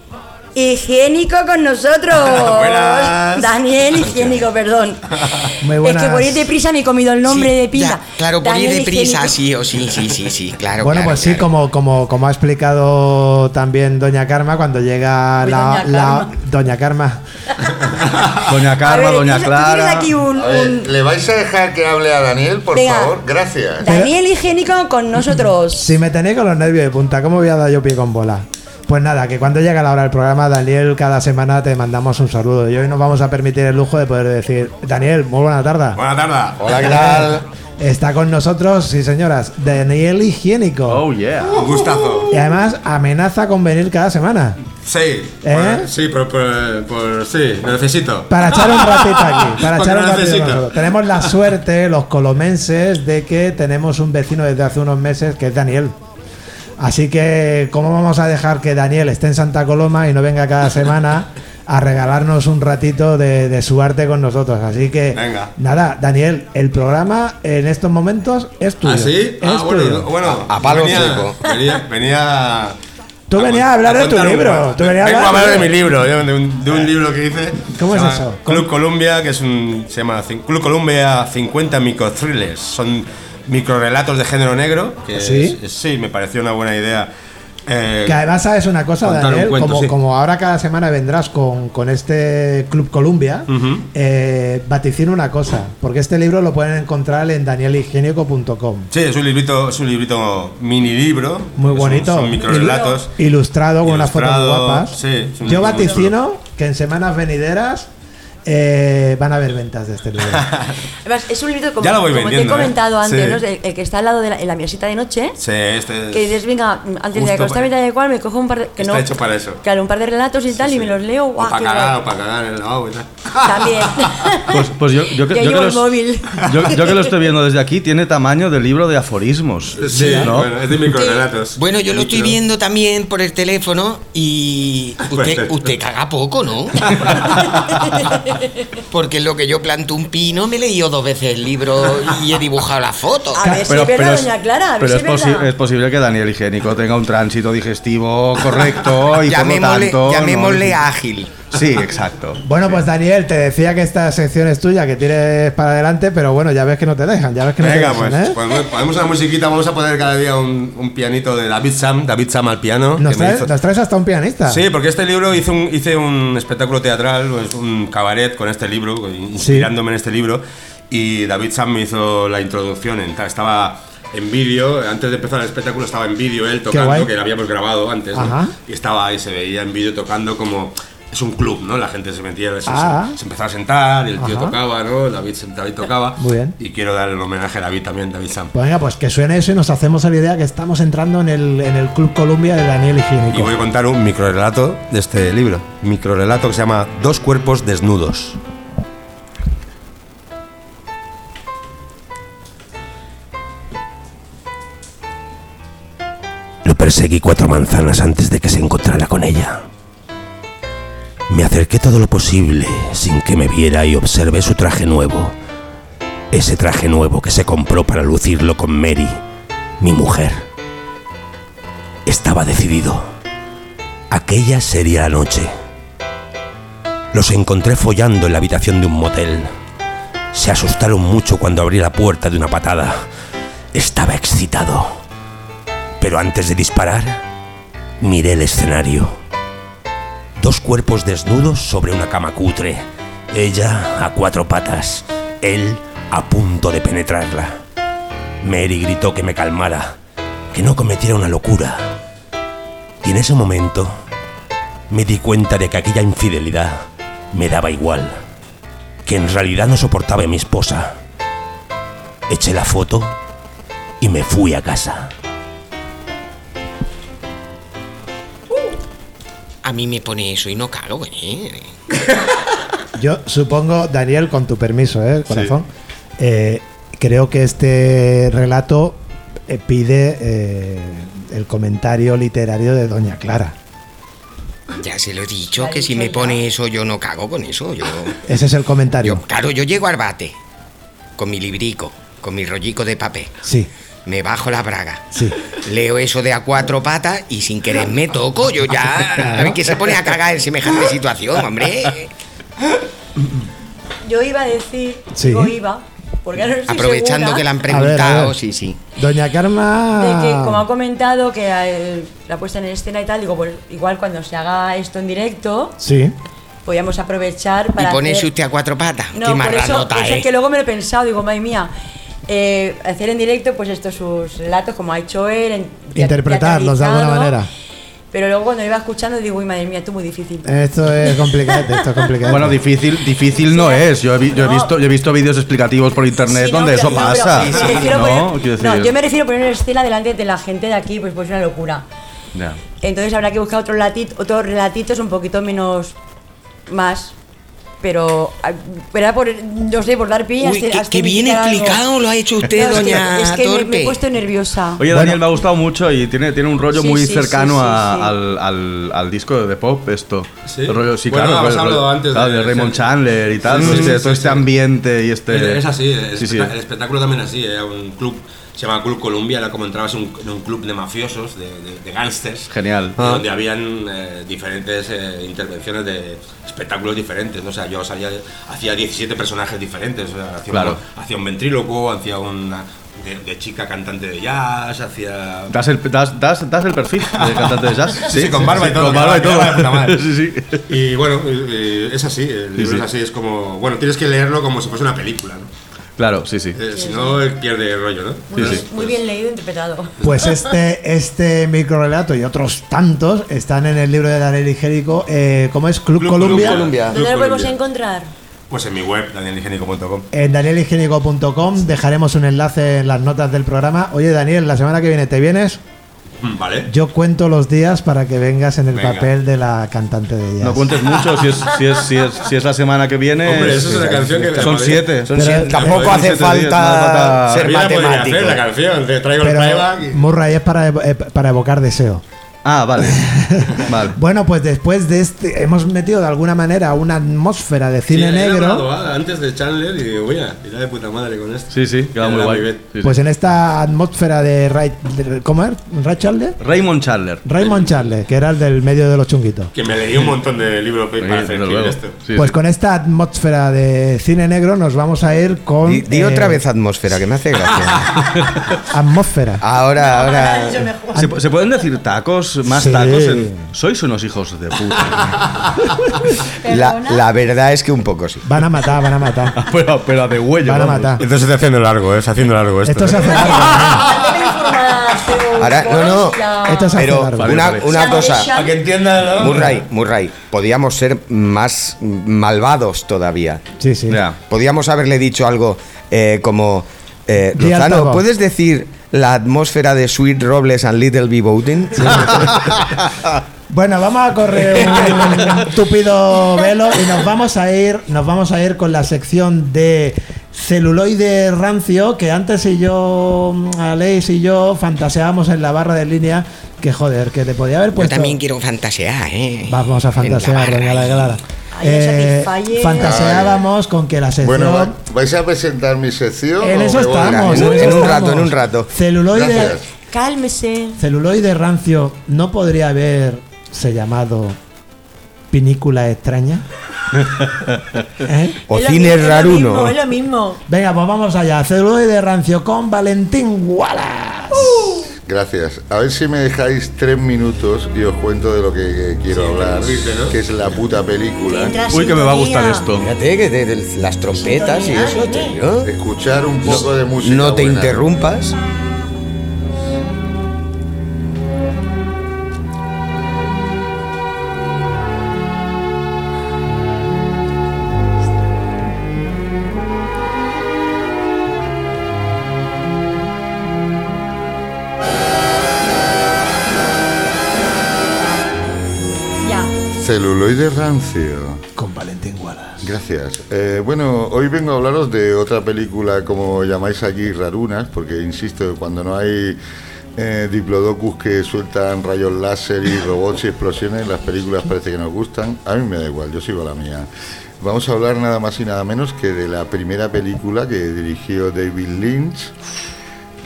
Speaker 3: Higiénico con nosotros.
Speaker 15: Buenas.
Speaker 3: Daniel Higiénico, perdón.
Speaker 15: Muy
Speaker 3: Es que por ir deprisa me he comido el nombre de pila.
Speaker 15: Claro, por ir
Speaker 3: Daniel
Speaker 15: deprisa,
Speaker 3: Higiénico.
Speaker 15: sí o sí, sí, sí, sí, claro.
Speaker 2: bueno,
Speaker 15: claro,
Speaker 2: pues sí, como, como, como ha explicado también Doña Karma, cuando llega
Speaker 3: Uy,
Speaker 2: la,
Speaker 3: Doña
Speaker 2: la- Doña Karma.
Speaker 11: Doña
Speaker 2: Karma, Doña Clara.
Speaker 3: un-
Speaker 5: a ver,
Speaker 3: un-
Speaker 5: ¿Le vais a dejar que hable a Daniel, por
Speaker 3: Venga.
Speaker 5: favor? Gracias.
Speaker 3: Daniel Higiénico con nosotros.
Speaker 2: Si me tenéis con los nervios de punta, ¿cómo voy a dar yo pie con bola? Pues nada, que cuando llega la hora del programa, Daniel, cada semana te mandamos un saludo. Y hoy nos vamos a permitir el lujo de poder decir, Daniel, muy buena tarde. Eh,
Speaker 13: Buena tarde.
Speaker 2: Está con nosotros, sí señoras, Daniel Higiénico.
Speaker 11: Oh, yeah. Un
Speaker 13: gustazo.
Speaker 2: Y además amenaza con venir cada semana.
Speaker 13: Sí,
Speaker 2: ¿Eh?
Speaker 13: por- sí, por, por, por- sí, lo necesito.
Speaker 2: Para echar un ratito aquí. Para
Speaker 13: Porque
Speaker 2: echar un
Speaker 13: lo
Speaker 2: ratito
Speaker 13: necesito.
Speaker 2: con nosotros. Tenemos la suerte, los colomenses, de que tenemos un vecino desde hace unos meses que es Daniel. Así que, ¿cómo vamos a dejar que Daniel esté en Santa Coloma y no venga cada semana a regalarnos un ratito de, de su arte con nosotros? Así que,
Speaker 13: Venga.
Speaker 2: nada, Daniel, el programa en estos momentos es tuyo.
Speaker 13: ¿Ah, sí?
Speaker 2: Es
Speaker 13: Ah, bueno,
Speaker 2: tuyo.
Speaker 13: no, bueno.
Speaker 2: A- a palo
Speaker 13: venía,
Speaker 2: seco.
Speaker 13: Venía, venía
Speaker 2: Tú venías a hablar de tu
Speaker 13: ah, contar un- Eh.
Speaker 2: libro. Tú venías
Speaker 13: Vengo a hablar de mi libro, de de un, de un libro que hice.
Speaker 2: ¿Cómo
Speaker 13: Se
Speaker 2: es
Speaker 13: llama
Speaker 2: eso?
Speaker 13: Club Columbia, que es un. Se llama cin- Club Columbia 50 microthrillers. Son microrelatos de género negro. Que
Speaker 2: ¿Ah, ¿Sí?
Speaker 13: es- es- sí, me pareció una buena idea. Eh,
Speaker 2: Que además sabes una cosa,
Speaker 13: Contar un
Speaker 2: Daniel,
Speaker 13: cuento,
Speaker 2: como,
Speaker 13: sí.
Speaker 2: como ahora cada semana vendrás con, con este Club Columbia,
Speaker 13: Ujú.
Speaker 2: eh, vaticino una cosa, porque este libro lo pueden encontrar en danielhigiénico.com.
Speaker 13: Sí, es un librito, es un librito mini libro.
Speaker 2: Muy
Speaker 13: que son-
Speaker 2: bonito.
Speaker 13: Son, microrelatos.
Speaker 2: Ilustrado con unas fotos
Speaker 13: Ilustrado,
Speaker 2: guapas.
Speaker 13: sí, es un
Speaker 2: Yo
Speaker 13: libro muy
Speaker 2: vaticino que en semanas venideras eh, van a haber ventas de este libro.
Speaker 3: Además, es un libro como,
Speaker 13: Ya lo voy
Speaker 3: como te he
Speaker 13: vendiendo, ¿eh?
Speaker 3: comentado antes,
Speaker 13: Sí.
Speaker 3: ¿no? el, el que está al lado de la, en la mesita de noche.
Speaker 13: Sí, este es-
Speaker 3: Que dices, venga, antes de
Speaker 13: Justo
Speaker 3: acostarme tal y cual, me cojo un par de, que
Speaker 13: está
Speaker 3: no-
Speaker 13: hecho para eso.
Speaker 3: claro, un par de relatos y tal, y me los leo.
Speaker 13: O
Speaker 3: guau,
Speaker 13: para
Speaker 3: qué
Speaker 13: cagar,
Speaker 3: guay.
Speaker 13: o para cagar en el lavabo y tal.
Speaker 3: También.
Speaker 11: Pues, pues yo, yo, que-
Speaker 3: Ya
Speaker 11: yo
Speaker 3: llevo
Speaker 11: que
Speaker 3: el
Speaker 11: los-
Speaker 3: móvil.
Speaker 11: yo- yo que lo estoy viendo desde aquí, tiene tamaño de libro de aforismos.
Speaker 13: Sí,
Speaker 11: ¿no?
Speaker 13: bueno, es de microrelatos.
Speaker 15: Bueno, yo lo estoy viendo también por el teléfono y usted, usted caga poco, ¿no? Porque en lo que yo planto un pino me he leído dos veces el libro y he dibujado la foto.
Speaker 3: A ver si es verdad, doña Clara, a ver
Speaker 11: pero
Speaker 3: si
Speaker 11: es,
Speaker 3: es
Speaker 11: posi-
Speaker 3: verdad.
Speaker 11: es posible que Daniel Higiénico tenga un tránsito digestivo correcto y por lo
Speaker 15: Llamémosle-
Speaker 11: tanto.
Speaker 15: llamémosle
Speaker 11: ágil. Sí, exacto.
Speaker 2: Bueno, pues Daniel, te decía que esta sección es tuya, que tires para adelante, pero bueno, ya ves que no te dejan, ya ves que no
Speaker 13: Venga,
Speaker 2: te dejan,
Speaker 13: pues,
Speaker 2: ¿eh?
Speaker 13: ponemos- ponemos una musiquita, vamos a poner cada día un, un pianito de David Sam, David Sam al piano.
Speaker 2: Nos
Speaker 13: que me
Speaker 2: traes,
Speaker 13: hizo-
Speaker 2: nos traes hasta un pianista.
Speaker 13: Sí, porque este libro hice un, hice un espectáculo teatral, pues, un cabaret con este libro, inspirándome en este libro, y David Sam me hizo la introducción, en- estaba en vídeo, antes de empezar el espectáculo estaba en vídeo
Speaker 2: guay.
Speaker 13: él tocando, que lo habíamos grabado antes, ¿no?
Speaker 2: Ajá.
Speaker 13: y estaba ahí, se veía en vídeo tocando como... Es un club, ¿no? La gente se metía, se,
Speaker 2: Ah.
Speaker 13: se- se empezaba a sentar, el tío
Speaker 2: Ajá.
Speaker 13: tocaba, ¿no? David, David tocaba.
Speaker 2: Muy bien.
Speaker 13: Y quiero darle el homenaje a David también, David Sam.
Speaker 2: Pues venga, pues que suene eso y nos hacemos a la idea que estamos entrando en el, en el Club Columbia de Daniel Higiénico.
Speaker 13: Y voy a contar un microrelato de este libro. Microrelato que se llama Dos cuerpos desnudos.
Speaker 1: Lo perseguí cuatro manzanas antes de que se encontrara con ella. Me acerqué todo lo posible sin que me viera y observé su traje nuevo. Ese traje nuevo que se compró para lucirlo con Mary, mi mujer. Estaba decidido. Aquella sería la noche. Los encontré follando en la habitación de un motel. Se asustaron mucho cuando abrí la puerta de una patada. Estaba excitado. Pero antes de disparar, miré el escenario. Dos cuerpos desnudos sobre una cama cutre. Ella a cuatro patas. Él a punto de penetrarla. Mary gritó que me calmara, que no cometiera una locura. Y en ese momento me di cuenta de que aquella infidelidad me daba igual, que en realidad no soportaba a mi esposa. Eché la foto y me fui a casa.
Speaker 15: A mí me pone eso y no cago, ¿eh?
Speaker 2: Yo supongo, Daniel, con tu permiso, ¿eh, corazón, eh, creo que este relato eh, pide eh, el comentario literario de Doña Clara.
Speaker 15: Ya se lo he dicho, que si me pone eso yo no cago con eso. Yo,
Speaker 2: Ese es el comentario.
Speaker 15: claro, yo llego al bate con mi librico, con mi rollico de papel.
Speaker 2: Sí,
Speaker 15: Me bajo la braga.
Speaker 2: sí.
Speaker 15: Leo eso de a cuatro patas y sin querer me toco. Yo ya. A ver, que se pone a cagar en semejante situación, hombre.
Speaker 3: Yo iba a decir,
Speaker 2: Sí.
Speaker 3: digo iba, porque ahora no estoy
Speaker 15: Aprovechando
Speaker 3: segura
Speaker 15: que la han
Speaker 2: A ver, a ver.
Speaker 15: preguntado, sí, sí.
Speaker 2: Doña
Speaker 3: de que, como
Speaker 2: Karma.
Speaker 3: ha comentado, que eh, la puesta en escena y tal, digo, pues igual cuando se haga esto en directo,
Speaker 2: Sí.
Speaker 3: podíamos aprovechar
Speaker 15: Y
Speaker 3: para
Speaker 15: pones
Speaker 3: hacer-
Speaker 15: usted a cuatro patas.
Speaker 3: No,
Speaker 15: Qué
Speaker 3: por eso,
Speaker 15: marranota,
Speaker 3: eso
Speaker 15: ¿eh?
Speaker 3: es que luego me lo he pensado, digo, madre mía, eh, hacer en directo pues estos sus relatos como ha hecho él, en- ya-
Speaker 2: Interpretarlos de
Speaker 3: ya
Speaker 2: alguna
Speaker 3: teatrizado,
Speaker 2: manera.
Speaker 3: Pero luego cuando iba escuchando digo, uy, madre mía, esto es muy difícil.
Speaker 2: Esto es complicado, esto es complicado.
Speaker 11: Bueno, difícil, difícil no es. Yo he, vi- yo he visto, yo he visto vídeos explicativos por internet
Speaker 3: Sí, no,
Speaker 11: donde
Speaker 3: pero-
Speaker 11: eso
Speaker 3: no, pero
Speaker 11: pasa.
Speaker 3: me refiero a
Speaker 11: No,
Speaker 3: poner-
Speaker 11: quiero
Speaker 3: no,
Speaker 11: decir-
Speaker 3: yo me refiero a poner escena delante de la gente de aquí, pues pues una locura.
Speaker 11: Ya.
Speaker 3: Entonces habrá que buscar otros lati- otros relatitos un poquito menos más. Pero, ah, pero era por, no sé, por dar pie
Speaker 15: Uy,
Speaker 3: hasta-
Speaker 15: qué-
Speaker 3: hasta
Speaker 15: qué bien
Speaker 3: indicar algo.
Speaker 15: explicado lo ha hecho usted,
Speaker 3: No, es que-
Speaker 15: doña
Speaker 3: Es que me- me,
Speaker 15: Torpe.
Speaker 3: he puesto nerviosa.
Speaker 11: Oye, Daniel, me ha gustado mucho y tiene, tiene un rollo
Speaker 3: Sí,
Speaker 11: muy
Speaker 3: sí,
Speaker 11: cercano
Speaker 3: sí, sí,
Speaker 11: a-
Speaker 3: sí.
Speaker 11: Al, al- al disco de pop, esto.
Speaker 13: Sí.
Speaker 11: El rollo, sí,
Speaker 13: Bueno,
Speaker 11: claro.
Speaker 13: habías
Speaker 11: el rollo-
Speaker 13: hablado antes
Speaker 11: claro,
Speaker 13: de-
Speaker 11: de, Raymond
Speaker 13: sí.
Speaker 11: Chandler y tal.
Speaker 13: Sí,
Speaker 11: todo
Speaker 13: sí,
Speaker 11: este,
Speaker 13: sí,
Speaker 11: todo este ambiente y este.
Speaker 13: Es, es así, el,
Speaker 11: Sí, sí.
Speaker 13: espectá- el espectáculo también así, era un club, se llamaba Club Columbia, era como entrabas en un, en un club de mafiosos, de, de, de gángsters,
Speaker 11: Genial. Ah.
Speaker 13: y donde habían eh, diferentes eh, intervenciones de espectáculos diferentes, ¿no? o sea, yo salía, hacía 17 personajes diferentes, o sea, hacía,
Speaker 11: Claro.
Speaker 13: un, hacía un ventríloco, hacía una de, de chica cantante de jazz, hacía...
Speaker 11: Das el, das, das, das el perfil de cantante de jazz.
Speaker 13: Sí, sí, con barba y todo,
Speaker 11: Con
Speaker 13: que
Speaker 11: barba y
Speaker 13: va- que va de puta
Speaker 11: todo.
Speaker 13: madre.
Speaker 11: sí, sí.
Speaker 13: Y bueno, eh, eh, es así, el libro
Speaker 11: sí.
Speaker 13: es así, es como, bueno, tienes que leerlo como si fuese una película, ¿no?
Speaker 11: Claro, sí, sí.
Speaker 13: Eh, si no, eh, pierde el rollo, ¿no?
Speaker 11: Sí, sí.
Speaker 3: Muy bien leído e interpretado.
Speaker 2: Pues este, este microrelato y otros tantos están en el libro de Daniel Igérico. Eh, ¿Cómo es? Club, Columbia.
Speaker 3: ¿Dónde lo podemos encontrar?
Speaker 13: Pues en mi web, danieligénico.com.
Speaker 2: En danieligénico.com dejaremos un enlace en las notas del programa. Oye, Daniel, la semana que viene te vienes.
Speaker 13: Mm, Vale.
Speaker 2: Yo cuento los días para que vengas en el
Speaker 13: Venga.
Speaker 2: papel de la cantante de jazz.
Speaker 11: No cuentes mucho si es, si es, si es, si es la semana que viene.
Speaker 13: Hombre, eso es una canción que-
Speaker 11: Son siete. Son
Speaker 2: Pero
Speaker 11: siete.
Speaker 2: tampoco
Speaker 11: Son
Speaker 2: hace
Speaker 11: siete días,
Speaker 2: falta
Speaker 11: no hace
Speaker 2: ser
Speaker 13: Yo la podría
Speaker 2: matemático.
Speaker 13: hacer la canción, te traigo el playback.
Speaker 2: Pero
Speaker 13: y-
Speaker 2: Murray es para, evo- eh, para evocar deseo.
Speaker 11: Ah, vale. vale.
Speaker 2: Bueno, pues después de este, hemos metido de alguna manera una atmósfera de
Speaker 13: Sí,
Speaker 2: cine
Speaker 13: he
Speaker 2: negro.
Speaker 13: hablado, ah, antes de Chandler y digo, voy a tirar de puta madre con esto.
Speaker 11: Sí, sí, queda muy
Speaker 13: Era
Speaker 11: guay.
Speaker 13: bien.
Speaker 11: Sí, sí.
Speaker 2: Pues en esta atmósfera de, Ray, de- ¿cómo es? ¿Ray Charles?
Speaker 11: Raymond Chandler.
Speaker 2: Raymond Charles, que era el del medio de los chunguitos.
Speaker 13: Que me leí un montón de libros para
Speaker 11: desde
Speaker 13: hacer
Speaker 11: luego.
Speaker 13: esto.
Speaker 2: Pues con esta atmósfera de cine negro nos vamos a ir con.
Speaker 6: Di, di
Speaker 2: eh,
Speaker 6: otra vez atmósfera, que me hace gracia.
Speaker 2: Atmósfera.
Speaker 6: Ahora, ahora.
Speaker 11: ¿Se, se pueden decir tacos? ¿Más
Speaker 6: Sí.
Speaker 11: tacos? en- Sois unos hijos de puta.
Speaker 6: La, la verdad es que un poco sí.
Speaker 2: Van a matar, van a matar.
Speaker 11: pero, pero a de huello.
Speaker 2: Van a matar.
Speaker 13: Esto se está haciendo largo, ¿eh? Se está haciendo largo esto.
Speaker 2: Esto se hace largo. ¿eh?
Speaker 6: Ahora, no, no.
Speaker 2: Esto se hace
Speaker 6: Pero
Speaker 2: largo.
Speaker 6: una, una cosa.
Speaker 13: Para que entiendan, ¿no?
Speaker 6: Murray, Murray, podíamos ser más malvados todavía.
Speaker 2: Sí, sí.
Speaker 6: Podíamos haberle dicho algo eh, como eh,
Speaker 2: Di al
Speaker 6: Lozano,
Speaker 2: tabaco.
Speaker 6: ¿puedes decir la atmósfera de Sweet Robles and Little B. Ah, Bowden?
Speaker 2: Bueno, vamos a correr un tupido velo y nos vamos a ir, nos vamos a ir con la sección de celuloide rancio que antes y yo, Aleix y yo fantaseábamos en la barra de línea que joder, que te podía haber
Speaker 15: Yo
Speaker 2: puesto.
Speaker 15: también quiero fantasear, ¿eh?
Speaker 2: Vamos a fantasear,
Speaker 15: En la barra,
Speaker 2: doña la Clara.
Speaker 3: Ay,
Speaker 2: Eh,
Speaker 3: Satisfyer.
Speaker 2: fantaseábamos con que la sección
Speaker 5: Bueno, va- ¿vais a presentar mi sección?
Speaker 2: En
Speaker 5: o
Speaker 2: eso
Speaker 5: me voy?
Speaker 2: estamos, en eso estamos.
Speaker 6: rato.
Speaker 2: celuloide
Speaker 5: Gracias.
Speaker 3: Cálmese.
Speaker 2: celuloide rancio no podría haber se llamado Pinícula Extraña. ¿Eh?
Speaker 6: O
Speaker 2: Es lo
Speaker 6: cine
Speaker 2: mi- es lo
Speaker 6: raruno.
Speaker 2: mismo, es lo
Speaker 20: mismo.
Speaker 2: Venga, pues vamos allá. Celuloide rancio con Valentín Wallace.
Speaker 5: Gracias. A ver si me dejáis tres minutos y os cuento de lo que quiero hablar, que es la puta película.
Speaker 6: Entra Uy, que me va a gustar sintonía. esto.
Speaker 5: Fíjate que las
Speaker 6: trompetas y Sintonía, eso, nene.
Speaker 5: Escuchar un poco de música.
Speaker 6: No te
Speaker 5: buena.
Speaker 6: interrumpas.
Speaker 3: Ya.
Speaker 5: Celuloide rancio.
Speaker 2: Con Valentín Wallace.
Speaker 5: Gracias. Eh, bueno, hoy vengo a hablaros de otra película, como llamáis aquí, rarunas, porque insisto, cuando no hay eh, diplodocus que sueltan rayos láser y robots y explosiones, las películas parece que nos gustan. A mí me da igual, yo sigo la mía. Vamos a hablar nada más y nada menos que de la primera película que dirigió David Lynch,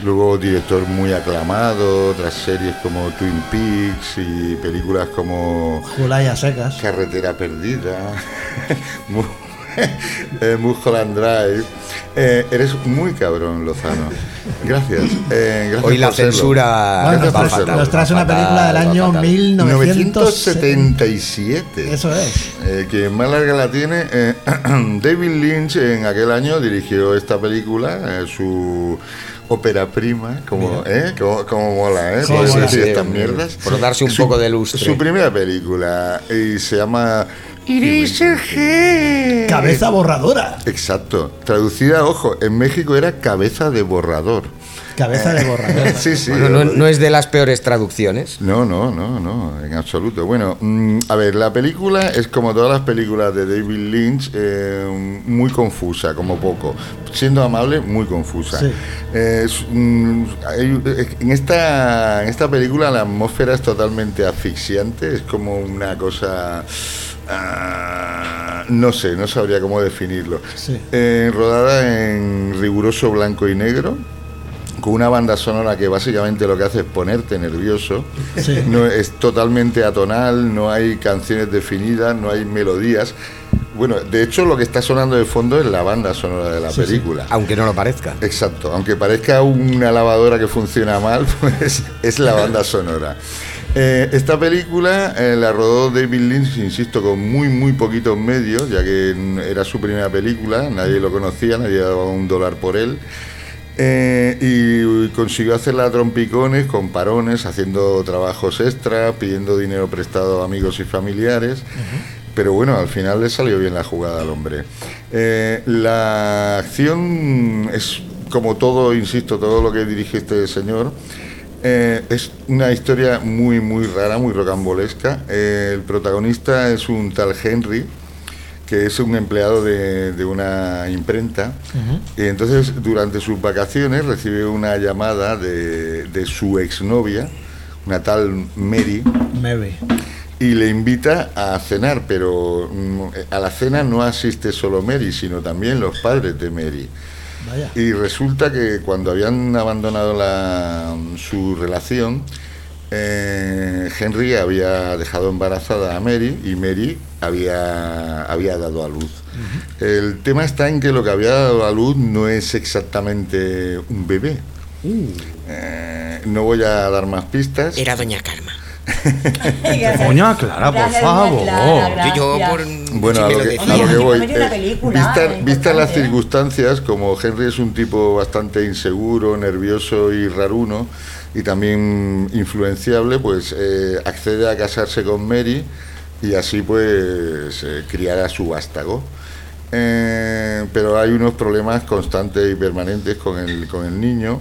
Speaker 5: luego director muy aclamado, tras series como Twin Peaks y películas como
Speaker 2: Julaya secas.
Speaker 5: Carretera perdida. Mu- eh, Mulholland Drive. Eh, eres muy cabrón, Lozano. Gracias. eh, gracias
Speaker 6: Hoy la
Speaker 5: por serlo.
Speaker 6: censura
Speaker 2: Bueno, nos
Speaker 5: Gracias por
Speaker 2: traes-
Speaker 5: serlo.
Speaker 2: nos traes una
Speaker 5: Fatal,
Speaker 2: película del año
Speaker 5: fatal.
Speaker 2: 1977.
Speaker 5: 1977.
Speaker 2: Eso es.
Speaker 5: Eh, quien más larga la tiene, eh, David Lynch en aquel año dirigió esta película, eh, su ópera prima, como, ¿eh? como, como mola, ¿eh?
Speaker 6: Sí,
Speaker 5: Poder
Speaker 6: sí,
Speaker 5: decir
Speaker 6: sí.
Speaker 5: estas mierdas.
Speaker 6: Por darse un
Speaker 5: Su-
Speaker 6: poco de lustre.
Speaker 5: Su primera película y se llama
Speaker 2: Cabeza borradora.
Speaker 5: Exacto. Traducida, ojo, en México era cabeza de borrador.
Speaker 2: Cabeza de borradora.
Speaker 5: sí, sí.
Speaker 6: Bueno, no- no es de las peores traducciones.
Speaker 5: No, no, no, no, en absoluto. Bueno, mm, a ver, la película es como todas las películas de David Lynch, eh, muy confusa, como poco. Siendo amable, muy confusa.
Speaker 2: Sí.
Speaker 5: Eh, es, mm, hay- en, esta, en esta película la atmósfera es totalmente asfixiante, es como una cosa... ah, no sé, no sabría cómo definirlo.
Speaker 2: Sí.
Speaker 5: Eh, rodada en riguroso blanco y negro, con una banda sonora que básicamente lo que hace es ponerte nervioso.
Speaker 2: Sí.
Speaker 5: No, es totalmente atonal, no hay canciones definidas, no hay melodías. Bueno, de hecho lo que está sonando de fondo es la banda sonora de la
Speaker 6: Sí, sí.
Speaker 5: película.
Speaker 6: Aunque no lo parezca.
Speaker 5: Exacto, aunque parezca una lavadora que funciona mal, pues es la banda sonora. Eh, esta película eh, la rodó David Lynch, insisto, con muy, muy poquitos medios, ya que mm, era su primera película, nadie lo conocía, nadie daba un dólar por él. Eh, y consiguió hacerla a trompicones, con parones, haciendo trabajos extra, pidiendo dinero prestado a amigos y familiares. Pero bueno, al final le salió bien la jugada al hombre. Eh, la acción es como todo, insisto, todo lo que dirige este señor. eh, es una historia muy, muy rara, muy rocambolesca. Eh, el protagonista es un tal Henry, que es un empleado de, de una imprenta. Y entonces, durante sus vacaciones, recibe una llamada de, de su exnovia, una tal Mary,
Speaker 2: Mary.
Speaker 5: y le invita a cenar, pero mm, a la cena no asiste solo Mary, sino también los padres de Mary.
Speaker 2: Vaya.
Speaker 5: Y resulta que cuando habían abandonado la- mm, su relación, eh, Henry había dejado embarazada a Mary y Mary había, había dado a luz. El tema está en que lo que había dado a luz no es exactamente un bebé.
Speaker 15: Uh.
Speaker 5: Eh, no voy a dar más pistas.
Speaker 15: Era Doña Karma.
Speaker 5: Doña Clara,
Speaker 15: por Gracias, doña favor. Clara,
Speaker 5: Yo, yo
Speaker 15: gracias.
Speaker 5: por, bueno,
Speaker 15: si
Speaker 5: a
Speaker 15: me
Speaker 5: lo
Speaker 15: lo
Speaker 5: que,
Speaker 15: decía.
Speaker 5: a lo que
Speaker 15: Oye,
Speaker 5: voy.
Speaker 15: que no viene
Speaker 5: eh,
Speaker 15: la película,
Speaker 5: vista-
Speaker 15: es
Speaker 5: vistas las
Speaker 15: importante, ¿eh?
Speaker 5: circunstancias, como Henry es un tipo bastante inseguro, nervioso y raruno, y también influenciable, pues eh, accede a casarse con Mary y así pues eh, criar a su vástago. Eh, pero hay unos problemas constantes y permanentes con el, con el niño.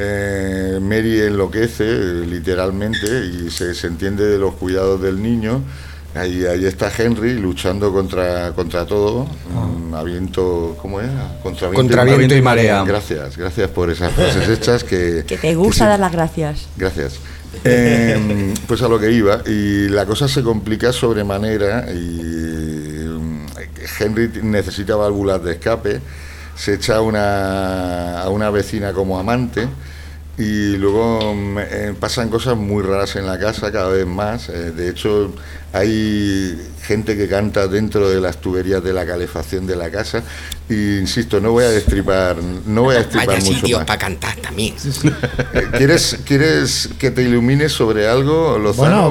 Speaker 5: Eh, Mary enloquece eh, literalmente y se, se entiende de los cuidados del niño. Ahí, ahí está Henry luchando contra, contra todo, mm, a viento, ¿cómo era? Contra
Speaker 6: Ah. Contra viento y marea.
Speaker 5: Gracias, gracias por esas frases hechas que...
Speaker 3: Que te gusta
Speaker 5: sí.
Speaker 3: dar las gracias.
Speaker 5: Gracias. Eh, pues a lo que iba, y la cosa se complica sobremanera y mm, Henry t- necesita válvulas de escape, se echa a una, a una vecina como amante Y luego mm, eh, pasan cosas muy raras en la casa cada vez más. Eh, de hecho, hay gente que canta dentro de las tuberías de la calefacción de la casa. Y insisto, no voy a destripar, no voy a destripar
Speaker 15: Vaya
Speaker 5: mucho
Speaker 15: sitio
Speaker 5: más.
Speaker 15: para cantar también.
Speaker 5: Eh, ¿Quieres, ¿Quieres que te ilumines sobre algo, Lozano?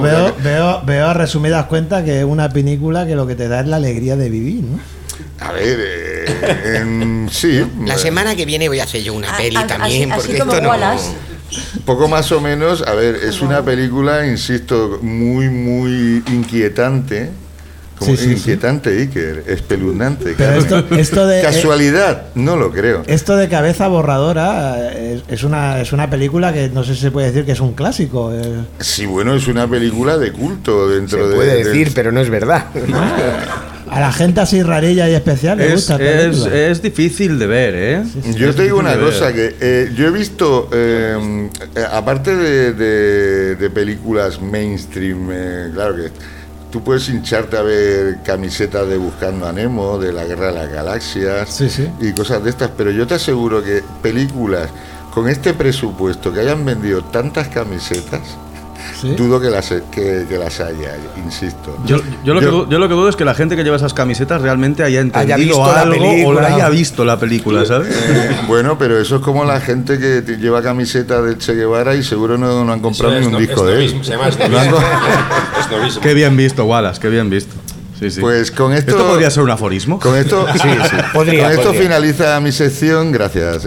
Speaker 2: Bueno, veo,
Speaker 5: ¿eh?
Speaker 2: veo, veo a resumidas cuentas que es una película que lo que te da es la alegría de vivir, ¿no?
Speaker 5: A ver, eh, em, sí.
Speaker 15: La semana que viene voy a hacer yo una peli
Speaker 3: a-
Speaker 15: también,
Speaker 3: Ah, así-
Speaker 15: porque
Speaker 3: así como
Speaker 15: esto no.
Speaker 3: Wallace.
Speaker 5: Poco más o menos, a ver, es una película, insisto, muy, muy inquietante. Como
Speaker 2: Sí, sí, sí.
Speaker 5: inquietante, Iker, espeluznante.
Speaker 2: Pero
Speaker 5: Carmen.
Speaker 2: esto- esto de- eh,
Speaker 5: Casualidad, no lo creo.
Speaker 2: Esto de cabeza borradora eh, es, es una, es una película que no sé si se puede decir que es un clásico. eh.
Speaker 5: Sí, bueno, es una película de culto dentro de.
Speaker 6: puede decir,
Speaker 5: pero no es verdad.
Speaker 2: Ah. A la gente así rarilla y especial le
Speaker 11: Es,
Speaker 2: gusta. esta
Speaker 11: es-
Speaker 2: película.
Speaker 11: es difícil de ver, ¿eh?
Speaker 5: Yo
Speaker 11: Es
Speaker 5: te digo
Speaker 11: difícil
Speaker 5: una
Speaker 11: de ver.
Speaker 5: cosa, que eh, yo he visto, eh, eh, aparte de, de- de películas mainstream, eh, claro que tú puedes hincharte a ver camisetas de Buscando a Nemo, de la Guerra de las Galaxias y cosas de estas, pero yo te aseguro que películas con este presupuesto que hayan vendido tantas camisetas, dudo que las, que, que las haya, insisto.
Speaker 11: Yo, yo lo que, du- yo lo que dudo es que la gente que lleva esas camisetas realmente haya entendido
Speaker 5: visto la
Speaker 11: algo o
Speaker 5: película.
Speaker 11: la haya visto la película, ¿sabes?
Speaker 5: Eh, bueno, pero eso es como la gente que te- lleva camiseta del Che Guevara y seguro no, no han comprado
Speaker 11: Eso es
Speaker 5: ni un
Speaker 11: no-
Speaker 5: disco de él.
Speaker 11: esnovismo, se llama
Speaker 5: No han
Speaker 11: esnovismo. Qué bien visto, Wallace, qué bien visto. Sí, sí.
Speaker 5: Pues con esto-
Speaker 11: podría ser un aforismo.
Speaker 5: Con esto, sí, sí. Con esto finaliza mi sección. Gracias. Gracias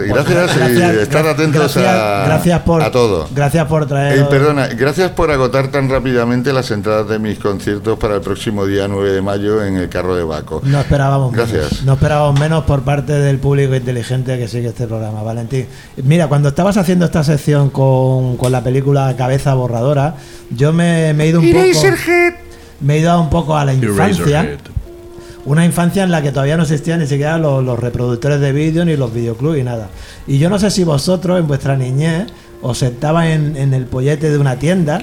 Speaker 5: y
Speaker 2: Gracias,
Speaker 5: estar
Speaker 2: gra-
Speaker 5: atentos
Speaker 2: gracias-
Speaker 5: a,
Speaker 2: gracias por-
Speaker 5: a todo.
Speaker 2: Gracias por traer.
Speaker 5: Eh, perdona, gracias por agotar tan rápidamente las entradas de mis conciertos para el próximo día 9 de mayo en el carro de Baco.
Speaker 2: No esperábamos
Speaker 5: Gracias.
Speaker 2: menos. No esperábamos menos por parte del público inteligente que sigue este programa, Valentín. Mira, cuando estabas haciendo esta sección con, con la película Cabeza Borradora, yo me, me he ido un poco. Me he ido un poco a la infancia. Una infancia en la que todavía no existían ni siquiera los, los reproductores de vídeo, ni los videoclubs y nada. Y yo no sé si vosotros, en vuestra niñez, os sentabais en, en el pollete de una tienda.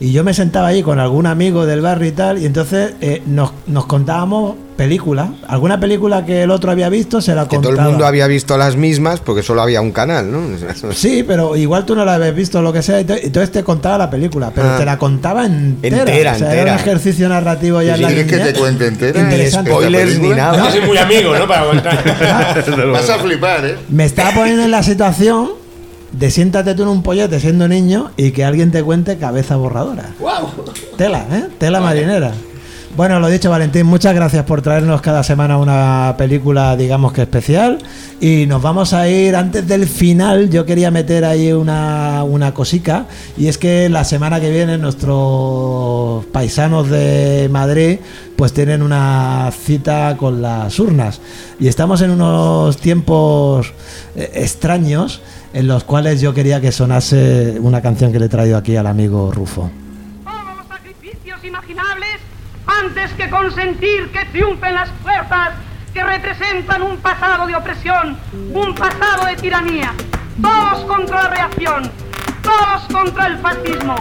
Speaker 2: Y yo me sentaba allí con algún amigo del barrio y tal, y entonces eh, nos, nos contábamos películas. Alguna película que el otro había visto se la
Speaker 6: Que todo
Speaker 2: contaba.
Speaker 6: el mundo había visto las mismas porque solo había un canal, ¿no?
Speaker 2: Sí, pero igual tú no la habías visto, lo que sea, y te- entonces te contaba la película, pero
Speaker 6: Ah.
Speaker 2: te la contaba entera.
Speaker 6: Entera,
Speaker 2: o sea, Era
Speaker 6: entera.
Speaker 2: un ejercicio narrativo ya en
Speaker 5: Si
Speaker 2: la
Speaker 5: quieres que
Speaker 2: niñez.
Speaker 5: te cuente entera,
Speaker 2: Interesante. Spoilers ni nada.
Speaker 5: Yo soy
Speaker 2: muy amigo, ¿no? Para
Speaker 5: aguantar. Vas a flipar, ¿eh?
Speaker 2: Me estaba poniendo en la situación de siéntate tú en un pollete siendo niño y que alguien te cuente cabeza borradora. Tela, ¿eh? Tela marinera. Bueno, lo dicho, Valentín, muchas gracias por traernos cada semana una película, digamos que especial. Y nos vamos a ir antes del final. Yo quería meter ahí una, una cosica. Y es que la semana que viene nuestros paisanos de Madrid pues tienen una cita con las urnas. Y estamos en unos tiempos eh, extraños en los cuales yo quería que sonase una canción que le he traído aquí al amigo Rufo.
Speaker 20: sacrificios imaginables antes que consentir que triunfen las fuerzas que representan un pasado de opresión, un pasado de tiranía. Todos contra la reacción, todos contra el fascismo.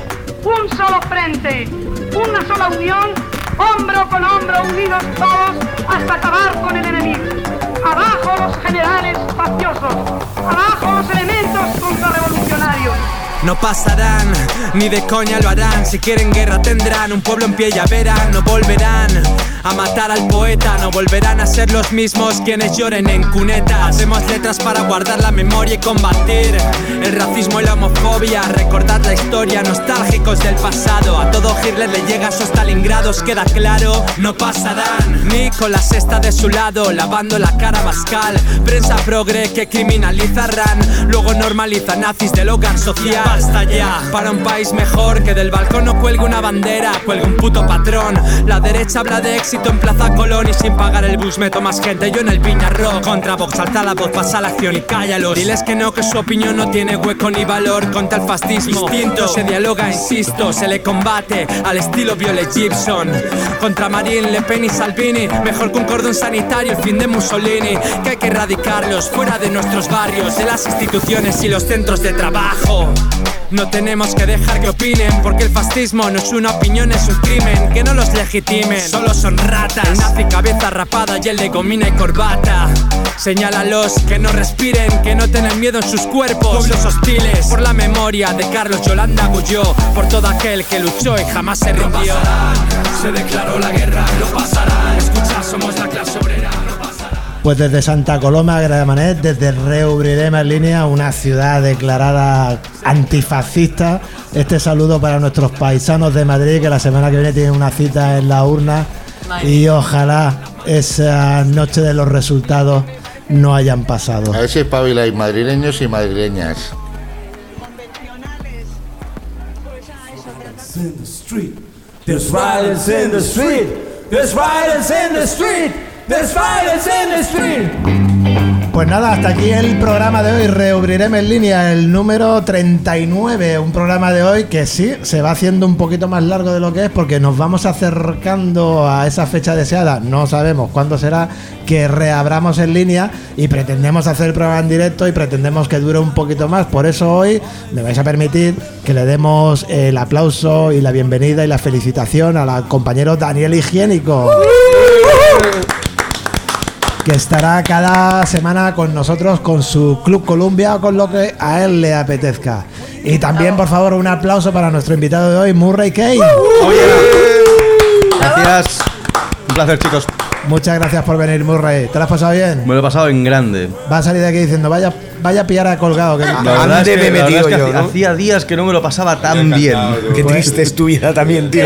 Speaker 20: Un solo frente, una sola unión, hombro con hombro unidos todos hasta acabar con el enemigo. Abajo los generales faciosos, abajo los elementos contrarrevolucionarios.
Speaker 21: No pasarán, ni de coña lo harán. Si quieren guerra tendrán, un pueblo en pie ya verán. No volverán a matar al poeta, no volverán a ser los mismos quienes lloren en cunetas. Hacemos letras para guardar la memoria y combatir el racismo y la homofobia. Recordar la historia, nostálgicos del pasado. A todo Hitler le llega esos talingrados, queda claro. No pasarán, ni con la cesta de su lado, lavando la cara a Bascal. Prensa progre que criminaliza a Ran, luego normaliza nazis del hogar social. Basta ya, para un país mejor que del balcón no cuelgue una bandera, cuelgue un puto patrón. La derecha habla de éxito en Plaza Colón y sin pagar el bus meto más gente yo en el Piñarro. Contra Vox, alza la voz, pasa la acción y cállalos. Diles que no, que su opinión no tiene hueco ni valor contra el fascismo. Instinto, se dialoga, insisto, se le combate al estilo Violet Gibson. Contra Marine Le Pen y Salvini, mejor que un cordón sanitario, el fin de Mussolini. Que hay que erradicarlos fuera de nuestros barrios, de las instituciones y los centros de trabajo. No tenemos que dejar que opinen, porque el fascismo no es una opinión, es un crimen. Que no los legitimen, solo son ratas. El nazi cabeza rapada y el de gomina y corbata. Señálalos que no respiren, que no tengan miedo en sus cuerpos. Pueblos hostiles, por la memoria de Carlos Yolanda Gulló, por todo aquel que luchó y jamás se rindió. se declaró la guerra, lo pasará. Escucha, somos la clase obrera.
Speaker 2: Pues desde Santa Coloma, Gramanet, desde Reubrirema en línea, una ciudad declarada antifascista. Este saludo para nuestros paisanos de Madrid que la semana que viene tienen una cita en la urna y ojalá esa noche de los resultados no hayan pasado.
Speaker 5: A ver si espabiláis madrileños y madrileñas.
Speaker 15: in the street. There's violence in the street. There's violence in the street. There's violence in the street.
Speaker 2: Pues nada, hasta aquí el programa de hoy. Reubriremos en línea el número 39. Un programa de hoy que sí, se va haciendo un poquito más largo de lo que es porque nos vamos acercando a esa fecha deseada. No sabemos cuándo será que reabramos en línea y pretendemos hacer el programa en directo y pretendemos que dure un poquito más. Por eso hoy me vais a permitir que le demos el aplauso y la bienvenida y la felicitación a la compañero Daniel Higiénico que estará cada semana con nosotros con su Club Columbia o con lo que a él le apetezca. Y también, por favor, un aplauso para nuestro invitado de hoy, Murray Kane.
Speaker 14: Gracias. Un placer, chicos.
Speaker 2: Muchas gracias por venir, Murray. ¿Te lo has pasado bien?
Speaker 14: Me lo he pasado en grande.
Speaker 2: Va a salir de aquí diciendo, vaya, vaya a pillar a colgado. Que
Speaker 11: Ah.
Speaker 14: La verdad es que- la verdad es que hacía- Hacía días que no me lo pasaba tan bien.
Speaker 11: Qué triste es tu vida también, tío.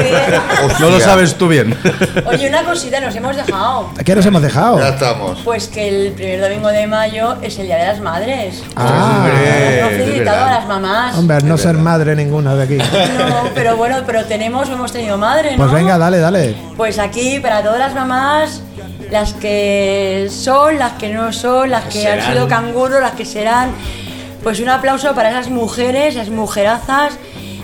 Speaker 14: No lo sabes tú bien.
Speaker 3: Oye, una cosita, nos hemos dejado.
Speaker 2: ¿A qué nos hemos dejado?
Speaker 5: Ya estamos.
Speaker 3: Pues que el primer domingo de mayo es el Día de las Madres.
Speaker 2: Ah,
Speaker 3: no he felicitado a las mamás.
Speaker 2: Hombre, al no ser madre ninguna de aquí.
Speaker 3: No, pero bueno, pero tenemos, hemos tenido madre, ¿no?
Speaker 2: Pues venga, dale, dale.
Speaker 3: Pues aquí para todas las mamás, las que son, las que no son, las que han
Speaker 2: Serán.
Speaker 3: sido canguros, las que serán, pues un aplauso para esas mujeres, esas mujerazas,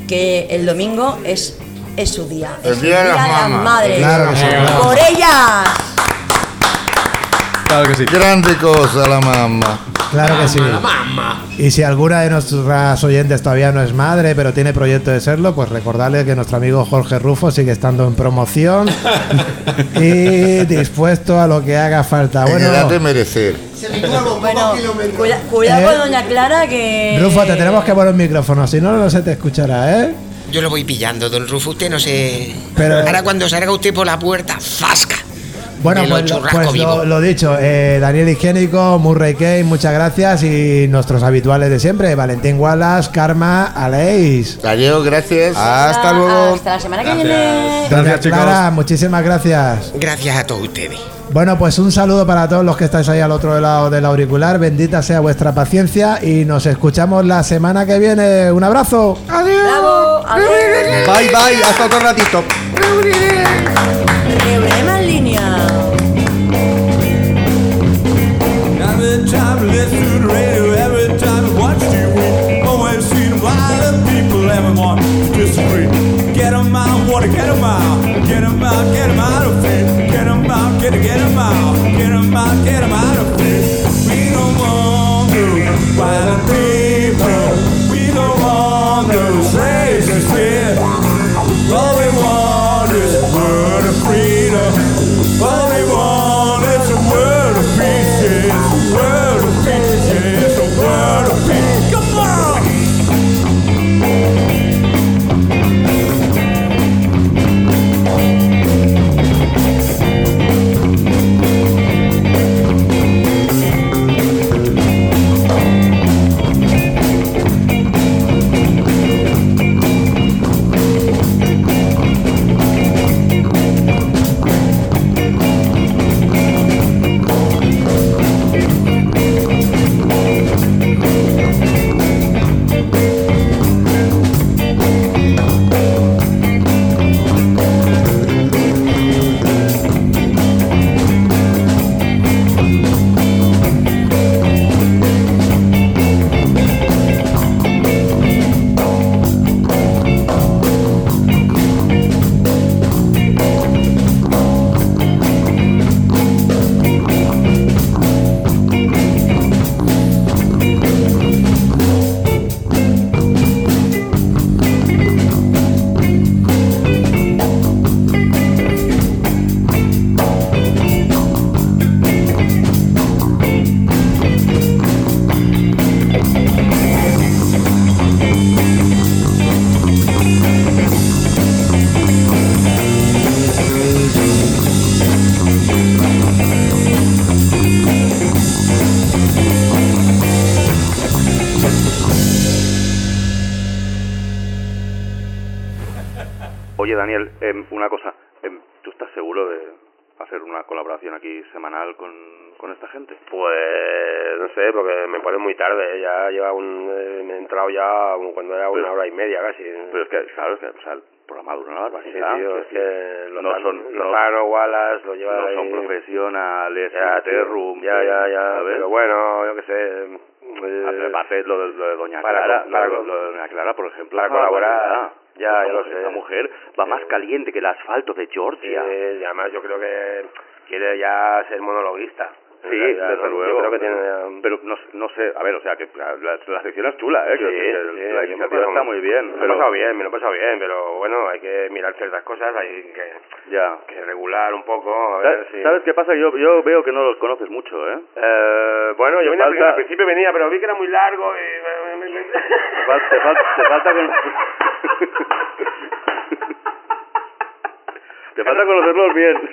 Speaker 3: que el domingo es, es su día.
Speaker 5: El
Speaker 15: Pues
Speaker 3: Es
Speaker 5: día de las mamas.
Speaker 3: madres.
Speaker 5: Claro que sí, claro.
Speaker 3: Por ellas.
Speaker 14: Claro que sí.
Speaker 5: Grande cosa la mamá.
Speaker 2: Claro que sí.
Speaker 5: La mamá.
Speaker 2: Y si alguna de nuestras oyentes todavía no es madre, pero tiene proyecto de serlo, pues recordarle que nuestro amigo Jorge Rufo sigue estando en promoción y dispuesto a lo que haga falta.
Speaker 5: En edad
Speaker 2: Bueno,
Speaker 5: de merecer.
Speaker 3: Bueno, cuida- cuidado
Speaker 2: Eh.
Speaker 3: con doña Clara que...
Speaker 2: Rufo, te tenemos que poner un micrófono, si no, no se te escuchará, ¿eh?
Speaker 6: Yo lo voy pillando, don Rufo. Usted no se.
Speaker 2: Pero-
Speaker 6: Ahora cuando salga usted por la puerta, ¡fasca!
Speaker 2: Bueno,
Speaker 6: Me lo
Speaker 2: pues, lo,
Speaker 6: churrasco
Speaker 2: pues lo-
Speaker 6: vivo.
Speaker 2: lo dicho, eh, Daniel Higiénico, Murray Kane, muchas gracias y nuestros habituales de siempre, Valentín Wallace, Karma, Aleix.
Speaker 5: Adiós, gracias.
Speaker 2: Hasta luego.
Speaker 3: Hasta la semana que viene.
Speaker 2: Doña Clara, muchísimas gracias.
Speaker 6: Gracias a todos ustedes.
Speaker 2: Bueno, pues un saludo para todos los que estáis ahí al otro lado del auricular. Bendita sea vuestra paciencia y nos escuchamos la semana que viene. Un abrazo. Adiós.
Speaker 3: Bravo, adiós.
Speaker 11: Bye, bye. Hasta otro ratito.
Speaker 3: Problema en línea.
Speaker 15: Every time I listen to the radio, every time I watch TV, always seen violent people, everyone disagree. Get 'em out, wanna get 'em out, get 'em out, get 'em out of here. Get 'em out, get 'em, get 'em out, get 'em out, get 'em out of here. We don't want those violent people, we don't want those racists here. All we want is a word of freedom. All we want is a word of peace. Yes, a word of peace. Yes, a word of peace. Come on.
Speaker 22: Oye, Daniel, em, una cosa. em, ¿Tú estás seguro de hacer una colaboración aquí semanal con, con esta gente?
Speaker 23: Pues no sé, porque me pone muy tarde, ¿eh? ya lleva un, eh, me he entrado ya un- cuando era una
Speaker 22: Pero-
Speaker 23: hora y media casi.
Speaker 22: Pero es que, claro, es que o sea, el programa dura una
Speaker 23: Sí,
Speaker 22: barbaridad.
Speaker 23: tío, es
Speaker 22: es
Speaker 23: que
Speaker 22: no
Speaker 23: Lozano-
Speaker 22: son- no-
Speaker 23: Lozano, Wallace, lo lleva
Speaker 22: no son
Speaker 23: ahí.
Speaker 22: profesionales,
Speaker 23: Ya, tío,
Speaker 22: Terrum,
Speaker 23: ya, ya, ya,
Speaker 22: ¿sabes?
Speaker 23: pero bueno, yo qué sé. eh,
Speaker 22: Hace- va a hacer lo de, lo de Doña
Speaker 23: Para
Speaker 22: Clara,
Speaker 23: co- para
Speaker 22: lo,
Speaker 23: co-
Speaker 22: lo de Doña Clara, por ejemplo.
Speaker 23: para
Speaker 22: es una
Speaker 23: colaborar.
Speaker 22: barbaridad.
Speaker 23: Ya,
Speaker 22: Esta
Speaker 23: ya lo
Speaker 22: mujer-
Speaker 23: sé.
Speaker 22: Esta mujer va más caliente que el asfalto de Georgia.
Speaker 23: Sí, y además yo creo que quiere ya ser monologuista.
Speaker 22: Sí,
Speaker 23: Ya- ya-
Speaker 22: desde
Speaker 23: yo
Speaker 22: luego.
Speaker 23: creo que tiene
Speaker 22: Pero no, no sé, a ver, o sea, que la, la- la sección es chula, ¿eh?
Speaker 23: Sí,
Speaker 22: Quiero decir
Speaker 23: sí,
Speaker 22: que la
Speaker 23: yo me he
Speaker 22: iniciativa
Speaker 23: pasado-
Speaker 22: está muy bien.
Speaker 23: Me lo
Speaker 22: pero-
Speaker 23: he pasado bien, me lo he pasado bien, pero bueno, hay que mirar ciertas cosas, hay que,
Speaker 22: Ya.
Speaker 23: que regular un poco, a
Speaker 22: Sa-
Speaker 23: ver si...
Speaker 22: ¿Sabes qué pasa? Yo, yo veo que no los conoces mucho, ¿eh?
Speaker 23: Eh, bueno,
Speaker 22: Te
Speaker 23: yo venía,
Speaker 22: falta-
Speaker 23: al principio venía, pero vi que era muy largo y...
Speaker 22: Te, fal- te fal- te falta con... te falta conocerlos bien.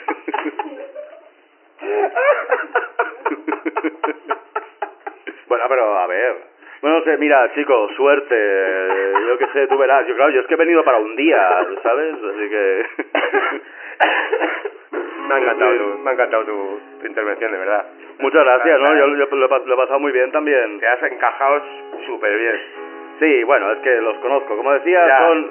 Speaker 22: bueno, pero a ver. Bueno, no sé, mira, chicos, suerte. eh, Yo qué sé, tú verás. Yo, claro, yo es que he venido para un día, ¿sabes? Así que...
Speaker 23: Me ha encantado, tu, me ha encantado tu, tu intervención, de verdad.
Speaker 22: Muchas gracias, ¿no? Yo, yo lo, he pas- lo he pasado muy bien también.
Speaker 23: Te has encajado súper bien.
Speaker 22: Sí, bueno, es que los conozco. Como decía,
Speaker 23: Ya.
Speaker 22: son,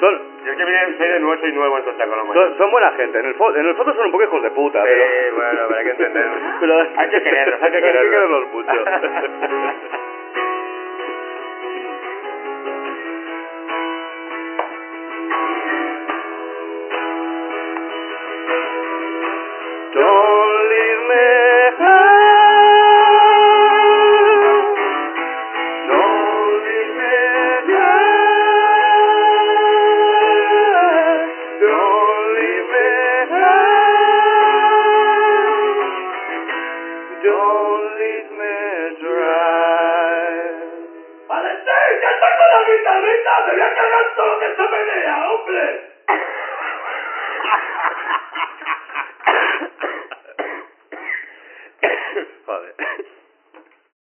Speaker 22: son,
Speaker 23: Yo es que vine, soy de nuevo, soy nuevo en contacto con los
Speaker 22: son, son buena gente. En el, fo- en el fondo son un poco hijos de puta.
Speaker 23: Sí,
Speaker 22: pero...
Speaker 23: bueno, pero hay que entenderlos.
Speaker 22: Pero-
Speaker 23: Hay que quererlos, hay que
Speaker 22: Hay que
Speaker 23: quererlos.
Speaker 22: quererlos mucho. Don't leave me high. Don't leave me high. Don't leave me high. Don't leave me dry. ¡Valentín, ya estoy con la guitarrita! ¡Me voy a cargar todo lo que se pelea, hombre! Joder.